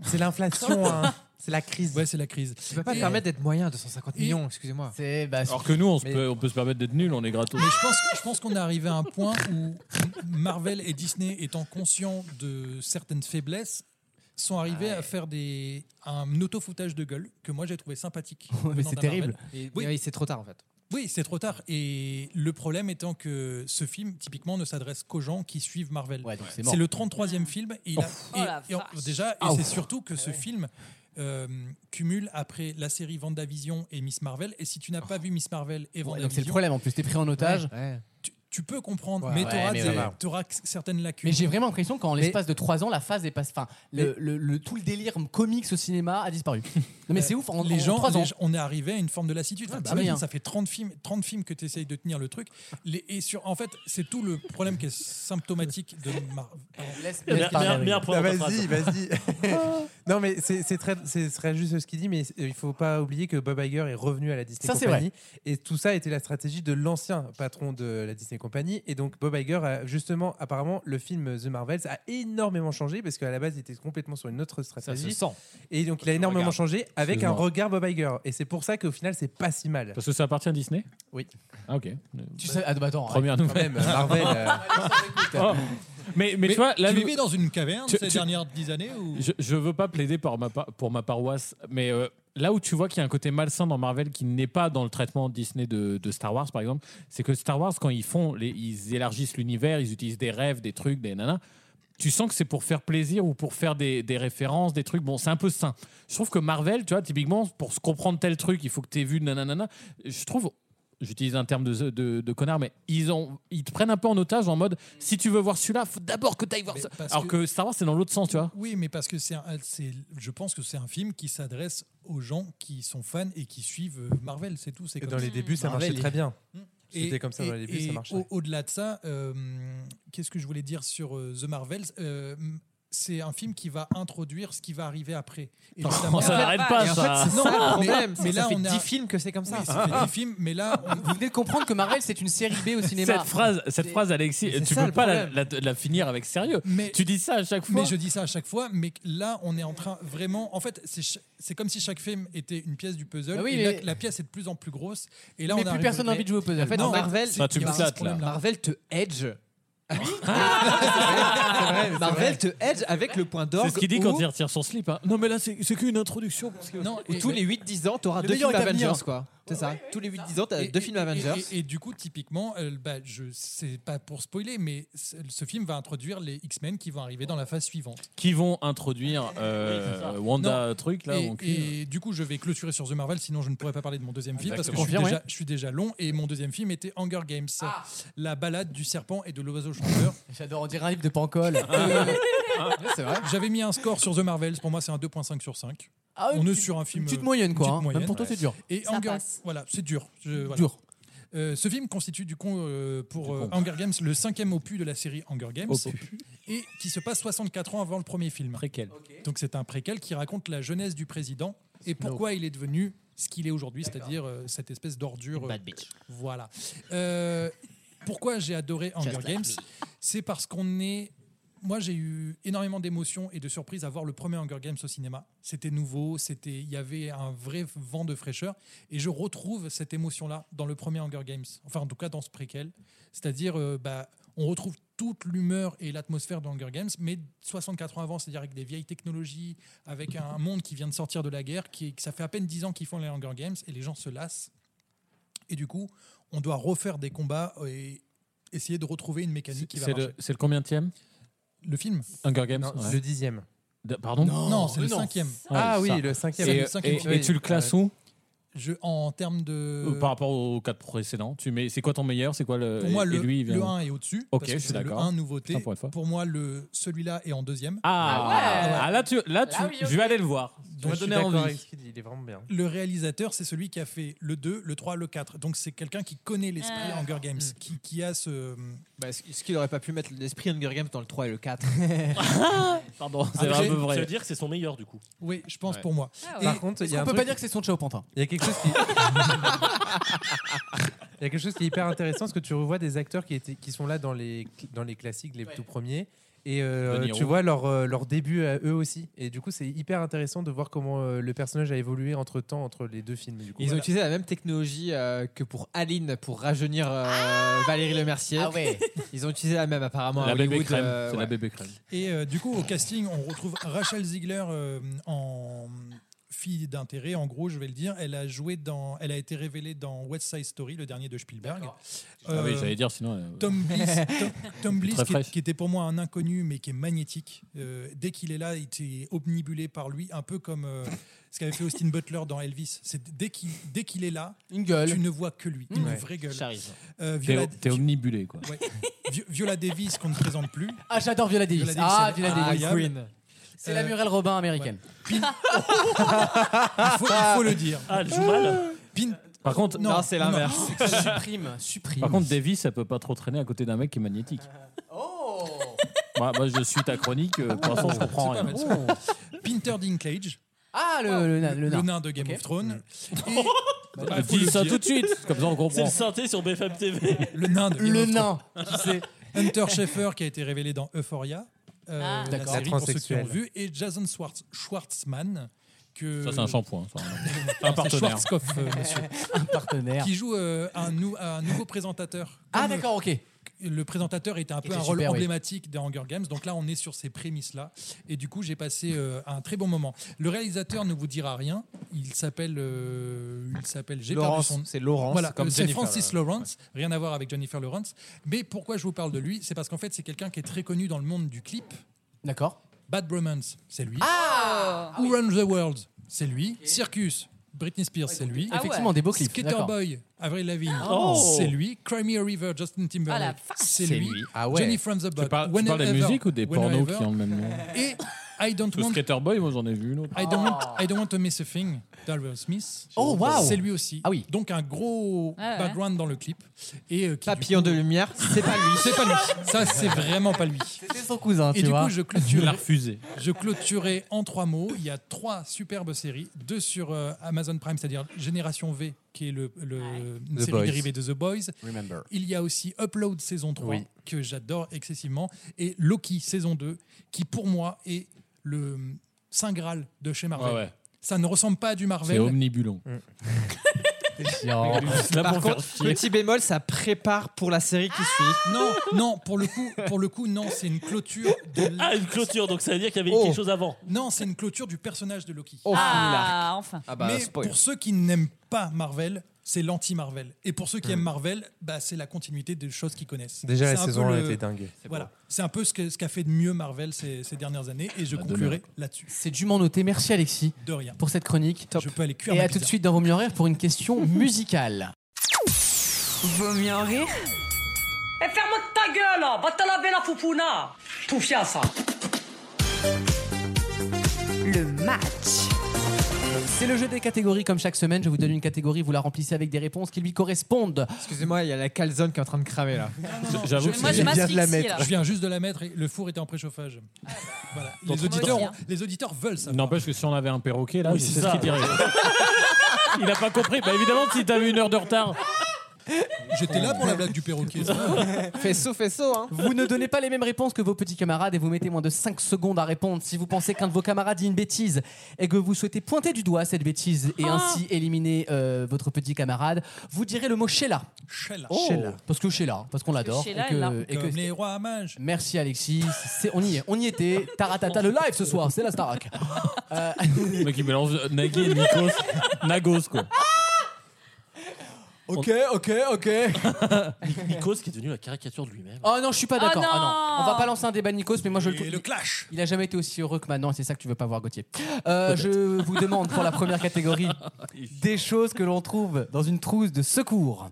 S5: C'est l'inflation. hein. C'est la crise.
S17: Ouais, c'est la crise.
S7: Tu peux pas te permettre d'être moyen à 250 millions, excusez-moi.
S24: C'est
S3: Alors que nous, on, se peut, on peut se permettre d'être nul, on est gratos.
S17: bah, Ah, Mais je pense, je pense qu'on est arrivé à un point où Marvel et Disney, étant conscients de certaines faiblesses, sont arrivés à faire des, un auto-foutage de gueule que moi j'ai trouvé sympathique.
S7: Ouais, mais
S17: venant
S7: c'est
S17: d'un
S7: terrible.
S17: Marvel.
S7: Et-
S17: oui,
S7: mais c'est trop tard en fait.
S17: Oui, c'est trop tard. Et le problème étant que ce film, typiquement, ne s'adresse qu'aux gens qui suivent Marvel.
S24: donc c'est
S17: c'est
S24: mort.
S17: le 33e film. Et il a-
S24: Ouf.
S17: et-
S24: Oh la
S17: et en-
S24: vache.
S17: déjà, et
S24: Ah,
S17: c'est
S24: ouf.
S17: surtout que ce film euh, cumule après la série Vendavision et Miss Marvel. Et si tu n'as pas vu Miss Marvel
S24: Oh. Ouais,
S17: et Vendavision.
S24: donc c'est le problème en plus, t'es pris en otage.
S17: Tu, tu peux comprendre,
S24: Ouais,
S17: mais
S24: ouais,
S17: t'auras
S24: mais
S17: des-
S24: ça va.
S17: t'auras que certaines lacunes.
S24: Mais j'ai vraiment l'impression qu'en
S17: Mais-
S24: l'espace de 3 ans, la phase est passée. Enfin, le, le- le- tout le délire comics au cinéma a disparu. non, mais c'est ouf, en,
S17: les gens,
S24: 3 ans.
S17: les gens- on est arrivé à une forme de lassitude. Enfin,
S24: bah
S17: t'imagines,
S24: oui, hein.
S17: Ça fait 30 films, 30 films que tu essayes de tenir le truc. Les- et sur, en fait, c'est tout le problème qui est symptomatique de Mar- pardon.
S6: Mets- mets- mets un point
S5: Ah,
S6: dans ta
S5: vas-y,
S6: phrase.
S5: vas-y. non, mais c'est c'est très, c'est très juste ce qu'il dit, mais c'est- il faut pas oublier que Bob Iger est revenu à la Disney
S24: Ça, c'est
S5: Company. Et tout ça était la stratégie de l'ancien patron de la Disney Company. Et donc, Bob Iger, a, justement, apparemment, le film The Marvels a énormément changé parce qu'à la base, il était complètement sur une autre stratégie.
S3: sent.
S5: Et donc, il a énormément
S3: Regarde.
S5: changé avec un
S3: Excuse-moi.
S5: regard Bob Iger. Et c'est pour ça qu'au final, c'est pas si mal.
S3: Parce que ça appartient à Disney
S5: Oui.
S3: Ah, ok.
S24: Tu sais, ah, bah, attends,
S3: Première
S24: arrête. Quand
S3: nouvelle.
S24: même, Marvel, euh.
S3: Oh. Mais, mais, tu vois, là,
S17: tu
S3: nous-
S17: vivais dans une caverne
S3: Tu-
S17: ces
S3: tu-
S17: dernières dix années ou
S3: Je, je veux pas plaider par ma par- pour ma paroisse, mais euh, là où tu vois qu'il y a un côté malsain dans Marvel qui n'est pas dans le traitement Disney de, de Star Wars, par exemple, c'est que Star Wars, quand ils font, les- ils élargissent l'univers, ils utilisent des rêves, des trucs, des nanas. Tu sens que c'est pour faire plaisir ou pour faire des, des références, des trucs. Bon, c'est un peu sain. Je trouve que Marvel, tu vois, typiquement, pour se comprendre tel truc, il faut que tu aies vu nanana. Je trouve j'utilise un terme de, de, de connard, mais ils, ont, ils te prennent un peu en otage en mode si tu veux voir celui-là, faut d'abord que tu ailles voir ça.
S17: parce
S3: Alors
S17: que-
S3: que... Star Wars, c'est dans l'autre sens, tu vois.
S17: Oui, mais parce que c'est, un- euh, c'est- je pense que c'est un film qui s'adresse aux gens qui sont fans et qui suivent euh, Marvel, c'est tout. C'est
S5: Et
S17: comme
S5: dans les débuts, ça marchait
S17: il-
S5: très bien.
S17: Hmm.
S5: C'était
S17: Et-
S5: comme ça dans les
S17: et-
S5: débuts, ça
S17: et
S5: marchait.
S17: au- Au-delà de ça, euh, qu'est-ce que je voulais dire sur euh, The Marvels Euh, m- c'est un film qui va introduire ce qui va arriver après. Et
S3: Oh,
S17: notamment-
S3: ça n'arrête pas,
S17: Et en fait,
S3: ça.
S17: c'est
S3: Non,
S17: ça le
S3: mais-
S17: problème.
S3: mais là, on a-
S17: Oui, ça fait 10 films, mais là,
S24: vous venez de comprendre que Marvel c'est une série B au cinéma.
S3: Cette phrase, cette phrase Alexis,
S17: c'est
S3: tu
S17: ça,
S3: peux
S17: le
S3: pas la,
S17: problème.
S3: la- la finir avec sérieux.
S17: Mais-
S3: tu dis ça à chaque fois.
S17: Mais je dis ça à chaque fois, mais que là, on est en train vraiment. En fait, c'est ch- c'est comme si chaque film était une pièce du puzzle.
S24: Bah oui,
S17: et là,
S24: mais-
S17: la pièce est de plus en plus grosse. Et là,
S24: Mais
S17: on
S24: plus
S17: arrive-
S24: personne n'a envie de jouer au puzzle.
S17: Mais-
S24: En fait,
S17: Non,
S24: Marvel,
S17: c'est-
S24: Ah, tu
S17: il y a
S24: me
S17: ce
S24: flattes, là.
S17: problème-là.
S7: Marvel te edge.
S17: Ah vrai.
S24: Ah,
S7: Marvel te edge avec le point d'orgue.
S3: C'est ce qu'il dit quand
S7: où-
S3: il retire son slip. hein. Non, mais là, c'est c'est qu'une introduction. parce que-
S7: Non, où tous les 8-10 ans, t'auras
S3: Le
S7: deux
S3: meilleur
S7: films
S3: est à venir.
S7: Avengers, quoi. C'est ça. Tous les 8-10 ans, t'as
S17: Et-
S7: deux
S17: et-
S7: films
S17: et-
S7: Avengers.
S17: Et, et du coup, typiquement, euh, bah, je c'est pas pour spoiler, mais ce ce film va introduire les X-Men qui vont arriver dans la phase suivante.
S3: Qui vont introduire euh, Wanda
S17: Non.
S3: truc là.
S17: Et,
S3: mon cul.
S17: et du coup, je vais clôturer sur The Marvel, sinon je ne pourrais pas parler de mon deuxième film parce que je suis,
S3: Confirme,
S17: déjà,
S3: ouais.
S17: je suis déjà long et mon deuxième film était Hunger Games, la balade du serpent et de l'oiseau chanteur.
S24: Ah. J'adore, on dirait un livre de Pancol.
S17: Euh, c'est vrai. Ah, J'avais mis un score sur The Marvels, pour moi c'est un 2.5 sur 5.
S24: Ah oui,
S17: On est
S24: petite-
S17: sur un film.
S24: une petite
S17: euh,
S24: moyenne, quoi,
S17: petite
S24: hein. Même pour toi, c'est dur.
S17: Et
S24: Ça
S17: Hunger-
S24: passe.
S17: voilà, c'est dur. Je- voilà.
S24: Dur.
S17: Euh, ce film constitue du coup euh, pour euh, Hunger Games le cinquième opus de la série Hunger Games
S3: Opus.
S17: et qui se passe 64 ans avant le premier film.
S3: Préquel.
S17: Donc c'est un préquel qui raconte la jeunesse du président et pourquoi il est devenu ce qu'il est aujourd'hui, c'est-à-dire euh, cette espèce d'ordure. euh,
S6: Bad bitch.
S17: Voilà. Euh, pourquoi j'ai adoré Hunger
S6: Just like
S17: Games
S6: me.
S17: C'est parce qu'on est. Moi, j'ai eu énormément d'émotions et de surprises à voir le premier Hunger Games au cinéma. C'était nouveau, c'était, il y avait un vrai vent de fraîcheur, et je retrouve cette émotion-là dans le premier Hunger Games. Enfin, en tout cas, dans ce préquel, c'est-à-dire, euh, bah, on retrouve toute l'humeur et l'atmosphère de Hunger Games, mais 64 ans avant, c'est-à-dire avec des vieilles technologies, avec un monde qui vient de sortir de la guerre, qui, que ça fait à peine 10 ans qu'ils font les Hunger Games, et les gens se lassent. Et du coup, on doit refaire des combats et essayer de retrouver une mécanique qui va
S3: C'est
S17: marcher.
S3: le, c'est le combientième
S17: Le film
S3: Hunger Games
S17: Non,
S3: ouais.
S17: le dixième.
S3: De- pardon
S17: Non, c'est le cinquième.
S5: Ah oui,
S3: ça.
S5: le cinquième.
S3: Et,
S5: Le cinquième,
S3: et-
S5: oui.
S3: et tu le classes
S17: Euh,
S3: où
S17: Je, en termes de.
S3: Euh, Par rapport aux quatre précédents, tu mets. C'est quoi ton meilleur C'est quoi le
S17: Pour moi,
S3: et
S17: le,
S3: lui, il vient-
S17: le 1 est au-dessus.
S3: Ok,
S17: parce que
S3: je suis
S17: c'est
S3: d'accord.
S17: Le 1 nouveauté.
S3: Putain, pour une fois.
S17: pour moi, le, celui-là est en deuxième.
S3: Ah,
S17: ouais.
S3: ah, là tu, là tu, je vais aller le voir. Tu
S17: Donc,
S3: m'as
S17: je suis
S3: donné
S17: d'accord
S3: envie.
S17: avec ce
S5: qu'il dit, il est vraiment bien.
S17: Le réalisateur, c'est celui qui a fait le 2, le 3, le 4. Donc c'est quelqu'un qui connaît l'esprit
S7: Ah.
S17: Hunger Games,
S3: Mm.
S17: qui, qui a ce.
S7: Bah, ce ce qu'il aurait pas pu mettre l'esprit Hunger Games dans le 3 et le 4.
S3: Pardon,
S17: c'est Après, un peu vrai.
S6: Ça veut dire que c'est son meilleur du coup.
S17: Oui, je pense
S6: Ouais.
S17: pour moi.
S6: Ah
S17: Et-
S6: ouais. Par contre,
S24: Est-ce qu'on peut pas dire que c'est son chat au pantin
S5: Il y a quelque chose qui. Il y a quelque chose qui est hyper intéressant, parce que tu revois des acteurs qui, étaient, qui sont là dans les, dans les classiques, les tout premiers, et euh,
S17: De Niro.
S5: tu vois leur, euh, leur début à eux aussi. Et du coup, c'est hyper intéressant de voir comment euh, le personnage a évolué entre temps, entre les deux films. Du coup,
S7: Ils ont
S5: Voilà.
S7: utilisé la même technologie euh, que pour Aline, pour rajeunir euh, Valérie Le Mercier.
S17: Ah ouais.
S7: Ils ont utilisé la même apparemment. à
S3: La bébé
S7: Hollywood,
S3: crème.
S7: euh,
S3: c'est la
S7: ouais.
S3: bébé crème.
S17: Et euh, du coup, au casting, on retrouve Rachel Ziegler euh, en fille d'intérêt, en gros, je vais le dire. Elle a joué dans, elle a été révélée dans West Side Story, le dernier de Spielberg.
S3: Ah oui,
S17: Euh,
S3: j'allais dire sinon. euh,
S17: Tom Bliss, Tom, Tom Bliss,
S3: Très
S17: qui,
S3: fraîche.
S17: qui était pour moi un inconnu, mais qui est magnétique. Euh, dès qu'il est là, il était omnibulé par lui, un peu comme euh, ce qu'avait fait Austin Butler dans Elvis. C'est dès qu'il dès qu'il est là, tu ne vois que lui, une
S3: Ouais.
S17: vraie gueule.
S3: Charisme.
S17: Euh,
S3: T'es
S17: Viola,
S3: t'es omnibulé quoi.
S17: Ouais. Vi- Viola Davis qu'on ne présente plus.
S24: Ah, j'adore Viola Davis. Ah,
S17: elle est
S24: Viola Davis.
S17: incroyable.
S24: Queen. C'est la
S17: Euh,
S24: Muriel Robin américaine.
S17: Il faut, il faut le dire.
S6: Ah, elle joue mal.
S3: Par contre,
S17: Non, Non, c'est l'inverse. non.
S24: supprime, supprime.
S3: Par contre, Davis, ça peut pas trop traîner à côté d'un mec qui est magnétique.
S7: Oh.
S3: moi, moi, je suis ta chronique. euh, Pour l'instant, je comprends
S17: C'est
S3: rien.
S17: pas mal, Oh. c'est pas mal. Pinter Dinklage.
S24: Ah, le, le nain, le nain.
S17: de Game of Thrones.
S3: Bah, dis ça tout de suite, comme ça on comprend.
S6: C'est le synthé sur BFM TV.
S17: Le nain de Game
S6: Le
S17: of
S6: nain,
S17: Thrones.
S6: tu sais.
S17: Hunter Schaeffer qui a été révélé dans Euphoria. euh,
S6: Ah.
S17: la
S6: D'accord.
S17: série, pour ceux qui l'ont
S6: Transsexuel.
S17: vu. Et Jason Schwartz, Schwartzman. Que...
S3: Ça, c'est un shampoing, ça.
S17: Non,
S3: Un
S17: c'est
S3: partenaire.
S17: Schwarzkopf, euh, monsieur.
S24: Un partenaire.
S17: Qui joue euh, un, nou- un nouveau présentateur.
S24: Ah,
S17: Comme, euh,
S24: d'accord, ok.
S17: Le présentateur était un peu
S24: était
S17: un rôle
S24: super, oui.
S17: emblématique des Hunger Games. Donc là, on est sur ces prémices-là. Et du coup, j'ai passé euh, un très bon moment. Le réalisateur ne vous dira rien. Il s'appelle. euh, il s'appelle. j'ai perdu
S7: Laurence,
S17: son-
S7: c'est Laurence,
S17: Voilà,
S7: comme
S17: euh, c'est
S7: Jennifer,
S17: Francis
S7: euh,
S17: Lawrence. Rien à voir avec Jennifer Lawrence. Mais pourquoi je vous parle de lui C'est parce qu'en fait, c'est quelqu'un qui est très connu dans le monde du clip.
S24: D'accord.
S17: Bad Bromance, c'est lui. Ah Who Runs the World, c'est lui. Circus, Britney Spears, c'est lui.
S26: Ah Effectivement, ouais. des beaux clips,
S17: Skater
S26: d'accord.
S17: Boy, Avril Lavigne,
S26: Oh.
S17: c'est lui. Cry Me a River, Justin
S4: Ah, la
S17: Timberlake,
S4: vache.
S17: c'est
S4: C'est
S17: lui.
S4: lui. Ah ouais.
S17: Jenny from the
S3: Tu
S17: Bug,
S3: parles- tu
S17: When
S3: parles de la
S17: Ever,
S3: musique ou des
S17: When
S3: pornos
S17: Ever.
S3: qui ont le même nom
S17: Et I Don't
S3: Parce que
S17: Want
S3: Skater Boy, moi j'en ai vu une autre.
S17: I don't, want, I don't want to miss a thing, Darryl Smith.
S3: Oh, waouh.
S17: C'est lui aussi.
S3: Ah oui.
S17: Donc un gros
S3: Ah ouais.
S17: background dans le clip. Et, euh,
S7: Papillon de lumière, c'est pas lui.
S17: C'est pas lui. Ça, c'est vraiment pas lui. C'était
S2: son cousin,
S17: Et
S2: tu
S17: du
S2: vois.
S17: coup, je
S3: Tu l'as
S17: clôturais.
S3: refusé.
S17: Je clôturais en trois mots. Il y a trois superbes séries. Deux sur euh, Amazon Prime, c'est-à-dire Génération V, qui est le, le- une
S2: The
S17: série
S2: Boys.
S17: dérivée de The Boys.
S2: Remember.
S17: Il y a aussi Upload saison 3,
S2: Oui.
S17: que j'adore excessivement. Et Loki saison 2, qui pour moi est le hum, Saint Graal de chez Marvel.
S3: Ouais, ouais.
S17: Ça ne ressemble pas à du Marvel.
S3: C'est omnibulon. Là,
S7: Par
S3: pour faire
S7: contre,
S3: chier.
S7: petit bémol, ça prépare pour la série qui suit.
S17: Ah Non, non, pour le coup, pour le coup, non, c'est une clôture. De...
S6: Ah, une clôture, donc ça veut dire qu'il y avait
S17: Oh.
S6: quelque chose avant.
S17: Non, c'est une clôture du personnage de Loki.
S6: Oh,
S4: Ah, enfin.
S2: bah,
S17: Mais pour ceux qui n'aiment pas Marvel, c'est l'anti-Marvel. Et pour ceux qui
S5: Hmm.
S17: aiment Marvel, bah, c'est la continuité des choses qu'ils connaissent.
S5: Déjà, la
S17: C'est un
S5: saison
S17: peu
S5: un
S17: le-
S5: était dingue. C'est
S17: Voilà, c'est un peu ce que- ce qu'a fait de mieux Marvel ces, ces dernières années, et je conclurai là-dessus.
S2: Bah, C'est dûment noté. Merci Alexis
S17: De rien.
S2: pour cette chronique.
S17: Je peux aller cuire
S2: Et
S17: ma
S2: à tout de
S17: pizza.
S2: suite dans Vos mieux en rire pour une question musicale.
S1: Vaut mieux en rire. Et Eh, ferme ta gueule, hein. va te laver la foufouna. Tout fier, ça.
S2: Le match. C'est le jeu des catégories comme chaque semaine. Je vous donne une catégorie, vous la remplissez avec des réponses qui lui correspondent.
S7: Excusez-moi, il y a la calzone qui est en train de cramer là.
S17: J'avoue
S7: que Moi, c'est- je m'asphyxie, là.
S17: Je viens juste de la mettre et le four était en préchauffage.
S2: Ah bah.
S17: Voilà.
S3: Donc,
S17: Les, auditeurs,
S3: moi
S17: ont- les auditeurs veulent ça.
S3: N'empêche que si on avait un perroquet, là,
S17: Oui,
S3: c'est
S17: c'est
S3: ce
S17: ça.
S3: qu'il dirait. Il n'a pas compris. Bah, évidemment, si t'avais une heure de retard.
S17: J'étais là pour la blague du perroquet.
S7: Faisceau, faisceau. Hein.
S2: Vous ne donnez pas les mêmes réponses que vos petits camarades et vous mettez moins de 5 secondes à répondre. Si vous pensez qu'un de vos camarades dit une bêtise et que vous souhaitez pointer du doigt cette bêtise et
S26: Ah.
S2: ainsi éliminer euh, votre petit camarade, vous direz le mot Sheila.
S17: Sheila.
S2: Sheila. Parce que Sheila, parce qu'on l'adore.
S17: Sheila
S2: et que-
S17: est là.
S2: et que-
S17: Comme les rois mages.
S2: Merci Alexis, C'est- on y est, on y était. Taratata le live ce soir, c'est la Starac.
S3: Le mec, il mélange euh, Nagui et Nikos. Nagos, quoi.
S2: Ok, ok, ok.
S6: Nikos qui est devenu la caricature de lui-même.
S2: Oh non, je suis pas
S6: Oh
S2: d'accord.
S6: non.
S2: Ah non. On va pas lancer un débat Nikos, mais moi je le
S17: Et le clash.
S2: Il a jamais été aussi heureux que maintenant, et c'est ça que tu veux pas voir Gauthier. Euh, je vous demande pour la première catégorie des choses que l'on trouve dans une trousse de secours.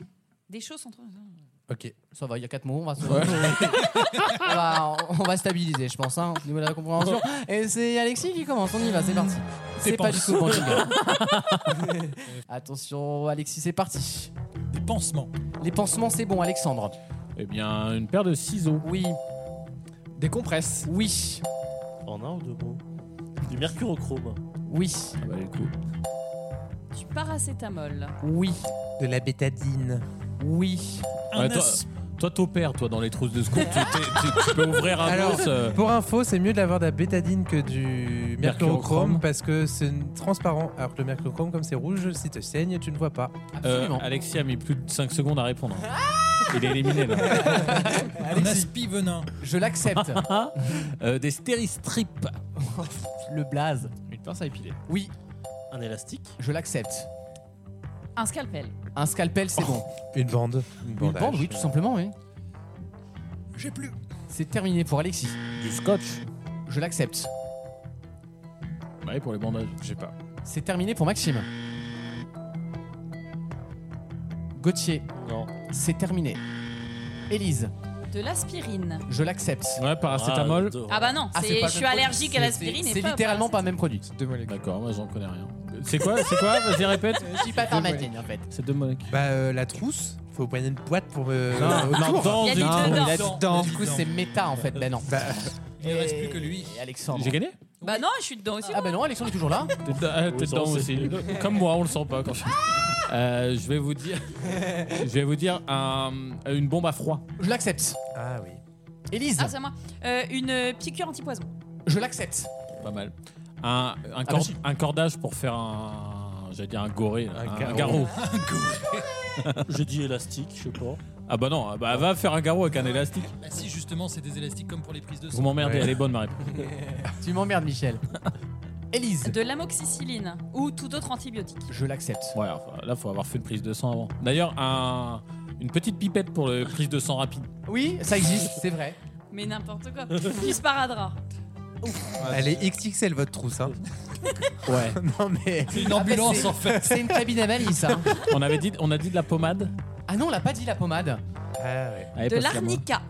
S4: Des choses sont trop.
S2: Ok. Ça va, il y a quatre mots, on va, se- on va, on va stabiliser, je pense, hein, au niveau de la compréhension. Et c'est Alexis qui commence, on y va, c'est parti. C'est pas du
S17: Dépense.
S2: tout bon jingle. Attention, Alexis, c'est parti.
S17: Des pansements.
S2: Les pansements, c'est bon, Alexandre.
S3: Eh bien, une paire de ciseaux.
S2: Oui.
S7: Des compresses.
S2: Oui.
S6: En un ou deux mots. Du mercurochrome.
S2: Oui.
S3: Ah bah, écoute.
S4: Du paracétamol.
S2: Oui.
S5: De la bétadine.
S2: Oui.
S3: Ouais, toi, toi, t'opères, toi, dans les trousses de secours. tu, t'es- tu- tu peux ouvrir un
S5: Alors,
S3: bourse, euh,
S5: pour info, c'est mieux d'avoir de la bétadine que du
S3: Mercurochrome.
S5: mercurochrome parce que c'est transparent. Alors que le mercurochrome, comme c'est rouge, si te saigne, tu ne vois pas.
S3: euh, Alexis a mis plus de 5 secondes à répondre. Il est éliminé, là.
S17: Un aspi venin.
S2: hein. Je l'accepte.
S3: Euh, des stéristrips.
S2: le blaze.
S3: Une pince à épiler.
S2: Oui.
S6: Un élastique.
S2: Je l'accepte.
S4: Un scalpel.
S2: Un scalpel, c'est bon.
S5: Oh, Une bande. bah, Une
S2: Une bande, oui, tout simplement, oui.
S17: J'ai plus.
S2: C'est terminé pour Alexis.
S3: Du scotch.
S2: Je l'accepte.
S3: Ouais, Bah pour les bandages. Je sais pas.
S2: C'est terminé pour Maxime. Gauthier.
S3: Non.
S2: C'est terminé. Élise.
S4: De l'aspirine.
S2: Je l'accepte.
S3: Ouais, paracétamol.
S4: Ah bah non,
S2: Ah,
S4: c'est-
S2: c'est pas
S4: je
S2: le
S4: suis
S2: même
S4: allergique à
S2: produit.
S4: l'aspirine
S2: C'est-
S4: et
S2: C'est
S4: pas au
S2: littéralement pas le même produit.
S7: Deux molécules.
S3: D'accord, moi, j'en connais rien. C'est quoi C'est quoi Vas-y, répète.
S2: Je suis pas
S3: Deux
S2: pharmacienne,
S3: molécules.
S2: en fait.
S3: C'est deux molécules.
S5: Bah, euh, la trousse. Faut prendre une boîte pour. euh,
S3: Non,
S5: autour.
S3: Ah, non, dans
S2: Il y a du
S3: une-
S2: dedans.
S3: il y a du dedans. Bah, euh,
S2: Du coup, c'est méta en fait. Ben non.
S17: Il ne reste plus que lui.
S2: Alexandre.
S3: J'ai gagné
S4: Bah non, je suis dedans aussi.
S2: Ah bah non, Alexandre est toujours là.
S3: T'es dedans- ah, t'es dedans aussi. Comme moi, on le sent pas quand je. Euh, je vais vous dire, je vais vous dire un- une bombe à froid.
S2: Je l'accepte.
S5: Ah oui.
S2: Élise.
S4: Ah, c'est à moi. Euh, une euh, piqûre antipoison.
S2: Je l'accepte.
S3: Pas mal. Un, un
S2: bah
S3: cord-
S2: si.
S3: un cordage pour faire un, j'allais dire un goré, un, un garrot.
S6: J'ai dit élastique, je sais pas.
S3: Ah bah non, bah va faire un garrot avec un élastique.
S17: Bah si, justement, c'est des élastiques comme pour les prises de sang.
S3: Vous m'emmerdez,
S17: Ouais.
S3: elle est bonne ma réponse.
S2: tu m'emmerdes, Michel. Élise.
S4: De l'amoxicilline ou tout autre antibiotique.
S2: Je l'accepte.
S3: Ouais, enfin, là faut avoir fait une prise de sang avant. D'ailleurs, un- une petite pipette pour le prise de sang rapide.
S2: Oui, ça existe, c'est vrai.
S4: Mais n'importe quoi. Du sparadrap.
S5: Elle est XXL votre trousse. Hein.
S3: Ouais.
S5: non mais.
S3: C'est une ambulance, en fait.
S2: Ah, bah, C'est une cabine à valise, ça.
S3: On avait dit, on a dit de la pommade.
S2: Ah non, on l'a pas dit la pommade.
S3: Ah
S5: Ah,
S3: Allez,
S4: De
S3: passe-la-moi.
S4: l'arnica.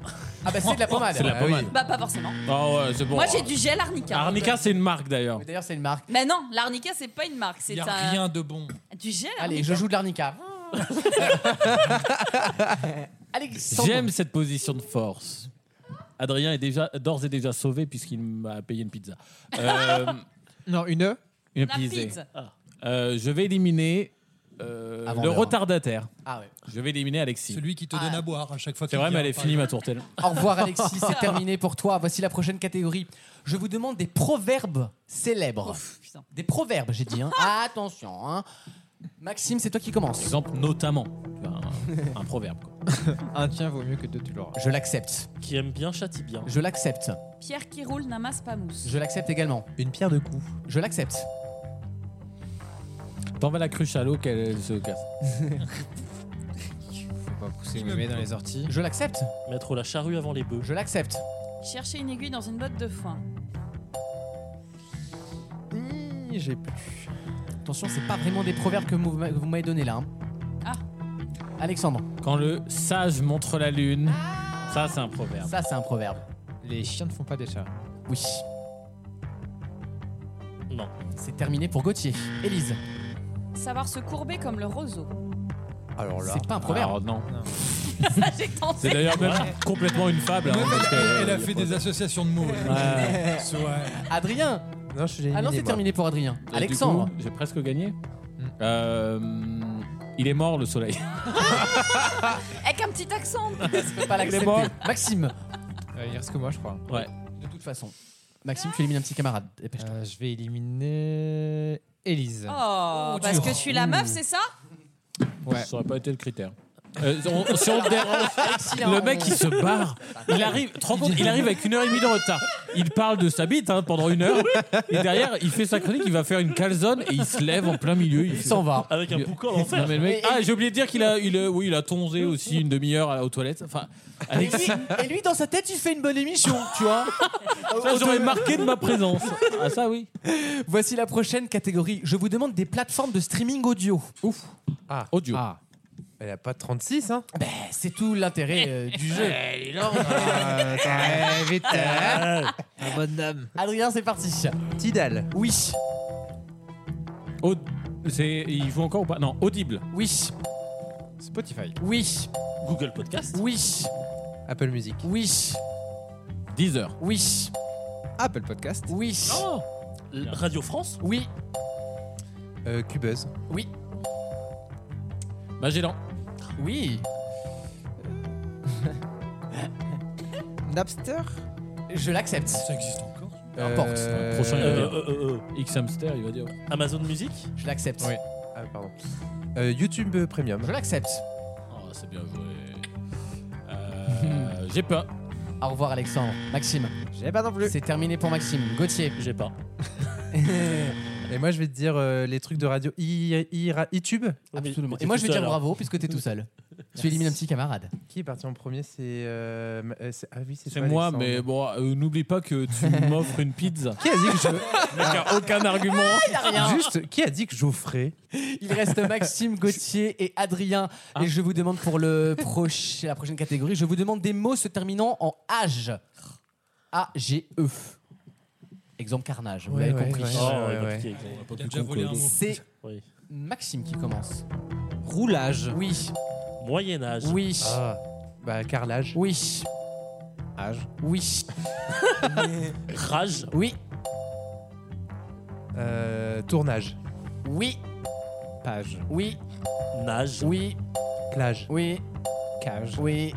S2: Ah bah c'est de la pommade.
S3: C'est de la pommade.
S4: Bah pas forcément.
S3: Ah ouais, c'est bon.
S4: Moi j'ai du gel arnica.
S3: Arnica, c'est une marque d'ailleurs.
S2: D'ailleurs, c'est une marque.
S4: Mais non, l'arnica c'est pas une marque, c'est
S3: Y a
S4: un
S3: rien de bon.
S4: du gel.
S2: Allez, je joue de l'arnica. Alexandre.
S3: J'aime cette position de force. Adrien est déjà d'ores et déjà sauvé puisqu'il m'a payé une pizza. Euh,
S7: non, une
S3: Une
S7: La
S3: pizza.
S7: pizza.
S3: Euh, je vais éliminer euh,
S7: Avant
S3: le
S7: l'heure.
S3: retardataire.
S2: Ah ouais. Ah.
S3: Je vais éliminer Alexis.
S17: Celui qui te donne à boire à chaque fois.
S3: C'est vrai, mais elle est finie ma tourtelle.
S2: Au revoir Alexis, c'est terminé pour toi. Voici la prochaine catégorie. Je vous demande des proverbes célèbres. des proverbes, j'ai dit. hein. Attention. hein. Maxime, c'est toi qui commences.
S3: Par exemple, notamment. Tu vois, Un, un proverbe. quoi.
S7: Un tien vaut mieux que deux, tu l'auras.
S2: Je l'accepte.
S6: Qui aime bien châtie bien.
S2: Je l'accepte.
S4: Pierre qui roule n'amasse pas mousse.
S2: Je l'accepte également. Une pierre de coups. Je l'accepte.
S3: T'en vas la cruche à l'eau qu'elle se casse.
S7: Faut pas pousser le bébé dans les orties.
S2: Je l'accepte.
S6: Mettre la charrue avant les bœufs.
S2: Je l'accepte.
S4: Chercher une aiguille dans une botte de foin.
S2: J'ai plus. Attention, c'est pas vraiment des proverbes que vous m'a- vous m'avez donné là. hein.
S4: Ah.
S2: Alexandre.
S3: Quand le sage montre la lune, ça c'est un proverbe.
S2: Ça, Ah, c'est un proverbe.
S7: Les chiens ne font pas des chats.
S2: Oui.
S6: Non.
S2: C'est terminé pour Gauthier. Élise.
S4: Savoir se courber comme le roseau.
S7: Alors
S2: là. C'est pas un proverbe.
S3: Alors, non.
S4: Ça j'ai tenté.
S3: C'est d'ailleurs même complètement une fable. hein, parce que-
S17: Elle a fait des associations de mots.
S3: Ouais.
S17: C'est vrai.
S2: Adrien.
S5: Non, je suis
S2: Ah non, c'est terminé pour Adrien.
S3: Et du
S2: Alexandre.
S3: coup, J'ai presque gagné. Euh, il est mort le soleil.
S4: Avec un petit accent.
S2: peux pas l'accepter. Maxime.
S7: Euh, il reste que moi, je crois.
S3: Ouais.
S2: De toute façon. Maxime, tu élimines un petit camarade. Dépêche-toi.
S7: Euh, je vais éliminer. Élise.
S4: Oh, parce que je suis la meuf, c'est ça
S7: Ouais.
S3: Ça aurait pas été le critère. Euh, on- si on le dérange,
S4: Bah,
S2: Alexis, là,
S3: le
S2: on-
S3: mec il se barre. Il arrive, tu te rends compte, il arrive avec une heure et demie de retard. Il parle de sa bite hein, pendant une heure. Et derrière, il fait sa chronique, il va faire une calzone et il se lève en plein milieu. Il s'en
S2: va.
S6: Avec un boucan en
S3: Non, mais le mec- Ah, j'ai oublié de dire qu'il a, il, a- oui, il a tonzé aussi une demi-heure à- aux toilettes. Enfin,
S2: Et
S3: Alexis,
S2: lui, et lui, dans sa tête, il fait une bonne émission, tu vois.
S3: ça j'aurais marqué de ma présence. Ah, ça oui.
S2: Voici la prochaine catégorie. Je vous demande des plateformes de streaming audio. Ouf.
S5: Ah.
S3: Audio.
S5: Elle a pas 36 hein.
S2: Ben, c'est tout l'intérêt euh,
S3: Eh.
S2: du jeu.
S5: Elle est lente. Ah,
S2: vite. Adrien, c'est parti.
S5: Tidal.
S2: Oui.
S3: Au- c'est, il joue encore ou pas Non, audible.
S2: Oui.
S7: Spotify.
S2: Oui.
S6: Google Podcast.
S2: Oui.
S5: Apple Music.
S2: Oui.
S3: Deezer.
S2: Oui.
S7: Apple Podcast.
S2: Oui.
S7: Oh.
S6: L- Radio France.
S2: Oui.
S5: Euh, Cubuzz.
S2: Oui.
S3: Magellan.
S2: Oui.
S7: Euh. Napster.
S2: Je l'accepte.
S17: Ça existe encore.
S2: Peu importe.
S3: Euh, hein. Prochain, il va
S6: Euh,
S3: dire. Ah,
S6: euh, euh,
S3: X Hamster, il va dire.
S6: Amazon Music.
S2: Je l'accepte.
S3: Oui.
S5: Ah pardon. Euh, YouTube euh, Premium.
S2: Je l'accepte.
S3: Oh, c'est bien joué. Euh, j'ai pas.
S2: Au revoir, Alexandre. Maxime.
S7: J'ai pas non plus.
S2: C'est terminé pour Maxime. Gauthier.
S6: J'ai pas.
S5: Et moi je vais te dire euh, les trucs de radio i- i- ra- iTube.
S2: Absolument.
S6: mais
S2: Et moi,
S6: t'es
S2: je vais dire
S6: tout
S3: hein.
S6: seul,
S2: bravo puisque t'es tout seul. Tu
S5: Merci.
S2: élimines un petit camarade.
S5: Qui est parti en premier C'est euh, ma- euh, c'est- ah oui c'est
S3: C'est
S5: toi,
S3: moi,
S5: Alexandre.
S3: mais bon, euh, n'oublie pas que tu m'offres une pizza.
S5: Qui a dit que je...
S3: Mec, y a aucun argument.
S2: Ah,
S5: Juste, qui a dit que Geoffrey
S2: Il reste Maxime, Gauthier et Adrien.
S5: Hein
S2: Et je vous demande pour le proche- la prochaine catégorie, je vous demande des mots se terminant en âge. A-G-E. Exemple carnage, vous
S5: Ouais,
S2: l'avez
S5: ouais,
S2: compris.
S5: ouais,
S6: Oh,
S5: ouais,
S6: il est
S5: ouais.
S6: compliqué, il est pas
S17: Il a
S6: plus
S17: déjà
S6: con
S17: volé
S6: que
S17: un
S6: l'autre.
S17: mot.
S2: C'est
S6: Oui.
S2: Maxime qui commence.
S7: Roulage.
S2: Oui,
S6: Moyen Âge.
S2: oui,
S5: Ah, bah carrelage.
S2: oui,
S7: Âge.
S2: oui,
S6: Rage.
S2: oui,
S5: Euh, tournage.
S2: oui,
S7: Page.
S2: oui,
S6: Nage.
S2: oui,
S5: Plage.
S2: oui,
S7: Cage.
S2: oui.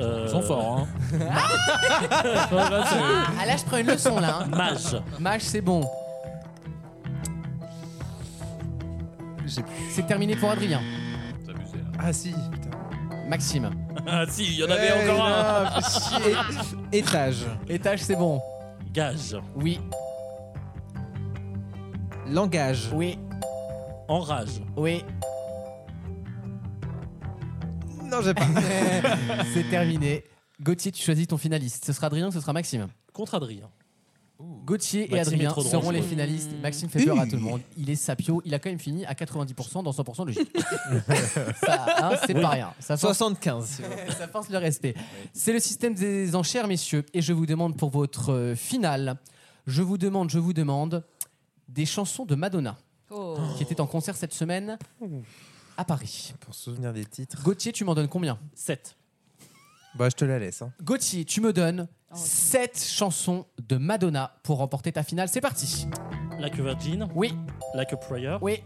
S6: euh,
S3: Ils sont forts, hein. Ouais, là, c'est-
S2: Ah là, je prends une leçon là. hein.
S6: Mage.
S2: Mage, c'est bon. C'est terminé pour Adrien.
S5: Ah si. putain.
S2: Maxime.
S6: Ah si, il y en avait encore un.
S7: Étage.
S2: Étage, c'est bon.
S6: Gage.
S2: Oui,
S7: Langage.
S2: oui,
S6: Enrage.
S2: oui.
S7: Non, j'ai pas.
S2: C'est terminé. Gauthier, tu choisis ton finaliste. Ce sera Adrien ou ce sera Maxime
S6: Contre Adrien.
S2: Gauthier et
S27: Maxime est
S2: Adrien
S27: trop drôle,
S2: seront
S27: je
S2: les
S27: vois.
S2: finalistes. Maxime fait
S27: Mmh.
S2: peur à tout le monde. Il est sapio. Il a quand même fini à 90% dans 100% logique. ça, hein, c'est
S7: Oui.
S2: pas rien. Ça
S7: 75, si vous voulez.
S2: ça force le respect. C'est le système des enchères, messieurs. Et je vous demande pour votre euh, finale, je vous demande, je vous demande des chansons de Madonna
S1: Oh.
S2: qui était en concert cette semaine à Paris.
S5: Pour souvenir des titres.
S2: Gauthier, tu m'en donnes combien 7.
S5: Bah, je te la laisse. hein.
S2: Gauthier, tu me donnes
S1: Oh,
S2: 7 chansons de Madonna pour remporter ta finale. C'est parti.
S6: Like a Virgin.
S2: Oui.
S6: Like a Prayer.
S2: Oui.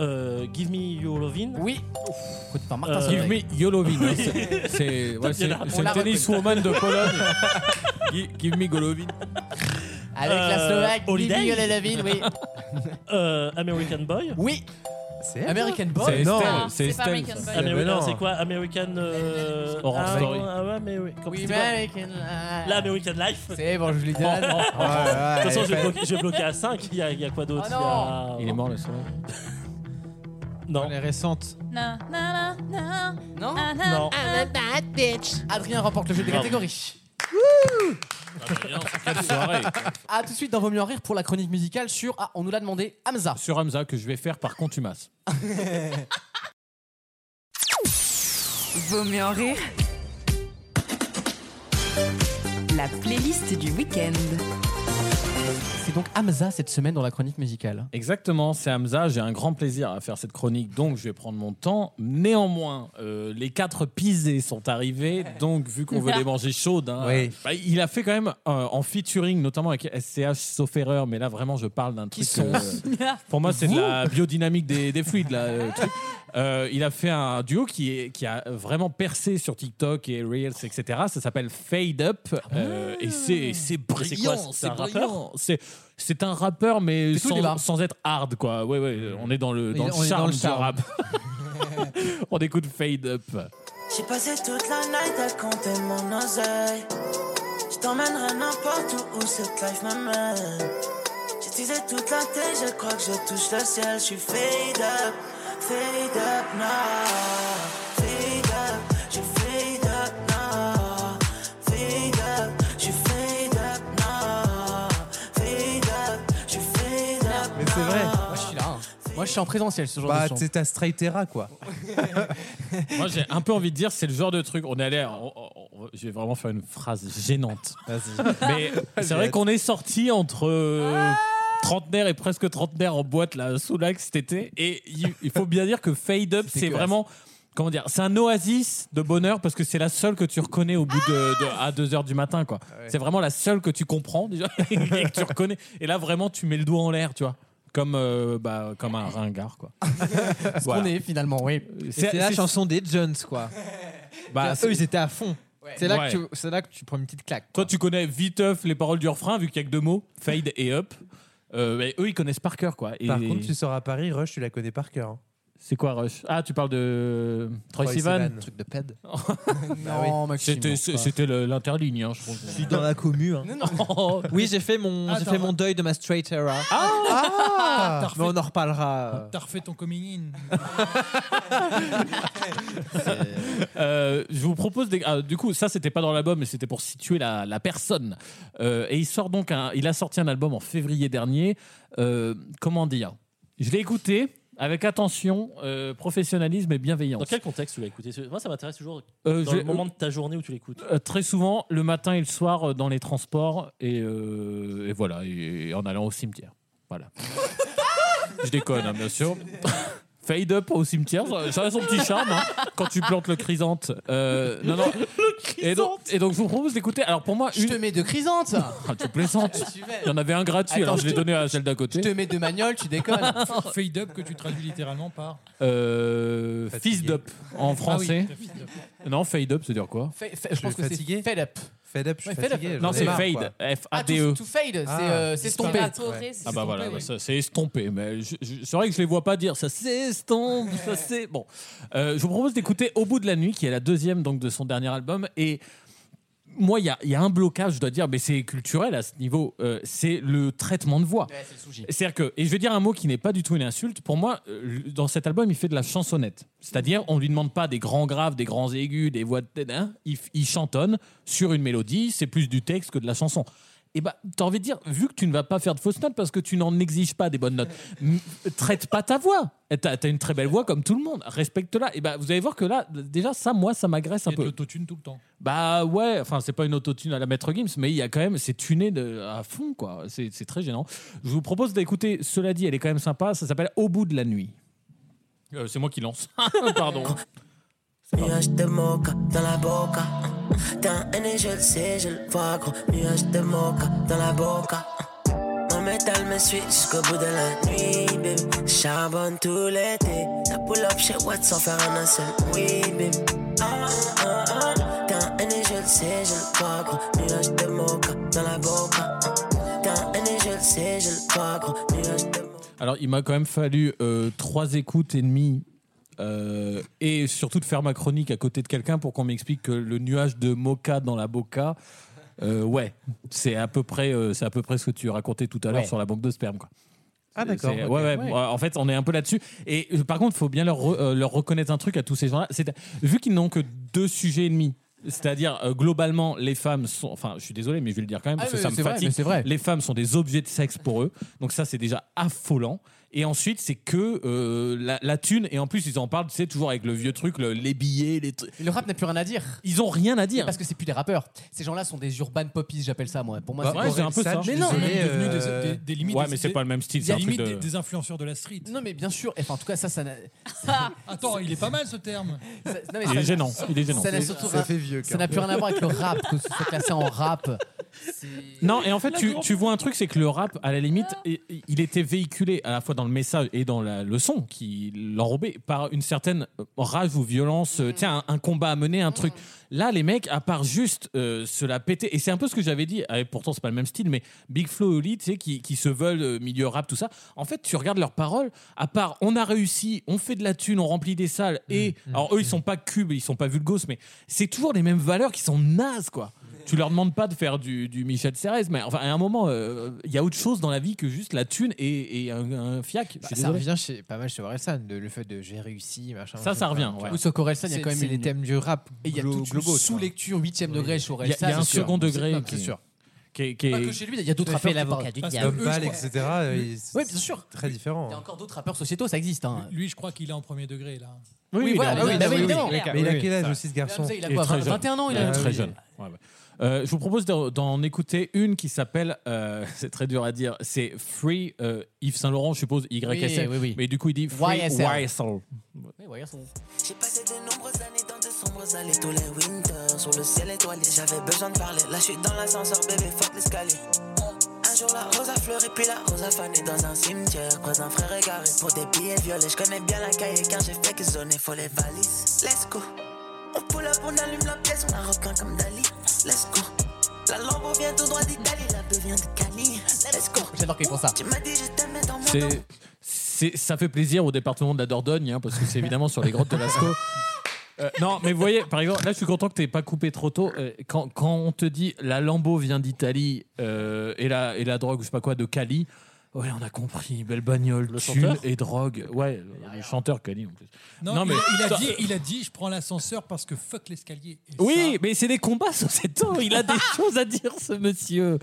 S6: Euh, give me your lovin. Euh,
S2: Oui. par
S3: Martin Give me Euh, Golovin. hein, c'est- C'est ouais, c'est- c'est une tenniswoman de Pologne. Gi- Give me Golovin.
S2: Avec la Slovaque, Bibi Golovin, oui.
S6: Euh, American Boy.
S2: Oui.
S6: C'est
S2: elle, American non Boy C'est
S6: Non,
S2: Estelle, Ah, c'est c'est pas Estelle, American ça. Boy. Mais non.
S6: C'est quoi American. Euh...
S2: Horror
S6: ah,
S2: Story.
S6: Ah ouais, mais oui. Comme-
S2: Oui,
S6: c'est quoi
S2: American Life.
S6: La American Life.
S2: C'est bon, je lui donne.
S6: Oh, oh, oh.
S2: Ouais,
S6: De toute façon,
S2: ouais,
S6: je vais
S2: ouais.
S6: bloquer- je vais bloquer à 5. Il y a, il y a quoi d'autre
S2: Ah
S6: Il,
S3: Il est mort la semaine.
S6: Non.
S7: Elle est récente.
S1: Na, na, na, na.
S2: Non
S1: Na, na,
S2: Non.
S1: na, na.
S2: Adrien remporte le jeu des
S1: Bravo.
S2: catégories.
S3: Ah, Quelle soirée.
S2: A tout de suite dans Vaut mieux en rire pour la chronique musicale sur. Ah, on nous l'a demandé, Hamza.
S3: Sur Hamza, que je vais faire par contumace.
S4: Vaut mieux en rire. La playlist du week-end.
S2: C'est donc Hamza cette semaine dans la chronique musicale.
S3: Exactement, c'est Hamza. J'ai un grand plaisir à faire cette chronique, donc je vais prendre mon temps. Néanmoins, euh, les quatre pisés sont arrivés, donc vu qu'on veut les manger chaudes, hein,
S5: Oui.
S3: bah, il a fait quand même euh, en featuring, notamment avec SCH, sauf erreur, mais là vraiment je parle d'un truc.
S7: sont-
S2: Euh,
S3: pour moi, c'est de
S7: Vous
S3: la biodynamique des, des fluides. Là, euh, truc. Euh, il a fait un duo qui, est, qui a vraiment percé sur TikTok et Reels, etc. Ça s'appelle Fade Up euh, et c'est
S6: c'est
S3: c'est
S6: quoi,
S3: brillant.
S6: c'est
S3: C'est
S6: un
S3: un
S6: rappeur
S3: rappeur. C'est c'est un rappeur, mais
S6: C'est tout le débat.
S3: sans, sans être hard, quoi. Ouais, ouais. On est dans le dans
S7: On
S3: le
S7: est dans
S3: charme
S7: le
S3: du
S7: charme.
S3: rap. on écoute Fade Up.
S14: J'ai passé toute la night à compter mon oseille. Je t'emmènerai n'importe où où cette life m'amène. J'ai teasé toute la tête, je crois que je touche le ciel. Je suis fade up, fade up now. Fade up, je suis fade up now. Fade up, je suis fade up now. Fade up, je suis fade up now.
S2: Mais c'est vrai. Moi, je suis là. hein. Moi, je suis en présentiel ce genre
S5: Bah,
S2: de son.
S5: c'est ta straight era, quoi.
S3: Moi, j'ai un peu envie de dire, c'est le genre de truc. On est allé. à- on- on- on- je vais vraiment faire une phrase gênante. Mais c'est vrai qu'on est sorti entre euh,
S6: Ah
S3: trentenaire et presque trentenaire en boîte là, sous l'axe cet été. Et il, il faut bien dire que Fade Up, c'est vraiment. Comment dire C'est un oasis de bonheur parce que c'est la seule que tu reconnais au bout de, de- à 2 heures du matin. quoi. C'est vraiment la seule que tu comprends déjà et que tu reconnais. Et là, vraiment, tu mets le doigt en l'air, tu vois. Comme, euh, bah, comme un ringard, quoi.
S2: Ce qu'on est finalement, oui.
S3: Et
S7: Euh, C'est la chanson des Jones, quoi.
S3: Bah,
S7: Eux, ils étaient à fond. C'est là,
S3: Ouais.
S7: que tu- c'est là que tu prends une petite claque.
S3: Toi, tu connais viteuf les paroles du refrain, vu qu'il n'y a que deux mots, fade et up. Euh, mais eux, ils connaissent par cœur, quoi. Et
S5: Par contre, tu sors à Paris, Rush, tu la connais par cœur. hein.
S3: C'est quoi Rush Ah, tu parles de Troy
S5: Troye
S3: Sivan
S5: Sivan. Truc
S7: de ped. Bah
S2: Non, Maxime,
S3: Ah C'était
S2: non,
S3: c'est-
S2: pas.
S3: c'était le- l'interligne, hein, je trouve. Je suis
S7: dans la commu. hein. oui, j'ai fait, mon, j'ai
S17: Attends.
S7: fait mon deuil de ma straight era.
S17: Ah Ah T'as
S7: Mais on en reparlera. euh.
S17: T'as refait ton coming
S3: Euh, je vous propose des- ah, du coup ça c'était pas dans l'album mais c'était pour situer la, la personne Euh, et il sort donc un, il a sorti un album en février dernier Euh, comment dire je l'ai écouté avec attention euh, professionnalisme et bienveillance
S6: Dans quel contexte tu l'as écouté Moi, ça m'intéresse toujours.
S3: Euh,
S6: dans
S3: je-
S6: le moment de ta journée où tu l'écoutes.
S3: Euh, très souvent le matin et le soir euh, dans les transports et, euh, et voilà et, et en allant au cimetière voilà je déconne hein, bien sûr fade up au cimetière ça, ça a son petit charme hein, quand tu plantes le chrysanthe Euh, non non et donc, et donc je vous propose d'écouter alors pour moi
S2: Je te mets de chrysante.
S3: Ah, tu plaisantes il y en avait un gratuit
S2: Attends,
S3: alors je
S2: je
S3: l'ai
S2: te-
S3: donné à celle d'à côté
S2: Je te mets de magnol, tu déconnes.
S17: Fade up que tu traduis littéralement par.
S3: Euh, fist up en français
S17: Ah oui, fist
S3: non fade up c'est dire quoi
S2: je pense que c'est fade up.
S5: Fade up, je
S2: Ouais,
S5: suis
S2: fade up.
S5: fatigué.
S3: Non,
S5: j'en ai
S3: c'est
S5: marre,
S3: fade,
S5: quoi.
S3: F-A-D-E.
S2: Ah, to- to fade, c'est, euh, c'est estompé. Ouais.
S3: E. Ah, bah voilà,
S2: Estompé,
S3: bah
S2: oui.
S3: ça, c'est estompé. Mais je- je- c'est vrai que je les vois pas dire ça, c'est estompe, ça c'est. Bon. Euh, je vous propose d'écouter Au bout de la nuit, qui est la deuxième donc, de son dernier album. Et moi, il y a, il y a un blocage, je dois dire, mais c'est culturel à ce niveau. euh, c'est le traitement de voix. C'est-à-dire que, et je vais dire un mot qui n'est pas du tout une insulte, pour moi, euh, dans cet album, il fait de la chansonnette. C'est-à-dire, on lui demande pas des grands graves, des grands aigus, des voix de. hein, il, il chantonne sur une mélodie, c'est plus du texte que de la chanson. et bah, t'as envie de dire, vu que tu ne vas pas faire de fausses notes parce que tu n'en exiges pas des bonnes notes, m- traite pas ta voix. Et T'as as une très belle voix comme tout le monde, respecte-la. Et bah, vous allez voir que là, déjà, ça, moi, ça m'agresse un peu.
S17: l'autotune tout le temps.
S3: Bah ouais, enfin c'est pas une autotune à la maître Gims, mais il y a quand même, c'est tuné de, à fond quoi, c'est c'est très gênant. Je vous propose d'écouter, cela dit, elle est quand même sympa, ça s'appelle Au bout de la nuit. Euh, c'est moi qui lance, pardon.
S14: Nuage de mocha dans la boca. T'es un N je le sais, je le vois gros. Nuage de mocha dans la boca. Mon métal me suit jusqu'au bout de la nuit, bim. Charbonne tout l'été. La pull up chez Watt sans faire un seul oui, bim. Ah, ah, ah. T'es un N je le sais, je le vois gros. Nuage de mocha dans la boca. T'es un N je le sais, je le vois gros. Nuage de
S3: Alors il m'a quand même fallu euh, trois écoutes et demie. euh, et surtout de faire ma chronique à côté de quelqu'un pour qu'on m'explique que le nuage de mocha dans la boca, euh, ouais, c'est à peu près, euh, c'est à peu près ce que tu racontais tout à l'heure
S2: Ouais.
S3: sur la banque de sperme, quoi.
S2: Ah,
S3: C'est-
S2: d'accord,
S3: c'est-
S2: ok,
S3: Ouais, ouais,
S2: ouais.
S3: bon, En fait, on est un peu là-dessus. Et euh, par contre, il faut bien leur, re- euh, leur reconnaître un truc à tous ces gens-là. C'est vu qu'ils n'ont que deux sujets et demi. C'est-à-dire euh, globalement, les femmes sont. Enfin, je suis désolé, mais je vais le dire quand même
S2: Ah,
S3: parce que
S2: mais
S3: ça me
S2: c'est vrai,
S3: fatigue.
S2: mais c'est vrai.
S3: Les femmes sont des objets de sexe pour eux, donc ça c'est déjà affolant. Et ensuite, c'est que euh, la, la thune. Et en plus, ils en parlent, tu sais, toujours avec le vieux truc, le- les billets, les. trucs.
S24: Le rap n'a plus rien à dire.
S3: Ils ont rien à dire.
S24: Parce que c'est plus des rappeurs. Ces gens-là sont des urban poppies, j'appelle ça moi. Pour moi,
S3: Bah ouais,
S24: horrible.
S3: c'est un peu ça.
S24: Mais non,
S3: Ils sont même
S24: mais-
S3: devenus des-
S24: euh,
S3: des- des limites Ouais, des- mais c'est des- pas le même style,
S24: des
S3: c'est un
S24: limites
S3: truc de-
S24: des-
S17: Des influenceurs de la street.
S24: Non, mais bien sûr. Enfin, en tout cas, ça, ça. n'a-
S17: Attends, il est pas mal ce terme.
S24: non, mais Ah, ça- Ça n'a surtout rien- Ça n'a plus rien à voir avec le rap, que ce soit classé en rap.
S3: Non, et en fait,
S24: La
S3: tu,
S24: grande-
S3: tu vois un truc, c'est que le rap, à la limite, i- i- il était véhiculé à la fois dans le message et dans la leçon qui l'enrobait par une certaine rage ou violence. euh, Tiens, un, un combat à mener, un truc. Là, les mecs, à part juste euh, se la péter, et c'est un peu ce que j'avais dit, ah, et pourtant, c'est pas le même style, mais Big Flo et Oli, tu sais, qui, qui se veulent euh, milieu rap, tout ça. En fait, tu regardes leurs paroles, à part on a réussi, on fait de la thune, on remplit des salles, et. alors, eux, ils sont pas cubes, ils sont pas vulgos, mais c'est toujours les mêmes valeurs qui sont nazes, quoi. Tu leur demandes pas de faire du, du Michel Serres, mais enfin, à un moment, euh, il y a autre chose dans la vie que juste la thune et, et un, un fiac. Je
S28: Bah,
S3: suis
S28: ça
S3: désolé.
S28: revient chez, pas mal chez Orelsan, de- le fait de j'ai réussi, machin.
S3: Ça, ça revient, ouais. Ou sur
S24: Orelsan, il y a
S28: C'est-
S24: quand même
S28: c'est
S24: une-
S28: les thèmes du rap.
S24: Et il y a
S28: glo-
S24: toute une
S28: globaux, tu vois.
S24: sous-lecture 8 degré sur
S3: Il y a- il y a un second degré
S24: C'est
S3: qui-
S24: sûr.
S3: qui est- qui est-
S24: Pas que chez lui, il y a d'autres
S3: Tout à fait
S24: rappeurs. qui
S3: l'avocat
S24: parlent.
S3: du
S24: Parce que
S3: diable.
S24: eux, je
S5: Bal,
S24: crois-
S5: etc., euh, il-
S24: Oui, bien sûr.
S5: Très différent.
S24: Il y a encore d'autres rappeurs sociétaux, ça existe. Hein.
S17: Lui, je crois qu'il est en premier degré là.
S24: Oui, oui, voilà, oui, bah oui, évidemment.
S5: Mais il a quel âge aussi ce garçon
S24: Hamza, il a quoi,
S3: très
S24: 21
S3: jeune.
S24: ans, il a-
S3: est
S24: Ah
S3: très
S24: oui.
S3: jeune. Ouais, ouais. Euh, je vous propose d'en- d'en écouter une qui s'appelle, euh, c'est très dur à dire, c'est Free euh, Yves Saint Laurent, je suppose, YSL.
S24: Oui, oui, oui.
S3: Mais du coup, il dit Free
S24: YSL.
S3: YSL.
S24: Mais ouais, garçon.
S14: J'ai passé de nombreuses années dans de sombres allées tous les winters Sous le ciel étoilé, j'avais besoin de parler Là je suis dans l'ascenseur, bébé, fuck l'escalier Un jour la rose a fleuri, puis la rose a fané dans un cimetière Croise un frère égaré pour des billets violets Je connais bien la cahier, quand j'ai fait que zoner, faut les valises Let's go On pull up, on allume la pièce, on la repeint comme Dali Let's go La lampe vient tout droit d'Italie, la beuh vient de Cali Let's go
S24: J'adore qu'ils font ça.
S14: Tu m'as dit je t'aimais dans mon
S3: C'est- c'est- ça fait plaisir au département de la Dordogne, hein, parce que c'est évidemment sur les grottes de Lascaux. Euh, non, mais vous voyez, par exemple, là, je suis content que t'aies pas coupé trop tôt. Euh, quand, quand on te dit la Lambo vient d'Italie euh, et, la, et la drogue, ou je sais pas quoi, de Cali, ouais, on a compris. Belle bagnole,
S17: Le
S3: thune
S17: chanteur
S3: et drogue. Ouais, le chanteur Cali en plus.
S17: Non, mais il, a dit, il a dit, je prends l'ascenseur parce que fuck l'escalier. Et
S3: Oui, mais c'est des combats sur cet homme. Il a des choses à dire, ce monsieur.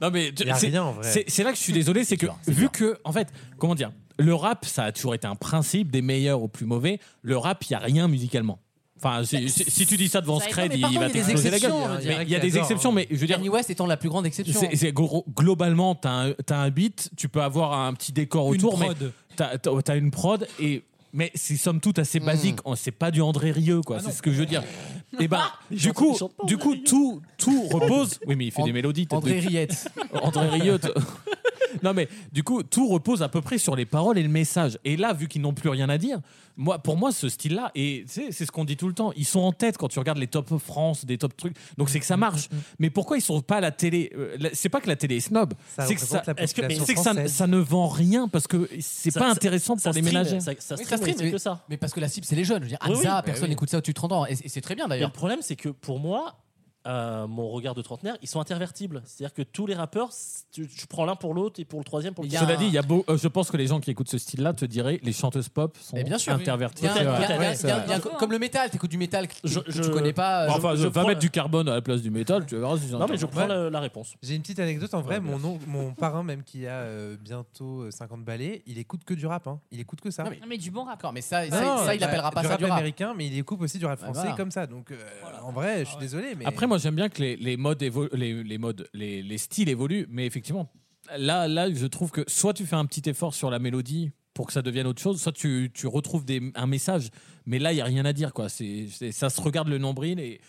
S3: Non, mais tu-
S17: Il y a
S3: c'est-
S17: rien, en vrai.
S3: c'est- c'est là que je suis désolé, c'est que vu que, en fait, comment dire, le rap, ça a toujours été un principe des meilleurs aux plus mauvais. Le rap, il n'y a rien musicalement. Enfin, si, si- si tu dis ça devant
S24: Bah, Ça
S3: Scred,
S24: dépend, mais
S3: il
S24: par contre,
S3: va
S24: il y a des
S3: t'exploser la gueule.
S24: exceptions, on va dire.
S3: Mais Il y a des
S2: hein.
S3: exceptions, mais je veux dire,
S24: Kanye West étant la plus grande exception.
S3: c'est, c'est gros- globalement, t'as un, t'as un beat, tu peux avoir un petit décor
S17: Une
S3: autour, mais
S17: prod.
S3: t'as, t'as- t'as une prod et mais c'est somme toute assez basique. Oh, C'est pas du André Rieu, quoi. c'est ce que je veux dire. Et ben, du coup, du coup, tout, tout repose. Oui, mais il fait des mélodies. tête
S24: André
S3: de-
S24: Riette.
S3: André Rieu. t- Non mais du coup tout repose à peu près sur les paroles et le message. Et là vu qu'ils n'ont plus rien à dire, moi pour moi ce style-là et tu sais, c'est ce qu'on dit tout le temps. Ils sont en tête quand tu regardes les top France, des top trucs. Donc c'est que ça
S5: Mm,
S3: marche. Mais pourquoi ils sont pas à la télé Euh, la- C'est pas que la télé est snob.
S5: Ça
S3: C'est que ça,
S5: représente la
S3: est-ce que- mais
S5: population
S3: c'est que ça,
S5: française.
S3: ça ne vend rien parce que c'est
S24: Ça-
S3: pas
S24: ça-
S3: intéressant
S24: ça
S3: pour les
S24: stream,
S3: ménagers.
S24: ça- ça Oui, ça stream, stream, mais c'est que ça. Mais parce que la cible, c'est les jeunes. Je veux dire,
S6: Oui,
S24: Hamza,
S6: oui.
S24: personne
S6: Oui, oui.
S24: n'écoute ça au-dessus de 30 ans. Et, et c'est très bien
S6: Et le
S24: d'ailleurs.
S6: problème, c'est que pour moi, à mon regard de trentenaire, ils sont intervertibles. C'est-à-dire que tous les rappeurs, c- tu, tu prends l'un pour l'autre et pour le troisième pour le
S3: Cela dit, il y a beau, euh, je pense que les gens qui écoutent ce style-là te diraient les chanteuses pop sont
S6: Mais bien sûr, oui. Il
S3: interverties.
S6: y a un-
S3: C'est vrai.
S6: il y a- il y a-
S3: Ouais, c'est
S6: il y a-
S3: vrai.
S6: il y a un
S2: Co- Comme le métal, t'écoutes du métal que
S6: Je-
S2: que
S6: je-
S2: tu connais pas. euh,
S3: Enfin,
S2: je-
S3: je,
S2: je
S3: va
S2: prends-
S3: mettre du carbone à la place du métal, tu verras. si c'est interverti.
S6: réponse.
S5: J'ai une petite anecdote en vrai. Mon, oncle- mon parrain, même qui a euh, bientôt euh, 50 balais, il écoute que du rap. hein. Il écoute que ça.
S2: Non, mais- non, mais du bon rap. D'accord, mais ça, ça-
S3: Ah,
S5: Non,
S2: ça, il
S5: bah,
S2: appellera pas
S5: du
S2: ça
S5: rap
S2: du rap.
S5: américain, mais il écoute aussi du rap
S2: Bah,
S5: français
S2: voilà.
S5: comme ça. Donc euh, en vrai, je suis désolé, mais
S3: Après, moi, j'aime bien que les, les modes, évo- les, les modes les, les styles évoluent, mais effectivement, là, là, je trouve que soit tu fais un petit effort sur la mélodie pour que ça devienne autre chose, soit tu, tu retrouves des, un message, mais là, il n'y a rien à dire, quoi. C'est, c'est- ça se regarde le nombril et.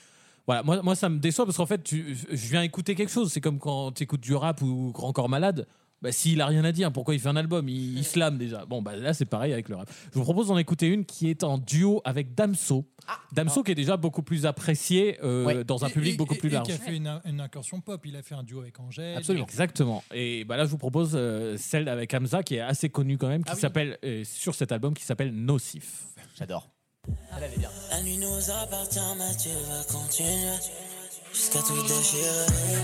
S3: Voilà, moi, moi ça me déçoit parce qu'en fait, tu- je viens écouter quelque chose. C'est comme quand tu écoutes du rap ou Grand Corps Malade. Bah, s'il a rien à dire, pourquoi il fait un album il, il slame déjà. Bon, bah là, c'est pareil avec le rap. Je vous propose d'en écouter une qui est en duo avec Damso. Damso qui est déjà beaucoup plus apprécié euh,
S17: Ah. Ouais.
S3: dans un
S17: Et-
S3: public
S17: et-
S3: beaucoup
S17: et-
S3: plus
S17: et
S3: large.
S17: qui a fait une, une incursion pop. Il a fait un duo avec Angèle.
S3: Exactement. Et bah là, je vous propose euh, celle avec Hamza qui est assez connue quand même, qui
S17: Ah oui.
S3: s'appelle euh, sur cet album qui s'appelle Nocif.
S2: J'adore.
S14: La nuit nous appartient, mais tu vas continuer jusqu'à tout déchirer.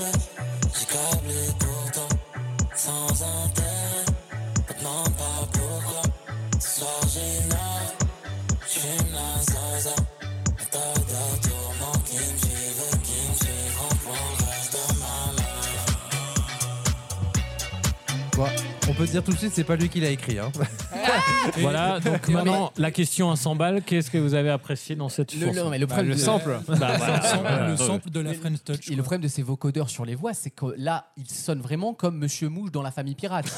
S14: J'ai câblé pourtant, sans intérêt. Maintenant, pas pourquoi. Ce soir, j'ai nage. Je fume la zaza. Un tas de tourments qui me suivent, qui me suivront pour le reste de ma life.
S5: Bon, on peut dire tout de suite, c'est pas lui qui l'a écrit. hein.
S3: Voilà, donc maintenant, la question à 100 balles, qu'est-ce que vous avez apprécié dans cette
S2: Le,
S3: chanson
S2: non, mais le problème de-
S3: Bah, voilà, voilà.
S2: Mais- Et le problème de ces vocodeurs sur les voix, c'est que là, ils sonnent vraiment comme Monsieur Mouche dans La Famille Pirate.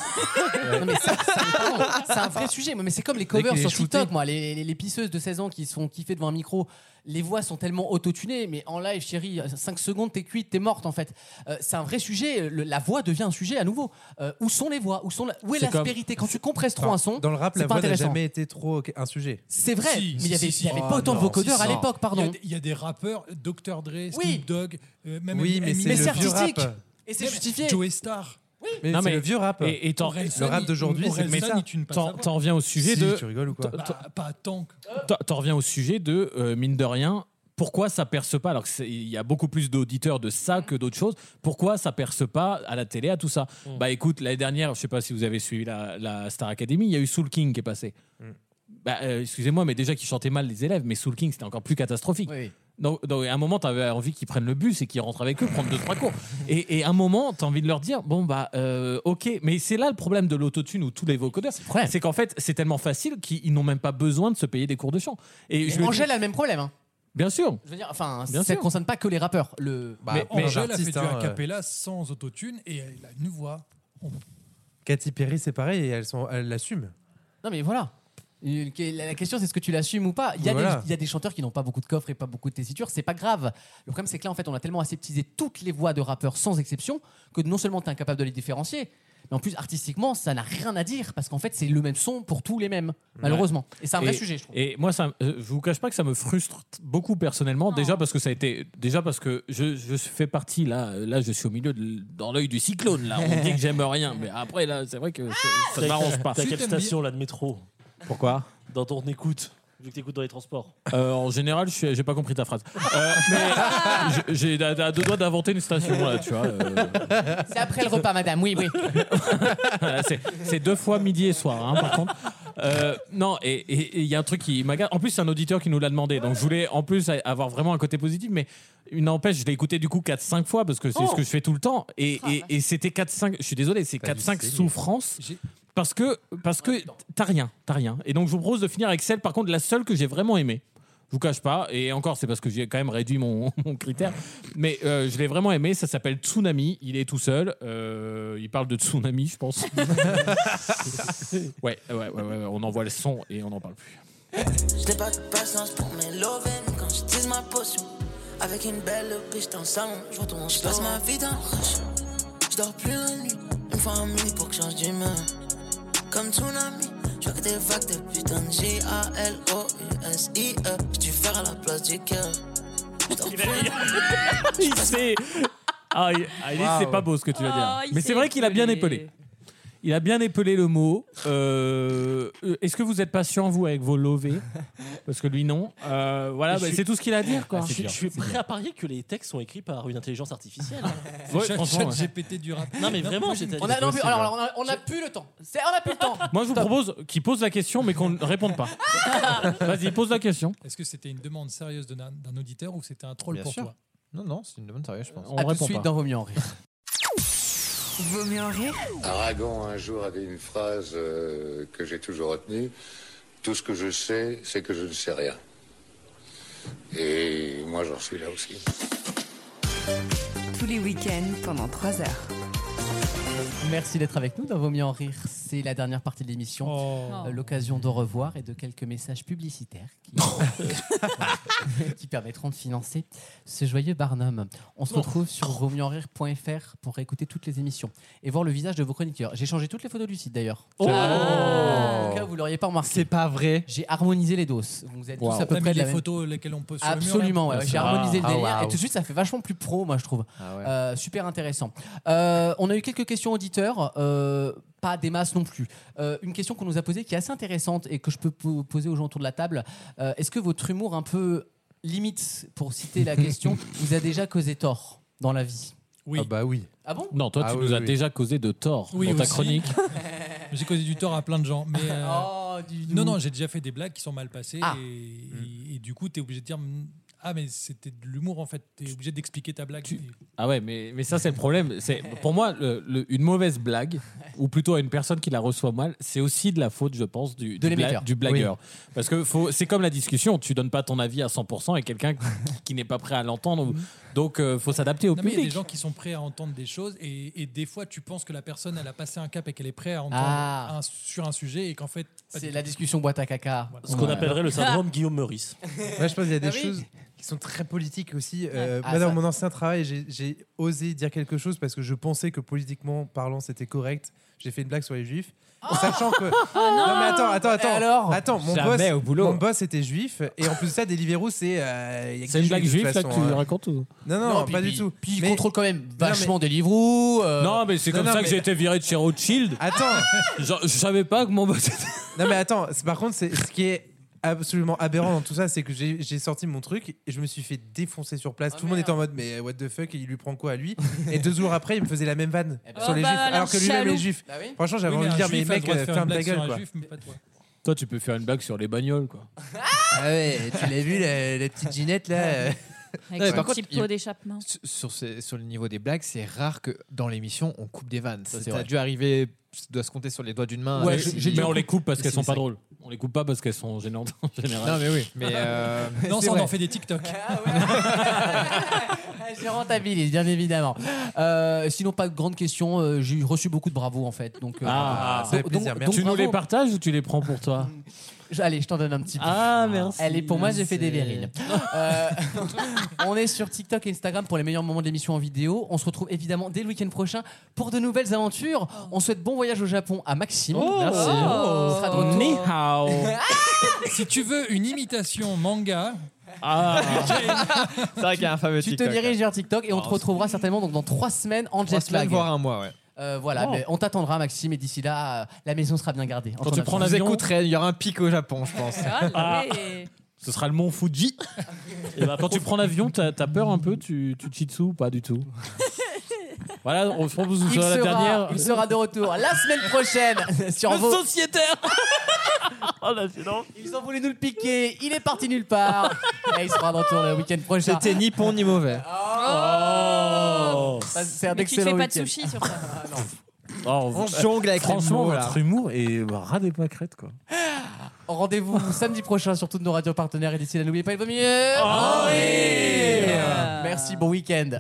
S2: Non, mais ça, ça- pardon, c'est un vrai sujet. moi, Mais c'est comme les
S7: Dès
S2: covers
S7: qu'il est
S2: sur
S7: shooté.
S2: TikTok, moi. Les, les- les pisseuses de 16 ans qui se font kiffer devant un micro, les voix sont tellement autotunées. Mais en live, chérie, 5 secondes, t'es cuite, t'es morte, en fait. Euh, c'est un vrai sujet. le- la voix devient un sujet à nouveau. Euh, où sont les voix où, sont la- où est
S5: C'est comme-
S2: l'aspérité Quand tu compresses trop un son,
S5: Dans le rap,
S2: c'est
S5: la
S2: pas
S5: voix n'a
S2: intéressant.
S5: jamais été trop un sujet.
S2: C'est vrai, Si, mais il y si, avait- si, il y
S5: Oh
S2: avait si. pas autant de vocodeurs à l'époque, pardon.
S17: Il y a des- Il y, a des rappeurs, Dr. Dre, Snoop Dogg, euh, même
S5: Oui, mais c'est Mais le c'est vieux artistique. rap.
S2: Et c'est justifié.
S17: Joey Starr. Oui,
S5: Mais c'est le vieux rap.
S3: Et, et t'en-
S5: Orelsan, Le rap d'aujourd'hui, c'est le métal.
S3: T'en t'en reviens au sujet
S5: Si,
S3: de.
S5: tu rigoles ou quoi
S3: T'en-
S17: Bah, pas tant que.
S3: T'en- T'en reviens au sujet de, euh, mine de rien, pourquoi ça perce pas, alors qu'il y a beaucoup plus d'auditeurs de ça que d'autres choses, pourquoi ça perce pas à la télé, à tout ça
S17: Mm.
S3: Bah écoute, l'année dernière, je sais pas si vous avez suivi la, la Star Academy, il y a eu Soul King qui est passé. Bah, euh, excusez-moi, mais déjà qu'ils chantaient mal les élèves, mais Soul King, c'était encore plus catastrophique. Donc, donc, à un moment, tu avais envie qu'ils prennent le bus et qu'ils rentrent avec eux, prendre deux, trois cours. Et, et à un moment, tu as envie de leur dire, bon, bah, euh, ok. Mais c'est là le problème de l'autotune ou tous les vocodeurs. C'est qu'en fait, c'est tellement facile qu'ils n'ont même pas besoin de se payer des cours de chant. Et je
S2: Mais
S3: me dis-
S2: Angèle a le même problème. hein.
S3: Bien sûr.
S2: Je veux dire, enfin,
S3: Bien
S2: Hein, ça ne
S3: sûr.
S2: concerne pas que les rappeurs. Le...
S3: Bah, Mais-
S17: Mais
S3: mais-
S17: Angèle a fait
S3: artiste,
S17: du
S3: hein,
S17: a cappella sans autotune et elle a une voix.
S5: Katy Perry, c'est pareil, et elles sont- elle l'assume.
S2: Non, mais voilà. Euh, que- La la question, c'est est-ce que tu l'assumes ou pas il y, a
S5: Mais voilà.
S2: des, il y a des chanteurs qui n'ont pas beaucoup de coffres et pas beaucoup de tessitures, c'est pas grave. Le problème, c'est que là, en fait, on a tellement aseptisé toutes les voix de rappeurs sans exception que non seulement tu es incapable de les différencier, mais en plus, artistiquement, ça n'a rien à dire parce qu'en fait, c'est le même son pour tous les mêmes, malheureusement. Et c'est un vrai sujet, je trouve.
S3: Et moi, ça, euh, je vous cache pas que ça me frustre t- beaucoup personnellement. Déjà parce que ça a été, déjà parce que je, je fais partie là, euh, là, je suis au milieu de l- dans l'œil du cyclone. Là, on me dit que j'aime rien, mais après là, c'est vrai que ça- ça ne m'arrange pas.
S6: Ah T'as quelle station là de métro
S3: Pourquoi
S6: Dans ton écoute, vu que t'écoutes dans les transports.
S3: Euh, en général, je suis- j'ai pas compris ta phrase. Euh, mais j'ai- j'ai à, à deux doigts d'inventer une station là, tu vois. euh.
S2: C'est après le repas, madame, oui, oui.
S3: Voilà, c'est- c'est deux fois midi et soir, hein, par contre. Euh, non, et et- et il y a un truc qui m'agace. En plus, c'est un auditeur qui nous l'a demandé. Donc, je voulais en plus avoir vraiment un côté positif, mais il n'empêche, je l'ai écouté du coup 4-5 fois parce que c'est
S17: Oh.
S3: ce que je fais tout le temps. Et, et- et c'était 4-5, je suis désolé, c'est 4-5 souffrances parce que, parce que t'as rien, t'as rien. Et donc, je vous propose de finir avec celle, par contre, la seule que j'ai vraiment aimée. Je vous cache pas, et encore, c'est parce que j'ai quand même réduit mon, mon critère, mais euh, je l'ai vraiment aimé. Ça s'appelle Tsunami. Il est tout seul. Euh, il parle de tsunami, je pense. ouais, ouais, ouais, ouais, ouais, on envoie le son et on n'en parle plus.
S14: J'n'ai pas de patience pour mes lovins quand j'utilise ma potion. Avec une belle biche dans le salon, je retourne, je passe ma vie dans le rush. Je dors plus la nuit, une fois en mille pour que je change d'humeur. Comme tsunami, je que des vagues de putain de J-A-L-O-U-S-I-E. J'du faire à la place du cœur. J'dors plus la nuit.
S3: Il sait. Ah, il- ah, il-
S14: Waouh.
S3: c'est pas beau ce que tu vas dire.
S14: Ah, il
S3: mais c'est
S14: s'est
S3: vrai qu'il a bien
S14: épelé.
S3: épelé. Il
S29: Il a bien épelé le mot. Euh, euh, Est-ce que vous êtes patient, vous, avec vos lovés Parce que lui, non. Euh, voilà, bah,
S6: Mais je suis- Ah,
S29: c'est tout ce qu'il a à dire.
S3: Ah,
S29: Quoi.
S6: Je, suis- je suis prêt à parier que les textes sont écrits par une intelligence artificielle. hein.
S29: Ouais, Chat- franchement, chat ouais.
S6: pété du rap. Non, mais vraiment, j'étais.
S2: On a, non, mais- alors, on a- on a plus le temps. C'est- On a plus le temps.
S29: Moi, je vous propose qu'il pose la question, mais qu'on ne réponde pas. Vas-y, pose la question.
S17: Est-ce que c'était une demande sérieuse de na- d'un auditeur ou c'était un troll
S7: Bien
S17: pour
S7: sûr.
S17: toi
S7: Non, non, c'est une demande sérieuse, je pense.
S17: On À tout de répond suite pas. dans Vaut mieux en
S7: rire.
S1: Vaut mieux en rire
S30: Aragon un jour avait une phrase euh, que j'ai toujours retenue Tout ce que je sais, c'est que je ne sais rien. Et moi, j'en suis là aussi.
S1: Tous les week-ends pendant 3 heures.
S2: Merci d'être avec nous dans Vaut mieux en rire. C'est la dernière partie de l'émission.
S17: Oh.
S2: Euh, L'occasion de revoir et de quelques messages publicitaires qui,
S17: Oh.
S2: qui permettront de financer ce joyeux Barnum. On
S17: Oh.
S2: se retrouve sur vautmieuxenrire.fr pour réécouter toutes les émissions et voir le visage de vos chroniqueurs. J'ai changé toutes les photos du site d'ailleurs.
S4: Oh.
S2: Au cas où vous l'auriez pas remarqué. C'est pas vrai. J'ai harmonisé les doses. Vous êtes tous à peu
S17: Ouais, mais
S2: près de
S17: les
S2: la même-
S17: photos lesquelles on peut sur
S2: Absolument,
S17: le mur,
S2: ouais,
S17: là.
S2: ouais, j'ai harmonisé le
S17: Ah,
S2: délire
S17: waouh. Ah
S2: et tout de suite ça fait vachement plus pro, moi je trouve. Euh, super intéressant. Euh, on a eu quelques questions auditeurs, euh, pas des masses non plus. Euh, une question qu'on nous a posée qui est assez intéressante et que je peux po- poser aux gens autour de la table. Euh, Est-ce que votre humour un peu limite, pour citer la question, vous a déjà causé tort dans la vie
S17: Oui. Ah
S7: bah oui.
S2: Ah bon
S3: Non, toi,
S17: Ah
S3: tu
S17: oui,
S3: nous as
S17: oui.
S3: déjà causé de tort
S17: Oui,
S3: dans ta
S17: aussi.
S3: chronique.
S17: J'ai causé du tort à plein de gens. Mais euh,
S2: dis
S17: non,
S2: donc.
S17: non, j'ai déjà fait des blagues qui sont mal passées.
S2: Ah.
S17: Et, et- et du coup, tu es obligé de dire Ah, mais c'était de l'humour en fait. Tu es obligé d'expliquer ta blague.
S3: Ah ouais, mais, mais ça, c'est le problème. C'est Pour moi, le- le- une mauvaise blague, ou plutôt à une personne qui la reçoit mal, c'est aussi de la faute, je pense, du,
S2: De
S3: du,
S2: l'émetteur.
S3: du blagueur. Parce que faut- c'est comme la discussion, tu donnes pas ton avis à 100% et quelqu'un qui, qui n'est pas prêt à l'entendre. Donc, euh, faut s'adapter au
S17: Non, mais il y a
S3: public.
S17: des gens qui sont prêts à entendre des choses et, et des fois tu penses que la personne elle a passé un cap et qu'elle est prête à entendre
S2: Ah.
S17: un- sur un sujet et qu'en fait pas
S2: C'est
S17: du
S2: la
S17: tout.
S2: discussion boîte à caca.
S17: Ce qu'on appellerait le syndrome
S6: Guillaume Meurice.
S5: Moi, je pense qu'il y a des
S2: Ah oui.
S5: choses qui sont très politiques aussi. Euh,
S2: Ah,
S5: moi, dans
S2: ça-
S5: mon ancien travail, j'ai- j'ai osé dire quelque chose parce que je pensais que politiquement parlant, c'était correct. J'ai fait une blague sur les juifs. Sachant que.
S2: Oh. Ah non
S5: mais attends, attends,
S2: Et
S5: attends.
S2: alors
S5: attends, mon boss,
S2: Jamais au boulot.
S5: mon boss était juif. Et en plus de ça, Deliveroo, c'est. euh, il y a que
S3: C'est
S5: des
S3: une blague
S5: juifs, de
S3: juive,
S5: toute
S3: là, que
S5: façon,
S3: tu
S5: hein.
S3: racontes ou-
S5: Non, non,
S2: puis-
S5: pas
S2: puis-
S5: du tout.
S2: Puis il
S5: Mais-
S2: contrôle quand même
S5: Non, mais-
S2: vachement des Deliveroo. euh,
S3: Non, mais c'est
S5: Non,
S3: comme
S5: non,
S3: ça que
S5: mais-
S3: j'ai été viré de chez Rothschild.
S5: Attends
S3: Genre, Je savais pas que mon boss était-
S5: Non mais attends, c'est- par contre, c'est ce qui est absolument aberrant dans tout ça, c'est que j'ai j'ai sorti mon truc et je me suis fait défoncer sur
S17: Ah,
S5: place. tout le monde était en mode mais what the fuck, et il lui prend quoi à lui Et deux jours après, il me faisait la même vanne
S17: ben.
S5: sur les
S17: Oh, bah
S5: juifs,
S17: voilà,
S5: alors que lui-même
S17: jaloux.
S5: est juif.
S17: Bah oui.
S5: Franchement, j'avais
S17: Oui, mais
S5: envie de
S17: un
S5: dire mais
S17: juif a le
S5: mec,
S17: droit de
S5: euh,
S17: faire
S5: ferme
S17: une
S5: ta
S17: blague sur
S5: gueule
S17: un
S5: quoi.
S17: juif, mais pas toi.
S3: Toi, tu peux faire une blague sur les bagnoles, quoi.
S5: Ah ouais, tu l'as vu la, la petite Ginette là euh.
S7: Non, mais
S4: son petit
S7: il-
S4: pot d'échappement.
S7: sur- Sur, ce- sur le niveau des blagues, c'est rare que dans l'émission on coupe des vannes. Ça,
S3: c'est
S7: a
S3: vrai.
S7: dû arriver, ça doit se compter sur les doigts d'une main.
S3: Ouais,
S7: avec
S3: je-
S7: si-
S3: mais on les coupe parce
S7: si
S3: qu'elles sont pas
S7: cinq.
S3: drôles. On les coupe pas parce qu'elles sont gênantes en général.
S7: Non, mais oui, mais, euh,
S17: Non,
S7: c'est
S17: ça on
S7: vrai.
S17: en fait des TikTok.
S2: Ah, Je rentabilise, bien évidemment. Euh, sinon, pas de grande question. euh, J'ai reçu beaucoup de bravo, en fait. Donc, euh,
S3: Ah,
S2: donc-
S3: ça fait plaisir,
S2: donc-
S3: merci. tu
S2: donc
S3: nous les
S2: bravo.
S3: partages ou tu les prends pour toi
S2: Je- Allez, je t'en donne un petit peu.
S3: Ah, merci.
S2: Allez, pour moi, j'ai fait des
S3: C'est-
S2: vérines. Euh, on est sur TikTok et Instagram pour les meilleurs moments de l'émission en vidéo. On se retrouve évidemment dès le week-end prochain pour de nouvelles aventures. On souhaite bon voyage au Japon à Maxime.
S17: Oh, merci.
S2: On sera de retour. Ah
S17: Ni hao. si tu veux une imitation manga.
S3: Ah.
S7: C'est vrai qu'il y a un fameux
S2: Tu te
S7: TikTok,
S2: diriges
S7: là.
S2: vers TikTok
S3: Oh,
S2: et on te retrouvera certainement donc dans trois semaines en
S7: Trois
S2: jet
S7: semaines,
S2: lag.
S7: voire un mois, ouais.
S2: Euh, voilà,
S7: Oh.
S2: mais on t'attendra, Maxime, et d'ici là, euh, la maison sera bien gardée. En
S7: Quand
S2: ton
S7: tu
S2: absence.
S7: prends l'avion, vous écouterez, il y aura un pic au Japon, je pense.
S3: Ce sera le Mont Fuji. Ah. Et bah, quand tu prends l'avion, t'as as peur un peu Tu, tu chitsu ou pas du tout Voilà, on se propose
S2: Il
S3: sur la
S2: sera,
S3: dernière.
S2: il sera de retour la semaine prochaine sur
S3: Le
S2: vos...
S3: sociétaire
S2: Ils ont voulu nous le piquer, il est parti nulle part. Et il sera de retour le week-end prochain.
S7: C'était ni bon ni mauvais.
S2: Oh. Ça, C'est un
S31: Mais tu te fais
S2: excellent
S31: pas de
S2: week-end.
S31: sushi sur ça.
S7: On jongle avec les
S3: Oh, Franchement,
S7: mots, là.
S3: votre humour est bah, ras des pâquerettes, quoi.
S2: Rendez-vous samedi prochain sur toutes nos radios partenaires et d'ici là, n'oubliez pas, il vaut mieux.
S3: Oh,
S2: en rire. Merci, bon week-end.